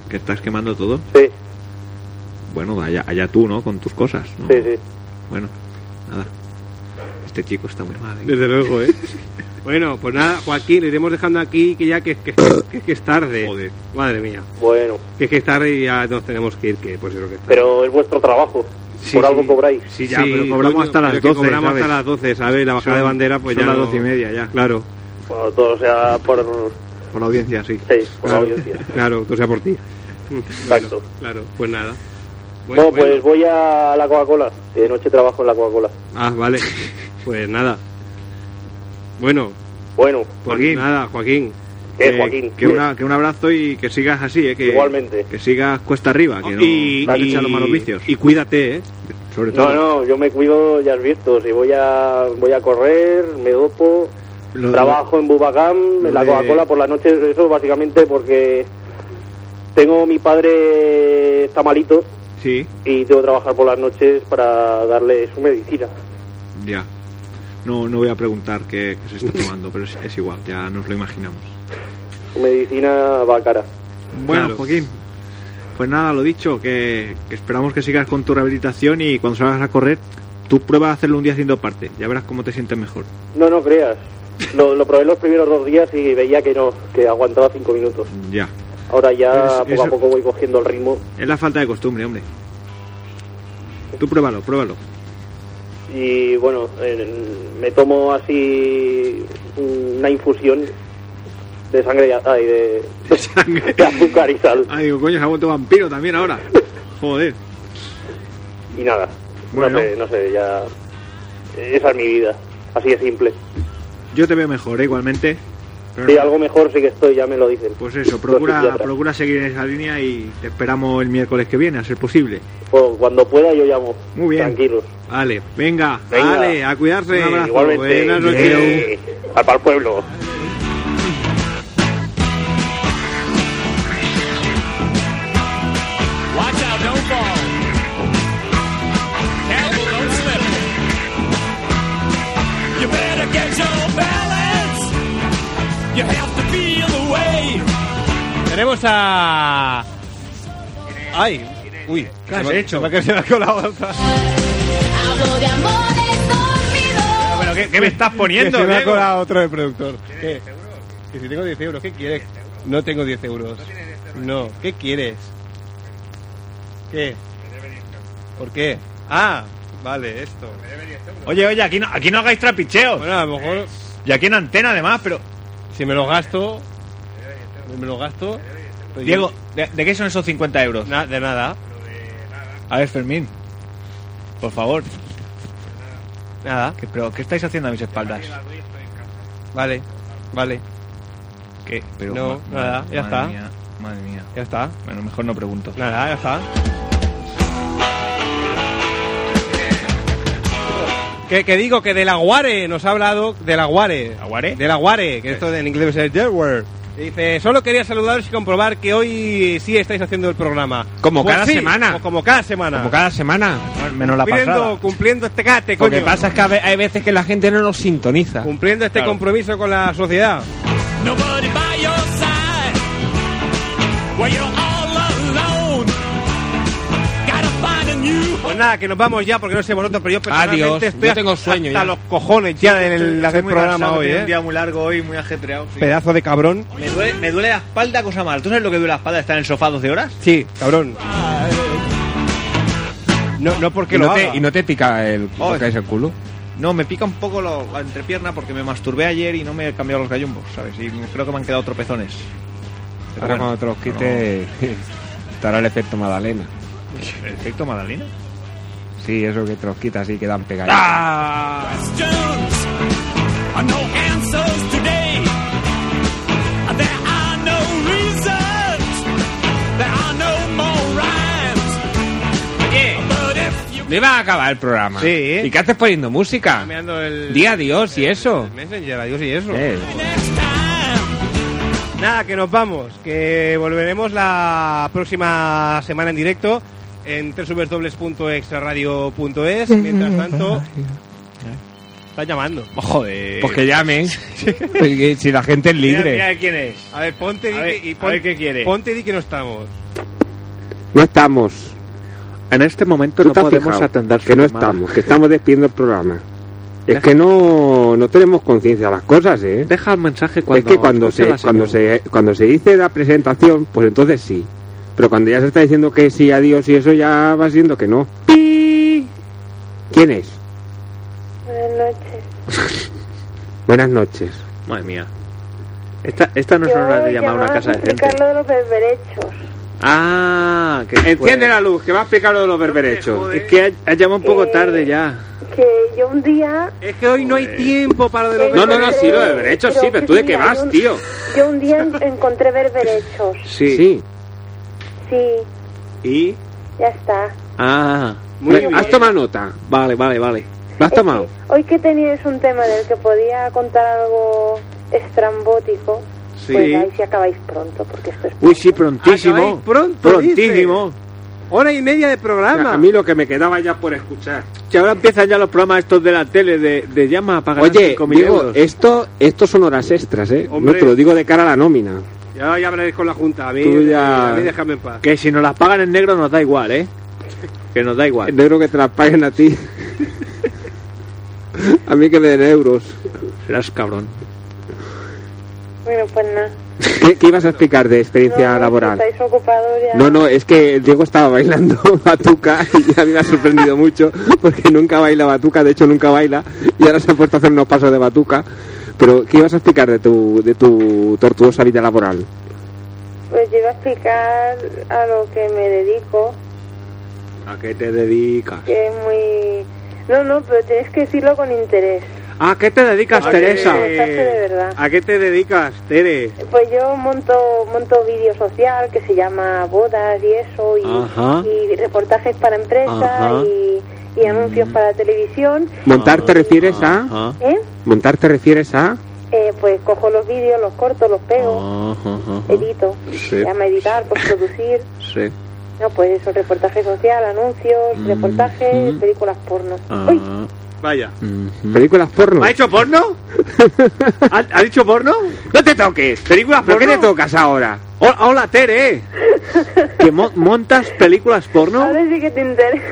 Speaker 1: ¿Que estás quemando todo?
Speaker 8: Sí.
Speaker 1: Bueno, allá, allá tú, ¿no? Con tus cosas. ¿no?
Speaker 8: Sí, sí.
Speaker 1: Bueno, nada. Este chico está muy mal. ¿eh?
Speaker 4: Desde luego, ¿eh? [LAUGHS] bueno, pues nada, Joaquín, lo iremos dejando aquí, que ya que, que, que- que es tarde. Madre mía.
Speaker 8: Bueno,
Speaker 4: Que es que es tarde y ya nos tenemos que ir, que pues es lo que está.
Speaker 8: pero es vuestro trabajo. por algo cobráis.
Speaker 4: Sí, ya, pero cobramos
Speaker 1: coño,
Speaker 4: hasta las
Speaker 1: pero que
Speaker 4: 12.
Speaker 1: cobramos hasta las
Speaker 4: 12, ¿sabes? La bajada de bandera, pues ya.
Speaker 1: son las
Speaker 4: no-
Speaker 1: 12 y media ya.
Speaker 4: Claro,
Speaker 8: Bueno, todo sea por,
Speaker 1: Por la audiencia, sí.
Speaker 8: sí, por la
Speaker 4: Claro.
Speaker 8: audiencia.
Speaker 4: [LAUGHS] claro, o sea por ti.
Speaker 8: Exacto.
Speaker 4: Claro, pues nada.
Speaker 8: Bueno, pues voy a la Coca-Cola. De noche trabajo en la Coca-Cola.
Speaker 4: Ah, [LAUGHS] vale. Pues nada. Bueno,
Speaker 8: Bueno,
Speaker 4: pues nada, Joaquín.
Speaker 8: Eh, Joaquín.
Speaker 1: Que, una- que un abrazo y que sigas así, ¿eh? Que,
Speaker 8: Igualmente.
Speaker 1: Que sigas cuesta arriba, que no,
Speaker 4: Oh, Y-
Speaker 1: no hay que
Speaker 4: y-
Speaker 1: echar los malos vicios.
Speaker 4: Y cuídate, ¿eh?
Speaker 1: Sobre
Speaker 8: No,
Speaker 1: todo.
Speaker 8: no, yo me cuido, ya has visto. Si voy a, voy a correr, me dopo,
Speaker 1: Lo de-
Speaker 8: trabajo en Bubagam, en la
Speaker 1: de-
Speaker 8: Coca-Cola por las noches, eso básicamente porque tengo mi padre está malito
Speaker 1: Sí,
Speaker 8: y tengo que trabajar por las noches para darle su medicina.
Speaker 1: ya. No, no voy a preguntar qué, qué se está tomando, pero es, es igual, ya nos lo imaginamos.
Speaker 8: Su medicina va cara.
Speaker 1: Bueno,
Speaker 8: Claro.
Speaker 1: Joaquín, pues nada, lo dicho, que, que esperamos que sigas con tu rehabilitación y cuando salgas a correr, tú pruebas a hacerlo un día haciendo parte, ya verás cómo te sientes mejor.
Speaker 8: No, no creas. Lo, lo probé los primeros dos días y veía que no, que aguantaba cinco minutos.
Speaker 1: Ya.
Speaker 8: Ahora ya
Speaker 1: Es-
Speaker 8: poco
Speaker 1: eso-
Speaker 8: a poco voy cogiendo el ritmo
Speaker 1: Es la falta de costumbre, hombre. Tú pruébalo, pruébalo.
Speaker 8: y bueno, en- me tomo así una infusión de sangre y a- ay, de, de [LAUGHS] azúcar y sal
Speaker 1: Ah, digo, coño, se ha vuelto vampiro también ahora. Joder.
Speaker 8: y nada.
Speaker 1: Bueno.
Speaker 8: No sé, no sé, ya esa es mi vida, así de simple.
Speaker 1: Yo te veo mejor, ¿eh? igualmente. Pero
Speaker 8: Si
Speaker 1: no-
Speaker 8: algo mejor sí que estoy, ya me lo dicen.
Speaker 1: Pues eso,
Speaker 8: Los
Speaker 1: procura,
Speaker 8: psiquiatras.
Speaker 1: procura seguir en esa línea y te esperamos el miércoles que viene, a ser posible.
Speaker 8: Bueno, cuando pueda yo llamo.
Speaker 1: Muy bien.
Speaker 8: Tranquilos.
Speaker 1: Vale, venga,
Speaker 8: Venga.
Speaker 1: vale, a cuidarse. Un abrazo,
Speaker 8: Igualmente.
Speaker 1: buenas noches.
Speaker 8: Eh, al pa'l pueblo.
Speaker 5: Watch out, don't fall. You have to feel the way.
Speaker 1: Tenemos a. ¡Ay! ¡Uy! ¿Qué has hecho? Me, se me ha colado la [LAUGHS] otra.
Speaker 21: Hablo de amores dormidos.
Speaker 1: Pero, ¿qué, me estás
Speaker 22: poniendo,
Speaker 1: Que se me ha
Speaker 22: Diego?
Speaker 1: colado otro de productor. ¿Qué? Que si tengo 10 euros, ¿qué quieres? No tengo 10 euros. No, ¿qué quieres? ¿Qué? ¿Por qué? Ah, vale, esto.
Speaker 22: Oye, oye, aquí no, aquí no hagáis trapicheos.
Speaker 1: Bueno, a lo mejor.
Speaker 22: Y aquí en antena, además, pero.
Speaker 1: Si me los gasto. Me los gasto. pues
Speaker 22: Diego, ¿de, de qué son esos 50 euros?
Speaker 1: yo- na- de nada.
Speaker 22: A ver, Fermín. Por favor.
Speaker 1: Nada.
Speaker 22: ¿Qué, pero, ¿qué estáis haciendo a mis espaldas?
Speaker 1: Vale, vale.
Speaker 22: ¿Qué? Pero,
Speaker 1: No,
Speaker 22: ma-
Speaker 1: nada, ya
Speaker 22: madre
Speaker 1: está.
Speaker 22: mía, madre mía.
Speaker 1: Ya está.
Speaker 22: Bueno, mejor no pregunto.
Speaker 1: Nada, ya está. Que, que digo que de la Guare nos ha hablado de la Guare.
Speaker 22: ¿Aguare?
Speaker 1: De la Guare, que esto en inglés es Delaware. Y Dice, solo quería saludaros y comprobar que hoy sí estáis haciendo el programa.
Speaker 23: Como
Speaker 1: Pues
Speaker 23: cada
Speaker 1: sí,
Speaker 23: semana.
Speaker 1: o como cada semana.
Speaker 23: Como cada semana.
Speaker 22: Menos la
Speaker 1: cumpliendo,
Speaker 22: pasada.
Speaker 1: cumpliendo este cate,
Speaker 23: Lo
Speaker 1: coño.
Speaker 23: que pasa es que a ve- hay veces que la gente no nos sintoniza.
Speaker 1: Cumpliendo este
Speaker 23: Claro.
Speaker 1: compromiso con la sociedad.
Speaker 5: Nobody by your side. Well, you're all alone. Gotta find a new
Speaker 1: Pues nada, que nos vamos ya porque no sé vosotros, pero yo personalmente
Speaker 23: Adiós.
Speaker 1: estoy
Speaker 23: Yo tengo sueño
Speaker 1: hasta
Speaker 23: ya.
Speaker 1: los cojones ya del,
Speaker 22: Estoy
Speaker 1: del
Speaker 22: muy
Speaker 1: programa
Speaker 22: cansado,
Speaker 1: hoy,
Speaker 22: tengo
Speaker 1: eh.
Speaker 22: Un día muy largo hoy, muy ajetreado. sí.
Speaker 1: Pedazo de cabrón.
Speaker 22: Me duele, me duele la espalda, cosa mala. ¿Tú sabes lo que duele la espalda estar en el sofá 12 horas?
Speaker 1: Sí, cabrón. No, no porque
Speaker 23: y,
Speaker 1: lo
Speaker 23: no
Speaker 1: haga.
Speaker 23: te, y no te pica el,
Speaker 22: Oye.
Speaker 23: tocáis el culo.
Speaker 22: No, me pica un poco lo- la entrepierna porque me masturbé ayer y no me he cambiado los gallumbos, ¿sabes? Y creo que me han quedado tropezones. Pero
Speaker 23: Ahora
Speaker 22: bueno,
Speaker 23: cuando te los quites estará el efecto Madalena.
Speaker 22: no. ¿El efecto Madalena?
Speaker 23: Sí, eso que te los quitas y quedan pegados.
Speaker 1: Ah.
Speaker 5: questions. Are no answers today. There are no reasons. There are no more rhymes. But if
Speaker 23: No iba a acabar el programa.
Speaker 1: Sí.
Speaker 23: ¿Y qué haces poniendo música?
Speaker 1: Me ando el-
Speaker 23: Di adiós y eso.
Speaker 1: Messenger, adiós y eso.
Speaker 23: Eh,
Speaker 1: Nada, que nos vamos. Que volveremos la próxima semana en directo en www.extraradio.es. Mientras tanto, están llamando.
Speaker 22: Joder.
Speaker 23: pues que
Speaker 1: [LAUGHS]
Speaker 23: llamen. Porque si la gente es
Speaker 22: Mira,
Speaker 23: libre.
Speaker 22: mira quién es.
Speaker 1: A ver, ponte di
Speaker 22: A ver,
Speaker 1: que- y
Speaker 22: a ver qué quiere.
Speaker 1: Ponte di que no estamos.
Speaker 4: No estamos.
Speaker 24: En este momento
Speaker 4: ¿Tú
Speaker 24: no
Speaker 4: te has
Speaker 24: podemos
Speaker 4: fijado?
Speaker 24: atender
Speaker 4: Que no
Speaker 24: su llamada.
Speaker 4: estamos, que estamos despidiendo el programa. Es que no, no tenemos conciencia de las cosas, ¿eh?
Speaker 24: Deja el mensaje cuando.
Speaker 4: es que cuando
Speaker 24: escuche
Speaker 4: se,
Speaker 24: la señal.
Speaker 4: cuando, se, cuando se dice la presentación, pues entonces sí. Pero cuando ya se está diciendo que sí, adiós y eso, ya va siendo que no. ¡Pi! ¿Quién es?
Speaker 25: Buenas noches.
Speaker 4: Buenas noches.
Speaker 24: Madre mía. Esta, esta no es una hora de llamar a una casa de gente.
Speaker 25: lo de los berberechos.
Speaker 24: Ah, que.
Speaker 4: Enciende la luz, que va a explicar lo de los berberechos.
Speaker 24: Es que ha, ha llamado un poco tarde ya.
Speaker 25: Que yo un día,
Speaker 1: Es que hoy no hay tiempo para lo de
Speaker 4: No, no, no, sí, lo de derechos sí, pero tú de qué vas, tío.
Speaker 25: yo un día en- encontré berberechos.
Speaker 24: Sí.
Speaker 25: Sí,
Speaker 24: Y.
Speaker 25: ya está.
Speaker 24: Ah.
Speaker 4: Muy bien. Has tomado nota.
Speaker 24: Vale, vale, vale.
Speaker 4: ¿Lo has tomado?
Speaker 25: Hoy que teníais un tema del que podía contar algo estrambótico,
Speaker 24: Sí.
Speaker 25: pues ahí sí acabáis pronto, porque esto es...
Speaker 24: Uy, sí, prontísimo.
Speaker 4: Acabáis pronto,
Speaker 24: Prontísimo.
Speaker 1: Hora y media de programa.
Speaker 4: A mí lo que me quedaba ya por escuchar.
Speaker 24: Que ahora empiezan ya los programas estos de la tele de, de llama a pagar
Speaker 4: Oye,
Speaker 24: 5.000
Speaker 4: Diego, eh,
Speaker 24: euros.
Speaker 4: esto, esto son horas extras, ¿eh?
Speaker 24: Hombre.
Speaker 4: No te lo digo de cara a la nómina.
Speaker 1: Ya, ya hablaréis con la Junta. A mí,
Speaker 4: Tú ya-
Speaker 1: a mí déjame en paz.
Speaker 24: Que si nos las pagan en negro nos da igual, ¿eh? Que nos da igual.
Speaker 4: Negro que te las paguen
Speaker 24: [LAUGHS]
Speaker 4: a ti. a mí que me den euros.
Speaker 24: Serás cabrón.
Speaker 25: Bueno, pues nada.
Speaker 4: ¿Qué, qué ibas a explicar de experiencia laboral?
Speaker 25: Estáis ocupados ya.
Speaker 4: No, no, es que Diego estaba bailando [LAUGHS] batuca y ya me ha sorprendido mucho porque nunca baila batuca, de hecho nunca baila y ahora se ha puesto a hacer unos pasos de batuca. Pero, ¿qué ibas a explicar de tu, de tu tortuosa vida laboral?
Speaker 25: Pues yo iba a explicar a lo que me dedico,
Speaker 4: ¿A qué te dedicas?
Speaker 25: que es muy... No, no, pero tenéis que decirlo con interés.
Speaker 4: ¿A qué te dedicas,
Speaker 25: Porque
Speaker 4: Teresa?
Speaker 25: me gustaste de verdad.
Speaker 4: ¿A qué te dedicas, Tere?
Speaker 25: Pues yo monto monto vídeo social que se llama bodas y eso y,
Speaker 4: Ajá.
Speaker 25: y reportajes para
Speaker 4: Ajá. Mm.
Speaker 25: empresas y, y anuncios para televisión.
Speaker 4: ¿Montar
Speaker 25: Ah,
Speaker 4: te refieres a?
Speaker 25: ¿Eh?
Speaker 4: ¿Montar te refieres a?
Speaker 25: Eh, pues cojo los vídeos, los corto, los
Speaker 4: Oh.
Speaker 25: pego, ah, edito,
Speaker 4: Sí,
Speaker 25: se llama editar, pues producir.
Speaker 24: Sí.
Speaker 1: Mm, Ah.
Speaker 25: No, pues eso, reportaje social, anuncios, reportajes, películas porno. Uy,
Speaker 1: Vaya.
Speaker 4: ¿Películas porno?
Speaker 1: ¿Ha hecho
Speaker 4: [LAUGHS]
Speaker 1: porno? ¿Ha, ha dicho porno? No te toques. ¿Películas
Speaker 4: ¿Por
Speaker 1: porno?
Speaker 4: qué te tocas ahora?
Speaker 1: Hola, hola, Tere. ¿Que mo- montas películas porno?
Speaker 25: Ahora sí que te interesa.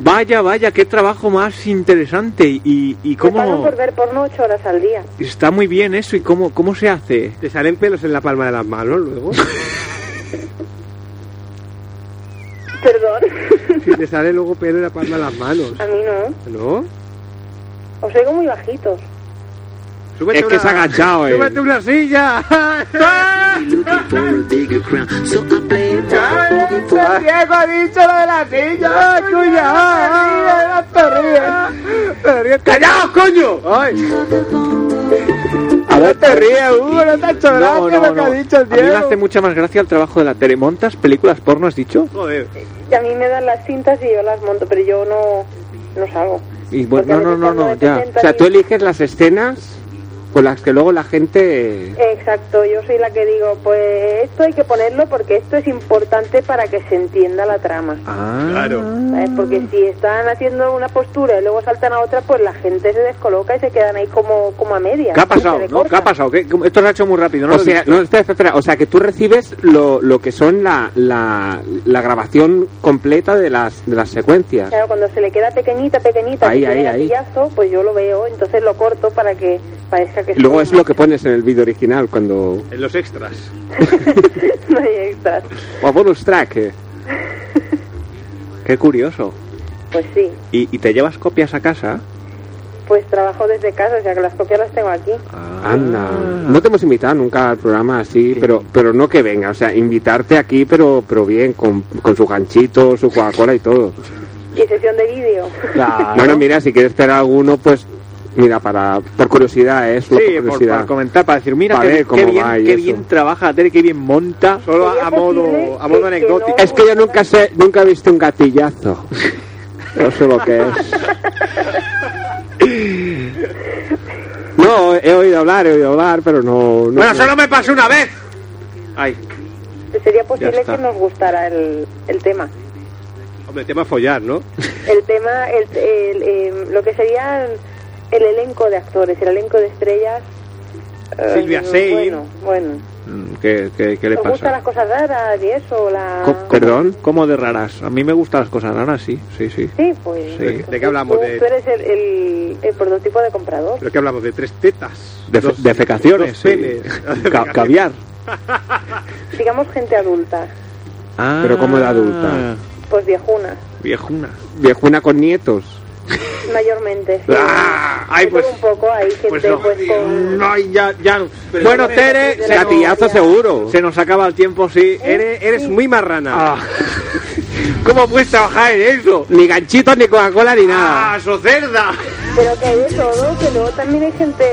Speaker 1: Vaya, vaya, qué trabajo más interesante. Y, y
Speaker 25: Me pago
Speaker 1: cómo...
Speaker 25: por ver porno ocho horas al día.
Speaker 1: Está muy bien eso. ¿Y cómo, cómo se hace?
Speaker 4: ¿Te salen pelos en la palma de las manos luego?
Speaker 25: Perdón.
Speaker 4: Si te sale luego pelo en la palma de las manos.
Speaker 1: Pues
Speaker 25: A mí no.
Speaker 4: ¿No?
Speaker 25: Os oigo muy bajitos.
Speaker 4: es que se ha agachado, eh.
Speaker 1: [LAUGHS] ¡Súbete una silla!
Speaker 5: Diego ha dicho lo de la silla, cuya. Te ríes, te ríes.
Speaker 1: ¡Callaos, coño!
Speaker 4: A ver,
Speaker 1: te ríes,
Speaker 5: Hugo, no te ha hecho gracia
Speaker 1: No,
Speaker 5: lo
Speaker 1: no,
Speaker 5: que
Speaker 1: no.
Speaker 5: ha dicho el
Speaker 1: A mí me
Speaker 5: Diego.
Speaker 1: hace mucha más gracia el trabajo de la tele. ¿Montas películas porno, has dicho? Joder.
Speaker 25: [LAUGHS] Y a mí me dan las cintas y yo las monto, pero yo no, no salgo.
Speaker 4: Y bueno, no, no, no, no, ya. O sea, tú eliges las escenas con las que luego la gente...
Speaker 25: Exacto, yo soy la que digo, pues esto hay que ponerlo porque esto es importante para que se entienda la trama.
Speaker 4: Ah.
Speaker 25: ¿sabes? Porque si están haciendo una postura y luego saltan a otra, pues la gente se descoloca y se quedan ahí como, como a medias.
Speaker 4: ¿Qué ha
Speaker 25: Se
Speaker 4: pasado?
Speaker 25: le
Speaker 4: ¿no?
Speaker 25: corta.
Speaker 4: ¿Qué ha pasado? ¿Qué- cómo- Esto se ha hecho muy rápido. ¿no? o lo he sea, visto. no, espera, espera, espera. O sea, que tú recibes lo, lo que son la, la, la grabación completa de las, de las secuencias.
Speaker 25: Claro, cuando se le queda pequeñita, pequeñita,
Speaker 4: Ahí,
Speaker 25: que tiene
Speaker 4: ahí, ahí.
Speaker 25: gatillazo, pues yo lo veo, entonces lo corto para que parezca que
Speaker 4: Y luego
Speaker 25: es
Speaker 4: es lo que pones en el vídeo original cuando...
Speaker 1: En los extras.
Speaker 25: [LAUGHS] no hay extras.
Speaker 4: O a bonus track. eh.
Speaker 1: Qué curioso.
Speaker 25: Pues sí,
Speaker 1: ¿Y, y te llevas copias a casa?
Speaker 25: pues trabajo desde casa, o sea que las copias las tengo aquí.
Speaker 4: Ah. Anda. No te hemos invitado nunca al programa así, pero pero no que venga. O sea, invitarte aquí, pero pero bien, con, con su ganchito, su Coca-Cola y todo.
Speaker 25: Y sesión de vídeo.
Speaker 4: Bueno, mira, si quieres ver alguno, pues... Mira, para por curiosidad, ¿eh? Solo
Speaker 1: Sí,
Speaker 4: por
Speaker 1: por-
Speaker 4: curiosidad.
Speaker 1: para comentar, para decir, mira
Speaker 4: Para
Speaker 1: qué,
Speaker 4: ver
Speaker 1: qué
Speaker 4: cómo
Speaker 1: bien,
Speaker 4: va y
Speaker 1: qué
Speaker 4: eso.
Speaker 1: bien trabaja la tele, qué bien monta. Solo a modo, a modo anecdótico.
Speaker 4: Es que yo nunca sé, nunca he visto un gatillazo. No sé lo que es. No, he oído hablar, he oído hablar, pero no. no
Speaker 1: bueno, solo me pasó una vez. Ay,
Speaker 25: Sería posible
Speaker 1: está.
Speaker 25: que nos gustara el, el tema.
Speaker 1: hombre, tema follar, ¿no?
Speaker 25: El tema, el, el, em, lo que sería el elenco de actores, el elenco de estrellas. eh,
Speaker 1: Silvia Sein.
Speaker 25: Bueno, bueno.
Speaker 1: Mm, ¿Qué, qué, qué le
Speaker 25: ¿Os gustan
Speaker 1: pasa?
Speaker 25: las cosas raras y eso? La...
Speaker 1: ¿Perdón? ¿Cómo de raras? A mí me gustan las cosas raras, sí, sí, sí.
Speaker 25: Sí, pues.
Speaker 1: Sí. ¿De- de qué
Speaker 25: tú-
Speaker 1: hablamos?
Speaker 25: Tú,
Speaker 1: ¿De-
Speaker 25: tú eres el, el, el prototipo de comprador.
Speaker 1: ¿Pero qué hablamos? ¿De tres tetas?
Speaker 4: De, fe- de fecaciones.
Speaker 1: dos
Speaker 4: sí.
Speaker 1: penes.
Speaker 4: Ca- caviar.
Speaker 25: Digamos gente adulta,
Speaker 4: Pero como de adulta.
Speaker 25: pues viejuna,
Speaker 1: Viejuna.
Speaker 4: Viejuna con nietos.
Speaker 25: mayormente. sí.
Speaker 1: Ay,
Speaker 25: Yo
Speaker 1: pues.
Speaker 25: tengo un poco ahí gente
Speaker 1: Pues no.
Speaker 25: pues, con-
Speaker 1: Ay, ya, ya.
Speaker 25: Pero
Speaker 1: bueno,
Speaker 25: no me-
Speaker 1: Tere,
Speaker 25: de
Speaker 1: se
Speaker 25: la
Speaker 1: nos-
Speaker 4: Gatillazo seguro.
Speaker 1: Se nos acaba el tiempo, sí. Eres, eres muy marrana. [LAUGHS] ¿Cómo puedes trabajar en eso?
Speaker 4: Ni ganchitos, ni Coca-Cola, ni nada.
Speaker 1: ¡Ah, socerda!
Speaker 25: Pero que hay de todo, que luego también hay gente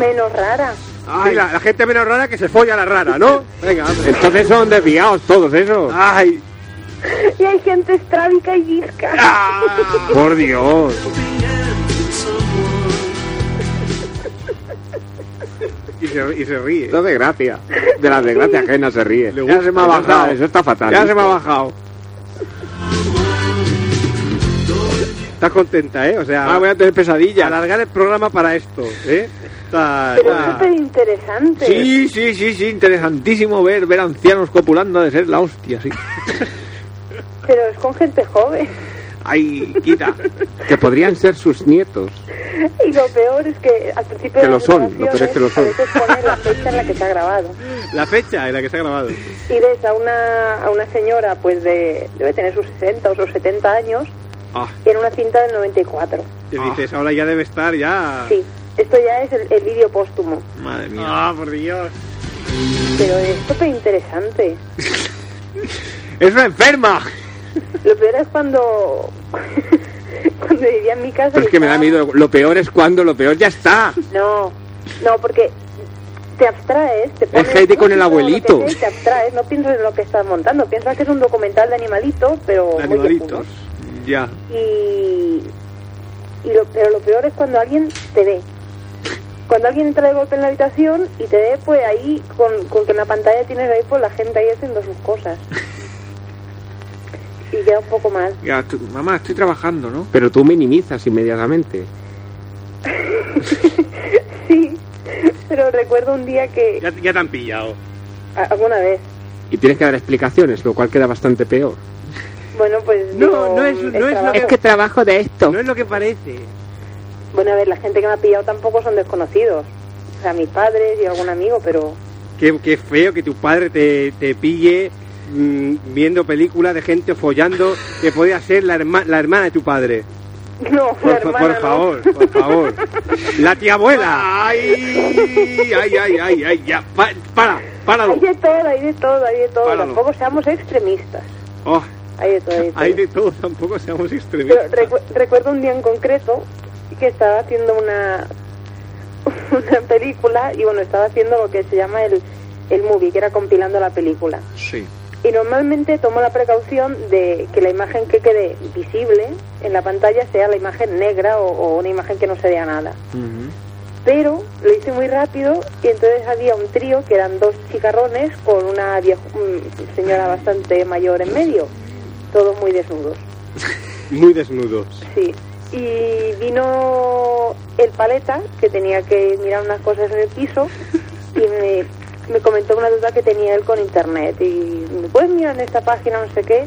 Speaker 25: menos rara.
Speaker 1: Ay, la, la gente menos rara que se folla a la rara, ¿no? Venga, vamos.
Speaker 4: Entonces son desviados todos esos.
Speaker 1: ¡Ay!
Speaker 25: [LAUGHS] Y hay gente estrábica y yisca.
Speaker 1: Ah.
Speaker 4: Por Dios.
Speaker 1: Y se, y se ríe.
Speaker 4: No de gracia. De las desgracias que se ríe.
Speaker 1: Le
Speaker 4: Ya se me ha
Speaker 1: gusta,
Speaker 4: bajado.
Speaker 1: fatal.
Speaker 4: Eso está fatal.
Speaker 1: Ya se me ha bajado. Estás contenta, ¿eh? O sea,
Speaker 4: Ah, voy a tener pesadilla.
Speaker 1: alargar el programa para esto, ¿eh? Está-
Speaker 25: Pero es
Speaker 4: ah.
Speaker 1: está-
Speaker 25: súper interesante.
Speaker 1: Sí, sí, sí, sí, interesantísimo ver, ver ancianos copulando ha de ser la hostia, [LAUGHS] sí.
Speaker 25: Pero es con gente joven. [LAUGHS]
Speaker 1: Ay, quita.
Speaker 4: Que podrían ser sus nietos.
Speaker 25: Y lo peor es que al principio
Speaker 4: Que
Speaker 25: de
Speaker 4: lo
Speaker 25: las
Speaker 4: son, lo peor es que lo son.
Speaker 25: grabaciones, a veces pone la fecha en la que se ha grabado.
Speaker 1: La fecha en la que se ha grabado.
Speaker 25: Y ves a una, a una señora, pues de debe tener sus 60 o sus 70 años,
Speaker 1: Ah,
Speaker 25: y en una cinta del 94.
Speaker 1: te dices, ahora ya debe estar
Speaker 4: Ah.
Speaker 1: ya...
Speaker 25: Sí, esto ya es el, el vídeo póstumo.
Speaker 1: Madre mía. Ah, por Dios.
Speaker 25: Pero es súper interesante.
Speaker 1: ¡Es una enferma!
Speaker 25: Lo peor es cuando, [LAUGHS] cuando vivía en mi casa.
Speaker 4: Pero es
Speaker 25: y
Speaker 4: que me da
Speaker 25: estaba-
Speaker 4: miedo. Lo peor es cuando lo peor ya está.
Speaker 25: No, no, porque te abstraes, te pones...
Speaker 4: Heidi con el
Speaker 25: no,
Speaker 4: abuelito.
Speaker 25: lo que sea y te abstraes, no piensas en lo que estás montando, piensas que es un documental de animalitos, pero... muy
Speaker 1: Animalitos. Ya.
Speaker 25: de- Y, y lo, pero lo peor es cuando alguien te ve. Cuando alguien entra de golpe en la habitación y te ve, pues ahí,
Speaker 4: [LAUGHS]
Speaker 25: con, con que en la pantalla tienes ahí, pues la gente ahí haciendo sus cosas. y queda un poco mal.
Speaker 4: Ya, mamá, estoy trabajando, ¿no? Pero tú minimizas inmediatamente.
Speaker 25: [LAUGHS] Sí, pero recuerdo un día que
Speaker 1: Ya, ya te han pillado.
Speaker 25: a- alguna vez,
Speaker 4: Y tienes que dar explicaciones, lo cual queda bastante peor.
Speaker 25: bueno, pues...
Speaker 1: No,
Speaker 25: digo,
Speaker 1: no es-
Speaker 25: el
Speaker 1: no es lo
Speaker 25: trabajo-
Speaker 1: que- Es que
Speaker 4: trabajo de esto.
Speaker 1: No es lo que parece.
Speaker 25: Bueno, a ver, la gente que me ha pillado tampoco son desconocidos. O sea, mis padres y algún amigo, pero...
Speaker 1: Qué, qué feo que tu padre te, te pille mm, viendo películas de gente follando que podía ser la, herma- la hermana de tu padre.
Speaker 25: No,
Speaker 1: Por, fa- por favor, por favor. La tía abuela. Ay, ay, ay, ay, ay, ya. Pa- para,
Speaker 25: Hay
Speaker 1: páralo.
Speaker 25: de todo, hay de todo, hay de todo.
Speaker 1: Páralo.
Speaker 25: Tampoco seamos extremistas.
Speaker 1: Oh,
Speaker 25: Hay de todo, hay de todo.
Speaker 1: hay de todo, tampoco seamos
Speaker 25: Pero
Speaker 1: extremistas.
Speaker 25: recu- recuerdo un día en concreto que estaba haciendo una, [LAUGHS] una película y bueno, estaba haciendo lo que se llama el, el movie, que era compilando la película.
Speaker 8: Sí.
Speaker 25: Y normalmente tomo la precaución de que la imagen que quede visible en la pantalla sea la imagen negra o, o una imagen que no se vea nada. Pero lo hice muy rápido y entonces había un trío que eran dos chicarrones con una viejo- mm, señora bastante mayor en medio, todos muy desnudos.
Speaker 1: Muy desnudos.
Speaker 25: Sí, y vino el paleta, que tenía que mirar unas cosas en el piso, y me, me comentó una duda que tenía él con internet. Y me puedes mirar en esta página, no sé qué.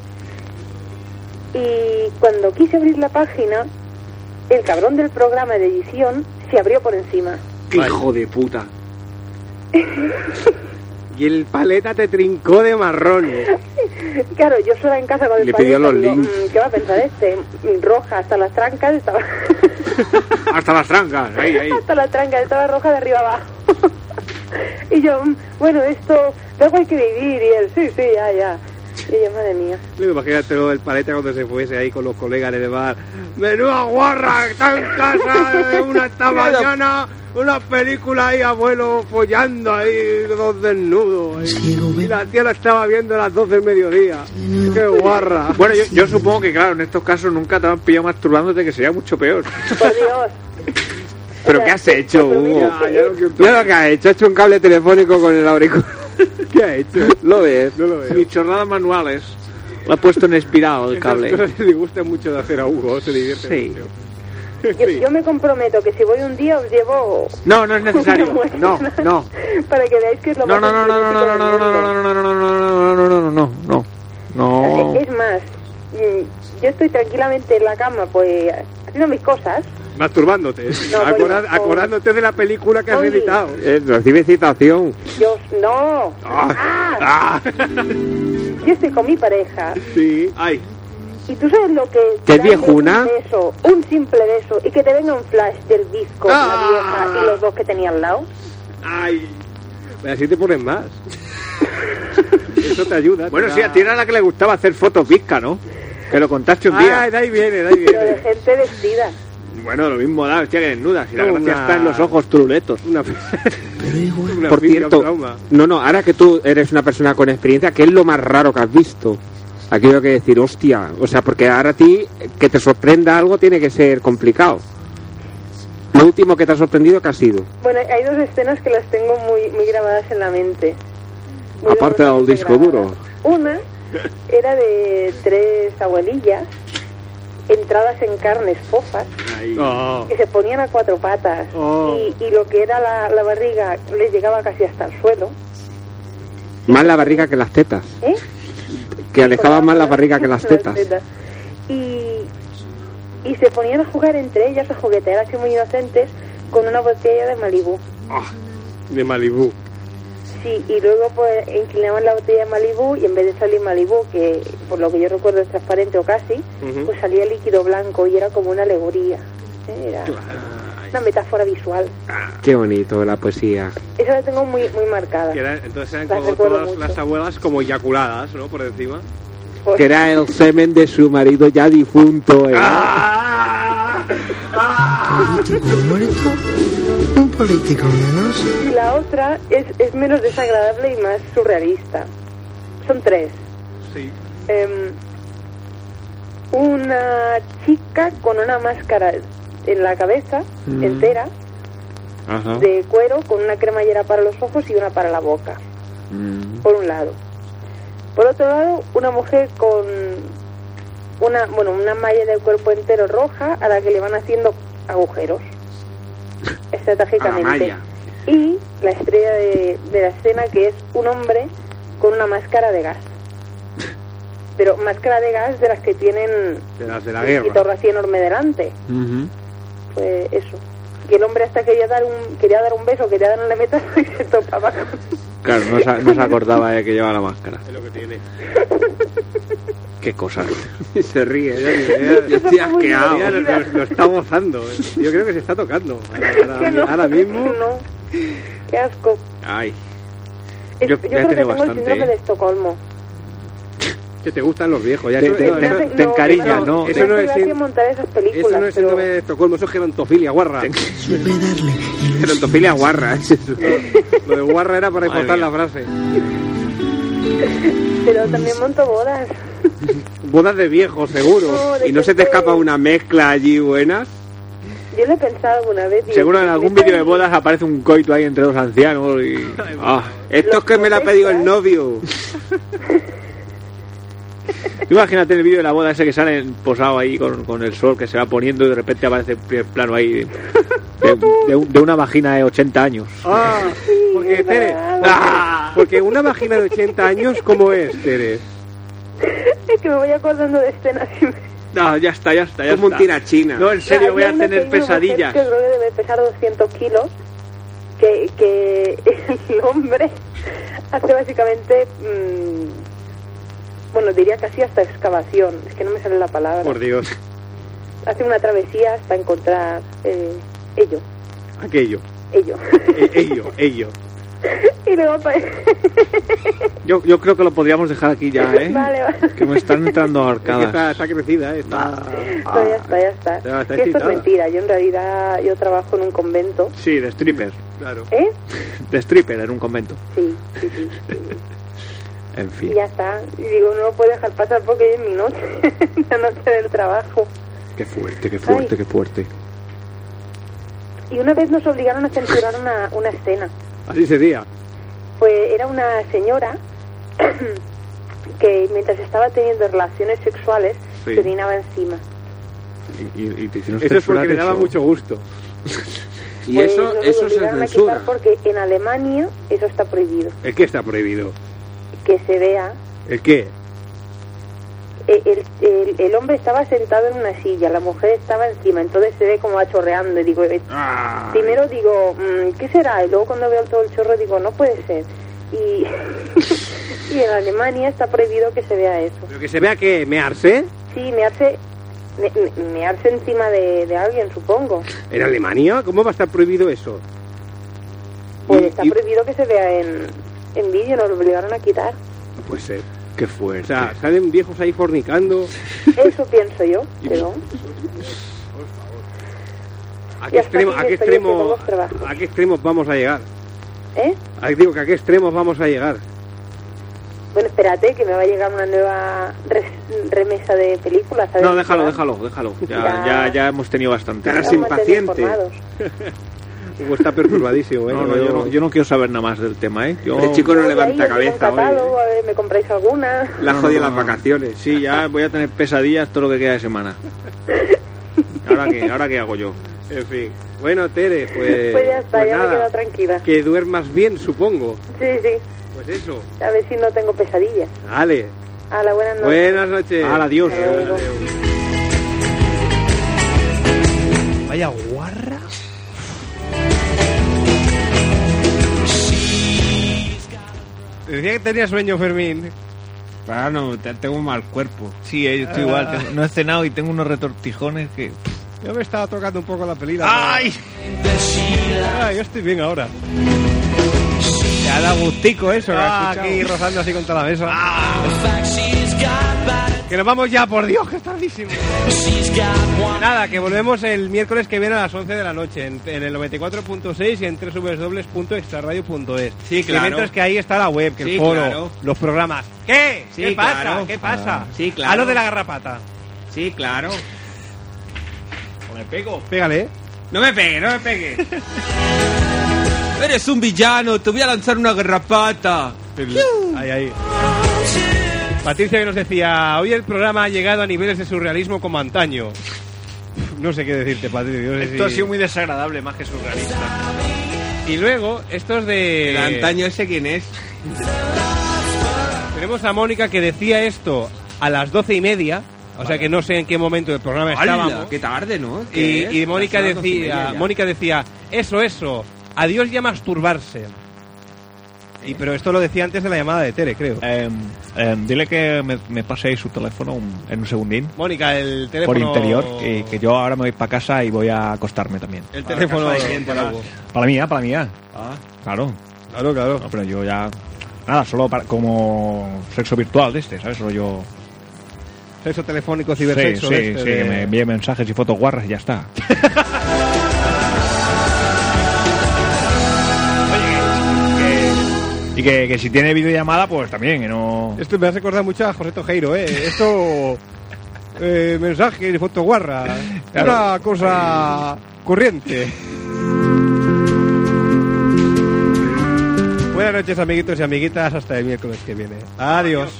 Speaker 25: Y cuando quise abrir la página, el cabrón del programa de edición se abrió por encima.
Speaker 1: ¡Qué hijo de puta! y el paleta te trincó de marrón.
Speaker 25: [LAUGHS] Claro, yo sola en casa con el
Speaker 1: Le pidió
Speaker 25: paleta,
Speaker 1: los
Speaker 25: digo,
Speaker 1: links.
Speaker 25: "Mm, ¿Qué va a pensar este? Mm, Roja hasta las trancas, estaba
Speaker 1: Hasta las trancas. Ahí, ahí.
Speaker 25: hasta la tranca, estaba roja de arriba abajo. [LAUGHS] y yo, "Mm, bueno, esto, luego hay que vivir, y él, sí, sí, ya, ya. Y yo, madre mía.
Speaker 1: Imagínate lo del paleta cuando se fuese ahí con los colegas en el bar. ¡Menuda guarra! que Está en casa de
Speaker 8: [LAUGHS]
Speaker 1: una esta
Speaker 26: Claro.
Speaker 1: mañana. Una película ahí, abuelo, follando ahí, dos desnudos. ahí. Y la tía la estaba viendo a las 12 del mediodía. ¡Qué guarra!
Speaker 8: Bueno, yo, yo supongo que, claro, en estos casos nunca te han pillado masturbándote, que sería mucho peor.
Speaker 4: [LAUGHS]
Speaker 25: Por
Speaker 1: [LAUGHS]
Speaker 25: Dios.
Speaker 4: ¿Pero qué has hecho, Hugo? Mira lo que has hecho. Ha hecho un cable telefónico con el auricular. [LAUGHS] ¿Qué ha hecho? Lo ves. No lo veo.
Speaker 8: Ni chorradas manuales. Lo ha puesto en espirado el
Speaker 1: [LAUGHS] Esas cosas le gusta mucho de hacer a Hugo, se divierte
Speaker 8: Sí.
Speaker 1: mucho.
Speaker 25: Yo, yo me comprometo que si voy un día os llevo
Speaker 8: No, no es necesario.
Speaker 25: [LAUGHS]
Speaker 8: No, no.
Speaker 25: para que veáis que es lo
Speaker 8: No,
Speaker 25: más
Speaker 8: no, no, no, no, no, no, no, no, no, no, no, no, no, no, no, no, no, no. No.
Speaker 25: Es más, mm, yo estoy tranquilamente en la cama, pues haciendo mis cosas.
Speaker 1: Masturbándote.
Speaker 25: No,
Speaker 1: Acorda-
Speaker 25: por favor.
Speaker 1: acordándote de la película que has
Speaker 25: Oye.
Speaker 1: editado.
Speaker 4: Eh, recibe citación.
Speaker 25: Yo no.
Speaker 1: Ah.
Speaker 25: Yo estoy con mi pareja.
Speaker 1: Sí. Ay.
Speaker 25: Y tú sabes lo que
Speaker 4: ¿Que es
Speaker 25: darle
Speaker 4: viejuna?
Speaker 25: Un beso, un simple beso, y que te venga un flash del disco,
Speaker 1: Ah.
Speaker 25: la vieja y los dos que tenía al lado.
Speaker 1: Ay. Así te
Speaker 8: [LAUGHS]
Speaker 1: pones más. Eso te ayuda.
Speaker 8: Bueno, sí, a ti era la que le gustaba hacer fotos bizca, ¿no? Que lo contaste un día.
Speaker 1: Ay, Ah, de ahí viene, de ahí
Speaker 25: Pero de
Speaker 1: viene.
Speaker 25: gente vestida.
Speaker 8: Bueno, lo mismo da, hostia, que desnuda. Si la
Speaker 4: Una-
Speaker 8: gracia está en los ojos turuletos.
Speaker 1: Una...
Speaker 8: [LAUGHS]
Speaker 4: Por cierto, no, no, ahora que tú eres una persona con experiencia, ¿qué es lo más raro que has visto? Aquí tengo que decir, hostia, o sea, porque ahora a ti eh, que te sorprenda algo tiene que ser complicado. Lo último que te ha sorprendido, ¿qué ha sido?
Speaker 25: Bueno, hay dos escenas que las tengo muy, muy grabadas en la mente. Muy
Speaker 4: Aparte del disco duro.
Speaker 25: Una era de tres abuelillas entradas en carnes fofas
Speaker 1: Oh.
Speaker 25: que se ponían a cuatro patas
Speaker 4: Oh.
Speaker 25: y, y lo que era la, la barriga les llegaba casi hasta el suelo.
Speaker 4: Más la barriga que las tetas.
Speaker 25: ¿eh?
Speaker 4: Que alejaba más la barriga que las
Speaker 25: Las
Speaker 4: tetas.
Speaker 25: tetas. Y, y se ponían a jugar entre ellas a juguetear así muy inocentes con una botella de Malibú.
Speaker 4: Ah.
Speaker 1: De Malibú.
Speaker 25: Sí, y luego pues inclinaban la botella de Malibú y en vez de salir Malibú, que por lo que yo recuerdo es transparente o casi,
Speaker 1: Ujú.
Speaker 25: pues salía líquido blanco y era como una alegoría. ¿eh? Era una metáfora visual.
Speaker 4: Qué bonito la poesía.
Speaker 25: Esa la tengo muy muy marcada.
Speaker 1: Que era- entonces eran
Speaker 25: Las
Speaker 1: como
Speaker 25: recuerdo
Speaker 1: todas
Speaker 25: mucho.
Speaker 1: las abuelas como eyaculadas, ¿no? Por encima.
Speaker 4: Que era el semen de su marido ya difunto. ¿eh?
Speaker 5: Ah. político muerto, un político menos.
Speaker 25: Y la otra es, es menos desagradable y más surrealista. Son tres.
Speaker 1: Sí.
Speaker 25: Em, una chica con una máscara en la cabeza
Speaker 26: Mm.
Speaker 25: entera
Speaker 5: Ah.
Speaker 26: Ajá.
Speaker 25: de cuero con una cremallera para los ojos y una para la boca,
Speaker 5: Mm.
Speaker 25: por un lado. Por otro lado, una mujer con una, bueno, una malla del cuerpo entero roja a la que le van haciendo agujeros
Speaker 5: Ah,
Speaker 25: estratégicamente.
Speaker 27: malla.
Speaker 25: Y la estrella de, de la escena que es un hombre con una máscara de
Speaker 1: [LAUGHS]
Speaker 25: gas. Pero máscara de gas de las que tienen
Speaker 1: De las de la
Speaker 25: un
Speaker 1: guerra.
Speaker 25: guitarra así enorme delante. Pues eso. Que el hombre hasta quería dar un quería dar un beso, quería darle meta [LAUGHS] y se topaba con...
Speaker 4: Claro, no se, no se acordaba de que llevaba la máscara. Es lo que tiene. Qué cosa.
Speaker 1: [LAUGHS] se ríe.
Speaker 8: [LAUGHS]
Speaker 1: ya,
Speaker 4: Yo estoy asqueado.
Speaker 1: Ya lo, lo- lo está gozando. eh. Yo creo que se está tocando. Ahora,
Speaker 25: [LAUGHS] Que no,
Speaker 1: ahora mismo.
Speaker 25: [LAUGHS] No. Qué asco.
Speaker 1: Ay.
Speaker 25: Es-
Speaker 1: Yo-
Speaker 25: yo creo
Speaker 1: ya
Speaker 25: que
Speaker 1: tiene
Speaker 25: tengo el
Speaker 1: bastante,
Speaker 25: síndrome
Speaker 1: ¿eh?
Speaker 25: de Estocolmo.
Speaker 1: Que te gustan los viejos. Pues Ya
Speaker 4: Te-
Speaker 1: eso-
Speaker 4: te-
Speaker 1: eso-
Speaker 4: te-
Speaker 1: eso-
Speaker 4: te encariñas, ¿no?
Speaker 1: Eso no es,
Speaker 25: Gracias
Speaker 1: sin-
Speaker 25: montar esas películas.
Speaker 1: eso no es síndrome de Estocolmo, eso es gerontofilia, guarra.
Speaker 4: Gerontofilia guarra. ¿eh?
Speaker 1: Lo de guarra era para
Speaker 4: Madre
Speaker 1: cortar
Speaker 4: mía.
Speaker 1: la frase.
Speaker 25: [LAUGHS] Pero también monto bodas.
Speaker 4: Bodas de viejos, seguro.
Speaker 25: No, de
Speaker 4: ¿Y no se
Speaker 25: gente-
Speaker 4: te escapa una mezcla allí buena?
Speaker 25: Yo lo he pensado alguna vez. y-
Speaker 4: Seguro en algún
Speaker 25: me
Speaker 4: vídeo de bodas aparece un coito ahí entre dos ancianos y... Ah, esto es que me lo ha pedido el [LAUGHS] novio. Imagínate el vídeo de la boda ese que sale posado ahí con, con el sol que se va poniendo y de repente aparece en primer plano ahí de, de un- de una vagina de 80 años.
Speaker 1: Ah,
Speaker 4: Eh,
Speaker 1: porque Tere, porque, porque una vagina de 80 años, ¿cómo es, Tere?
Speaker 25: [LAUGHS] Es que me voy acordando de este escenas y me-
Speaker 4: No, ya está, ya está.
Speaker 1: Como un
Speaker 4: tirachina. No, en serio,
Speaker 25: Había
Speaker 4: voy a
Speaker 25: una
Speaker 4: tener
Speaker 25: que yo me acuerdo
Speaker 4: pesadillas.
Speaker 25: Que creo que debe pesar 200 kilos. Que, que [LAUGHS] el hombre hace básicamente. mm, bueno, diría casi hasta excavación. Es que no me sale la palabra.
Speaker 1: Por Dios,
Speaker 25: Hace una travesía hasta encontrar eh, ello.
Speaker 1: aquello. e-,
Speaker 25: Ello. [LAUGHS]
Speaker 4: Eh, Ello, ello.
Speaker 25: y luego pues, aparece.
Speaker 4: Yo, yo creo que lo podríamos dejar aquí ya, ¿eh?
Speaker 25: Vale, vale.
Speaker 4: Que me están entrando
Speaker 1: Es que
Speaker 4: arcadas.
Speaker 1: está, está crecida, ¿eh? está...
Speaker 25: Pero ya está, ya está. Que
Speaker 4: Ya está
Speaker 25: esto es
Speaker 4: excitada.
Speaker 25: mentira. Yo en realidad yo trabajo en un convento.
Speaker 4: Sí, de stripper.
Speaker 1: Claro.
Speaker 25: ¿Eh?
Speaker 4: De stripper en un convento.
Speaker 25: Sí, sí, sí.
Speaker 4: En
Speaker 25: Y
Speaker 4: fin.
Speaker 25: ya está. Y digo, no lo puedo dejar pasar porque es mi noche, la noche [LAUGHS] del trabajo.
Speaker 4: Qué fuerte, qué
Speaker 25: fuerte,
Speaker 4: qué fuerte.
Speaker 25: Y una vez nos obligaron a censurar una, una escena.
Speaker 1: Así sería.
Speaker 25: Pues era una señora [CLEARS THROAT] que mientras estaba teniendo relaciones sexuales
Speaker 4: Sí.
Speaker 25: se orinaba encima.
Speaker 4: Y, y- y te hicieron
Speaker 1: Eso es porque
Speaker 4: censurar
Speaker 1: le daba
Speaker 4: eso.
Speaker 1: mucho gusto.
Speaker 4: Y
Speaker 25: Pues
Speaker 4: eso,
Speaker 25: nos lo
Speaker 4: eso se
Speaker 25: obligaron a
Speaker 4: censura.
Speaker 25: quitar porque en Alemania eso está prohibido.
Speaker 1: ¿El qué está prohibido?
Speaker 25: Que se vea.
Speaker 1: ¿El qué?
Speaker 25: eh, El, el- el hombre estaba sentado en una silla, la mujer estaba encima, entonces se ve como va chorreando. Y digo, eh, primero digo, mm, ¿qué será? Y luego cuando veo todo el chorro digo, no puede ser. Y, [LAUGHS] y en Alemania está prohibido que se vea eso.
Speaker 1: ¿Pero que se vea que mearse?
Speaker 25: Sí, me hace me, me- me hace encima de, de alguien, supongo.
Speaker 1: ¿En Alemania? ¿Cómo va a estar prohibido eso?
Speaker 25: Pues
Speaker 1: Y-
Speaker 25: está
Speaker 1: y-
Speaker 25: prohibido que se vea en, en vídeo, nos lo obligaron a quitar.
Speaker 1: Pues ser.
Speaker 4: Qué fuerte.
Speaker 1: O sea, salen viejos ahí fornicando. [LAUGHS]
Speaker 25: Eso pienso yo, pero...
Speaker 1: pues, ¿A
Speaker 25: Y hasta
Speaker 1: qué, extremo,
Speaker 25: aquí
Speaker 1: a, qué
Speaker 25: estoy haciendo
Speaker 1: extremo,
Speaker 25: los trabajos.
Speaker 1: ¿A qué extremos vamos a llegar?
Speaker 25: ¿Eh?
Speaker 1: Ah, Digo que a qué extremos vamos a llegar.
Speaker 25: Bueno, espérate, que me va a llegar una nueva res- remesa de películas. ¿sabes?
Speaker 4: No, déjalo, déjalo, déjalo.
Speaker 25: [LAUGHS]
Speaker 4: Ya,
Speaker 25: Ya.
Speaker 4: ya, ya hemos tenido bastante.
Speaker 25: Vamos a mantener
Speaker 4: [LAUGHS]
Speaker 25: informados.
Speaker 4: Hugo está perturbadísimo, ¿eh? No, no, yo, no, yo no quiero saber nada más del tema, ¿eh? Yo... El chico no
Speaker 25: Voy
Speaker 4: levanta
Speaker 25: ahí, yo tengo un
Speaker 4: cabeza hoy,
Speaker 25: catálogo, a ver, ¿me compráis alguna?
Speaker 4: La jodí las
Speaker 1: vacaciones.
Speaker 4: Sí, ya voy a tener pesadillas todo lo que queda de semana. ¿Ahora qué? ¿Ahora qué hago yo?
Speaker 1: En fin. Bueno, Tere,
Speaker 25: [LAUGHS]
Speaker 1: pues.
Speaker 25: Pues ya está,
Speaker 1: pues
Speaker 25: ya me he
Speaker 1: nada.
Speaker 25: quedado tranquila.
Speaker 1: Que duermas bien, supongo.
Speaker 25: Sí, sí.
Speaker 1: Pues eso.
Speaker 25: A ver si no tengo pesadillas.
Speaker 1: Vale.
Speaker 25: A la buena noche.
Speaker 1: Buenas noches. adiós.
Speaker 28: Vaya guarra.
Speaker 5: Decía que tenía sueño, Fermín.
Speaker 28: Claro, Ah, no, te- tengo un mal cuerpo. Sí, eh, yo estoy igual. tengo- no he cenado y tengo unos retortijones que...
Speaker 5: Yo me estaba tocando un poco la pelita.
Speaker 28: ¡Ay!
Speaker 5: Ah, yo estoy bien ahora. Te ha dado gustico eso. que has
Speaker 1: Ah,
Speaker 5: escuchado.
Speaker 1: aquí
Speaker 5: rozando así contra la mesa. Que nos vamos ya, por Dios, que es tardísimo. Nada, que volvemos el miércoles que viene a las 11 de la noche en, en el 94.6 y en www.extraradio.es.
Speaker 28: Sí,
Speaker 5: Que mientras que ahí está la web, que el
Speaker 28: Sí,
Speaker 5: foro,
Speaker 28: claro.
Speaker 5: los programas. ¿Qué?
Speaker 28: Sí,
Speaker 5: ¿Qué pasa?
Speaker 28: claro.
Speaker 5: ¿Qué pasa?
Speaker 28: Ah, sí, claro.
Speaker 5: A lo de la garrapata.
Speaker 28: Sí, claro. Me pego.
Speaker 5: Pégale, ¿eh?
Speaker 28: No me pegue, no me
Speaker 5: [LAUGHS]
Speaker 28: pegue.
Speaker 29: Eres un villano, te voy a lanzar una garrapata.
Speaker 5: Ahí, ahí.
Speaker 1: Patricia que nos decía, hoy el programa ha llegado a niveles de surrealismo como antaño. No sé qué decirte, Patricia. no sé
Speaker 2: Esto ha
Speaker 1: si-
Speaker 2: sido muy desagradable, más que surrealista.
Speaker 1: Y luego, estos de...
Speaker 2: El antaño
Speaker 1: ese quién es. Tenemos a Mónica que decía esto a las doce y media. O sea que no sé en qué momento del programa estábamos.
Speaker 4: ¡Qué tarde, ¿no?
Speaker 1: Y,
Speaker 4: ¿Qué es?
Speaker 1: y Mónica
Speaker 4: Las doce y media
Speaker 1: decía,
Speaker 4: ya.
Speaker 1: Mónica decía, eso, eso, adiós ya masturbarse. Y, pero esto lo decía antes de la llamada de Tere, creo.
Speaker 2: Em, dile que me, me pase ahí su teléfono un- en un segundín.
Speaker 1: Mónica, el teléfono...
Speaker 2: Por interior, que, que yo ahora me voy para casa y voy a acostarme también.
Speaker 1: El teléfono... para-
Speaker 2: Para mí, ah, para mí, ah.
Speaker 1: Ah.
Speaker 2: Claro. Claro, claro. pero yo ya. Nada, solo para- como sexo virtual de este, ¿sabes? Solo yo.
Speaker 1: Sexo telefónico, cibersexo.
Speaker 2: sí, sí,
Speaker 1: este
Speaker 2: sí,
Speaker 1: de-
Speaker 2: que me envíe mensajes y fotos guarras y ya
Speaker 1: [LAUGHS]
Speaker 2: está. Y que, que si tiene videollamada, pues también, que no.
Speaker 1: Esto me hace acordar mucho a José Tojeiro, ¿eh? Esto... eh, mensaje de fotoguarra. Una cosa corriente. Buenas noches, amiguitos y amiguitas. Hasta el miércoles que viene. Adiós.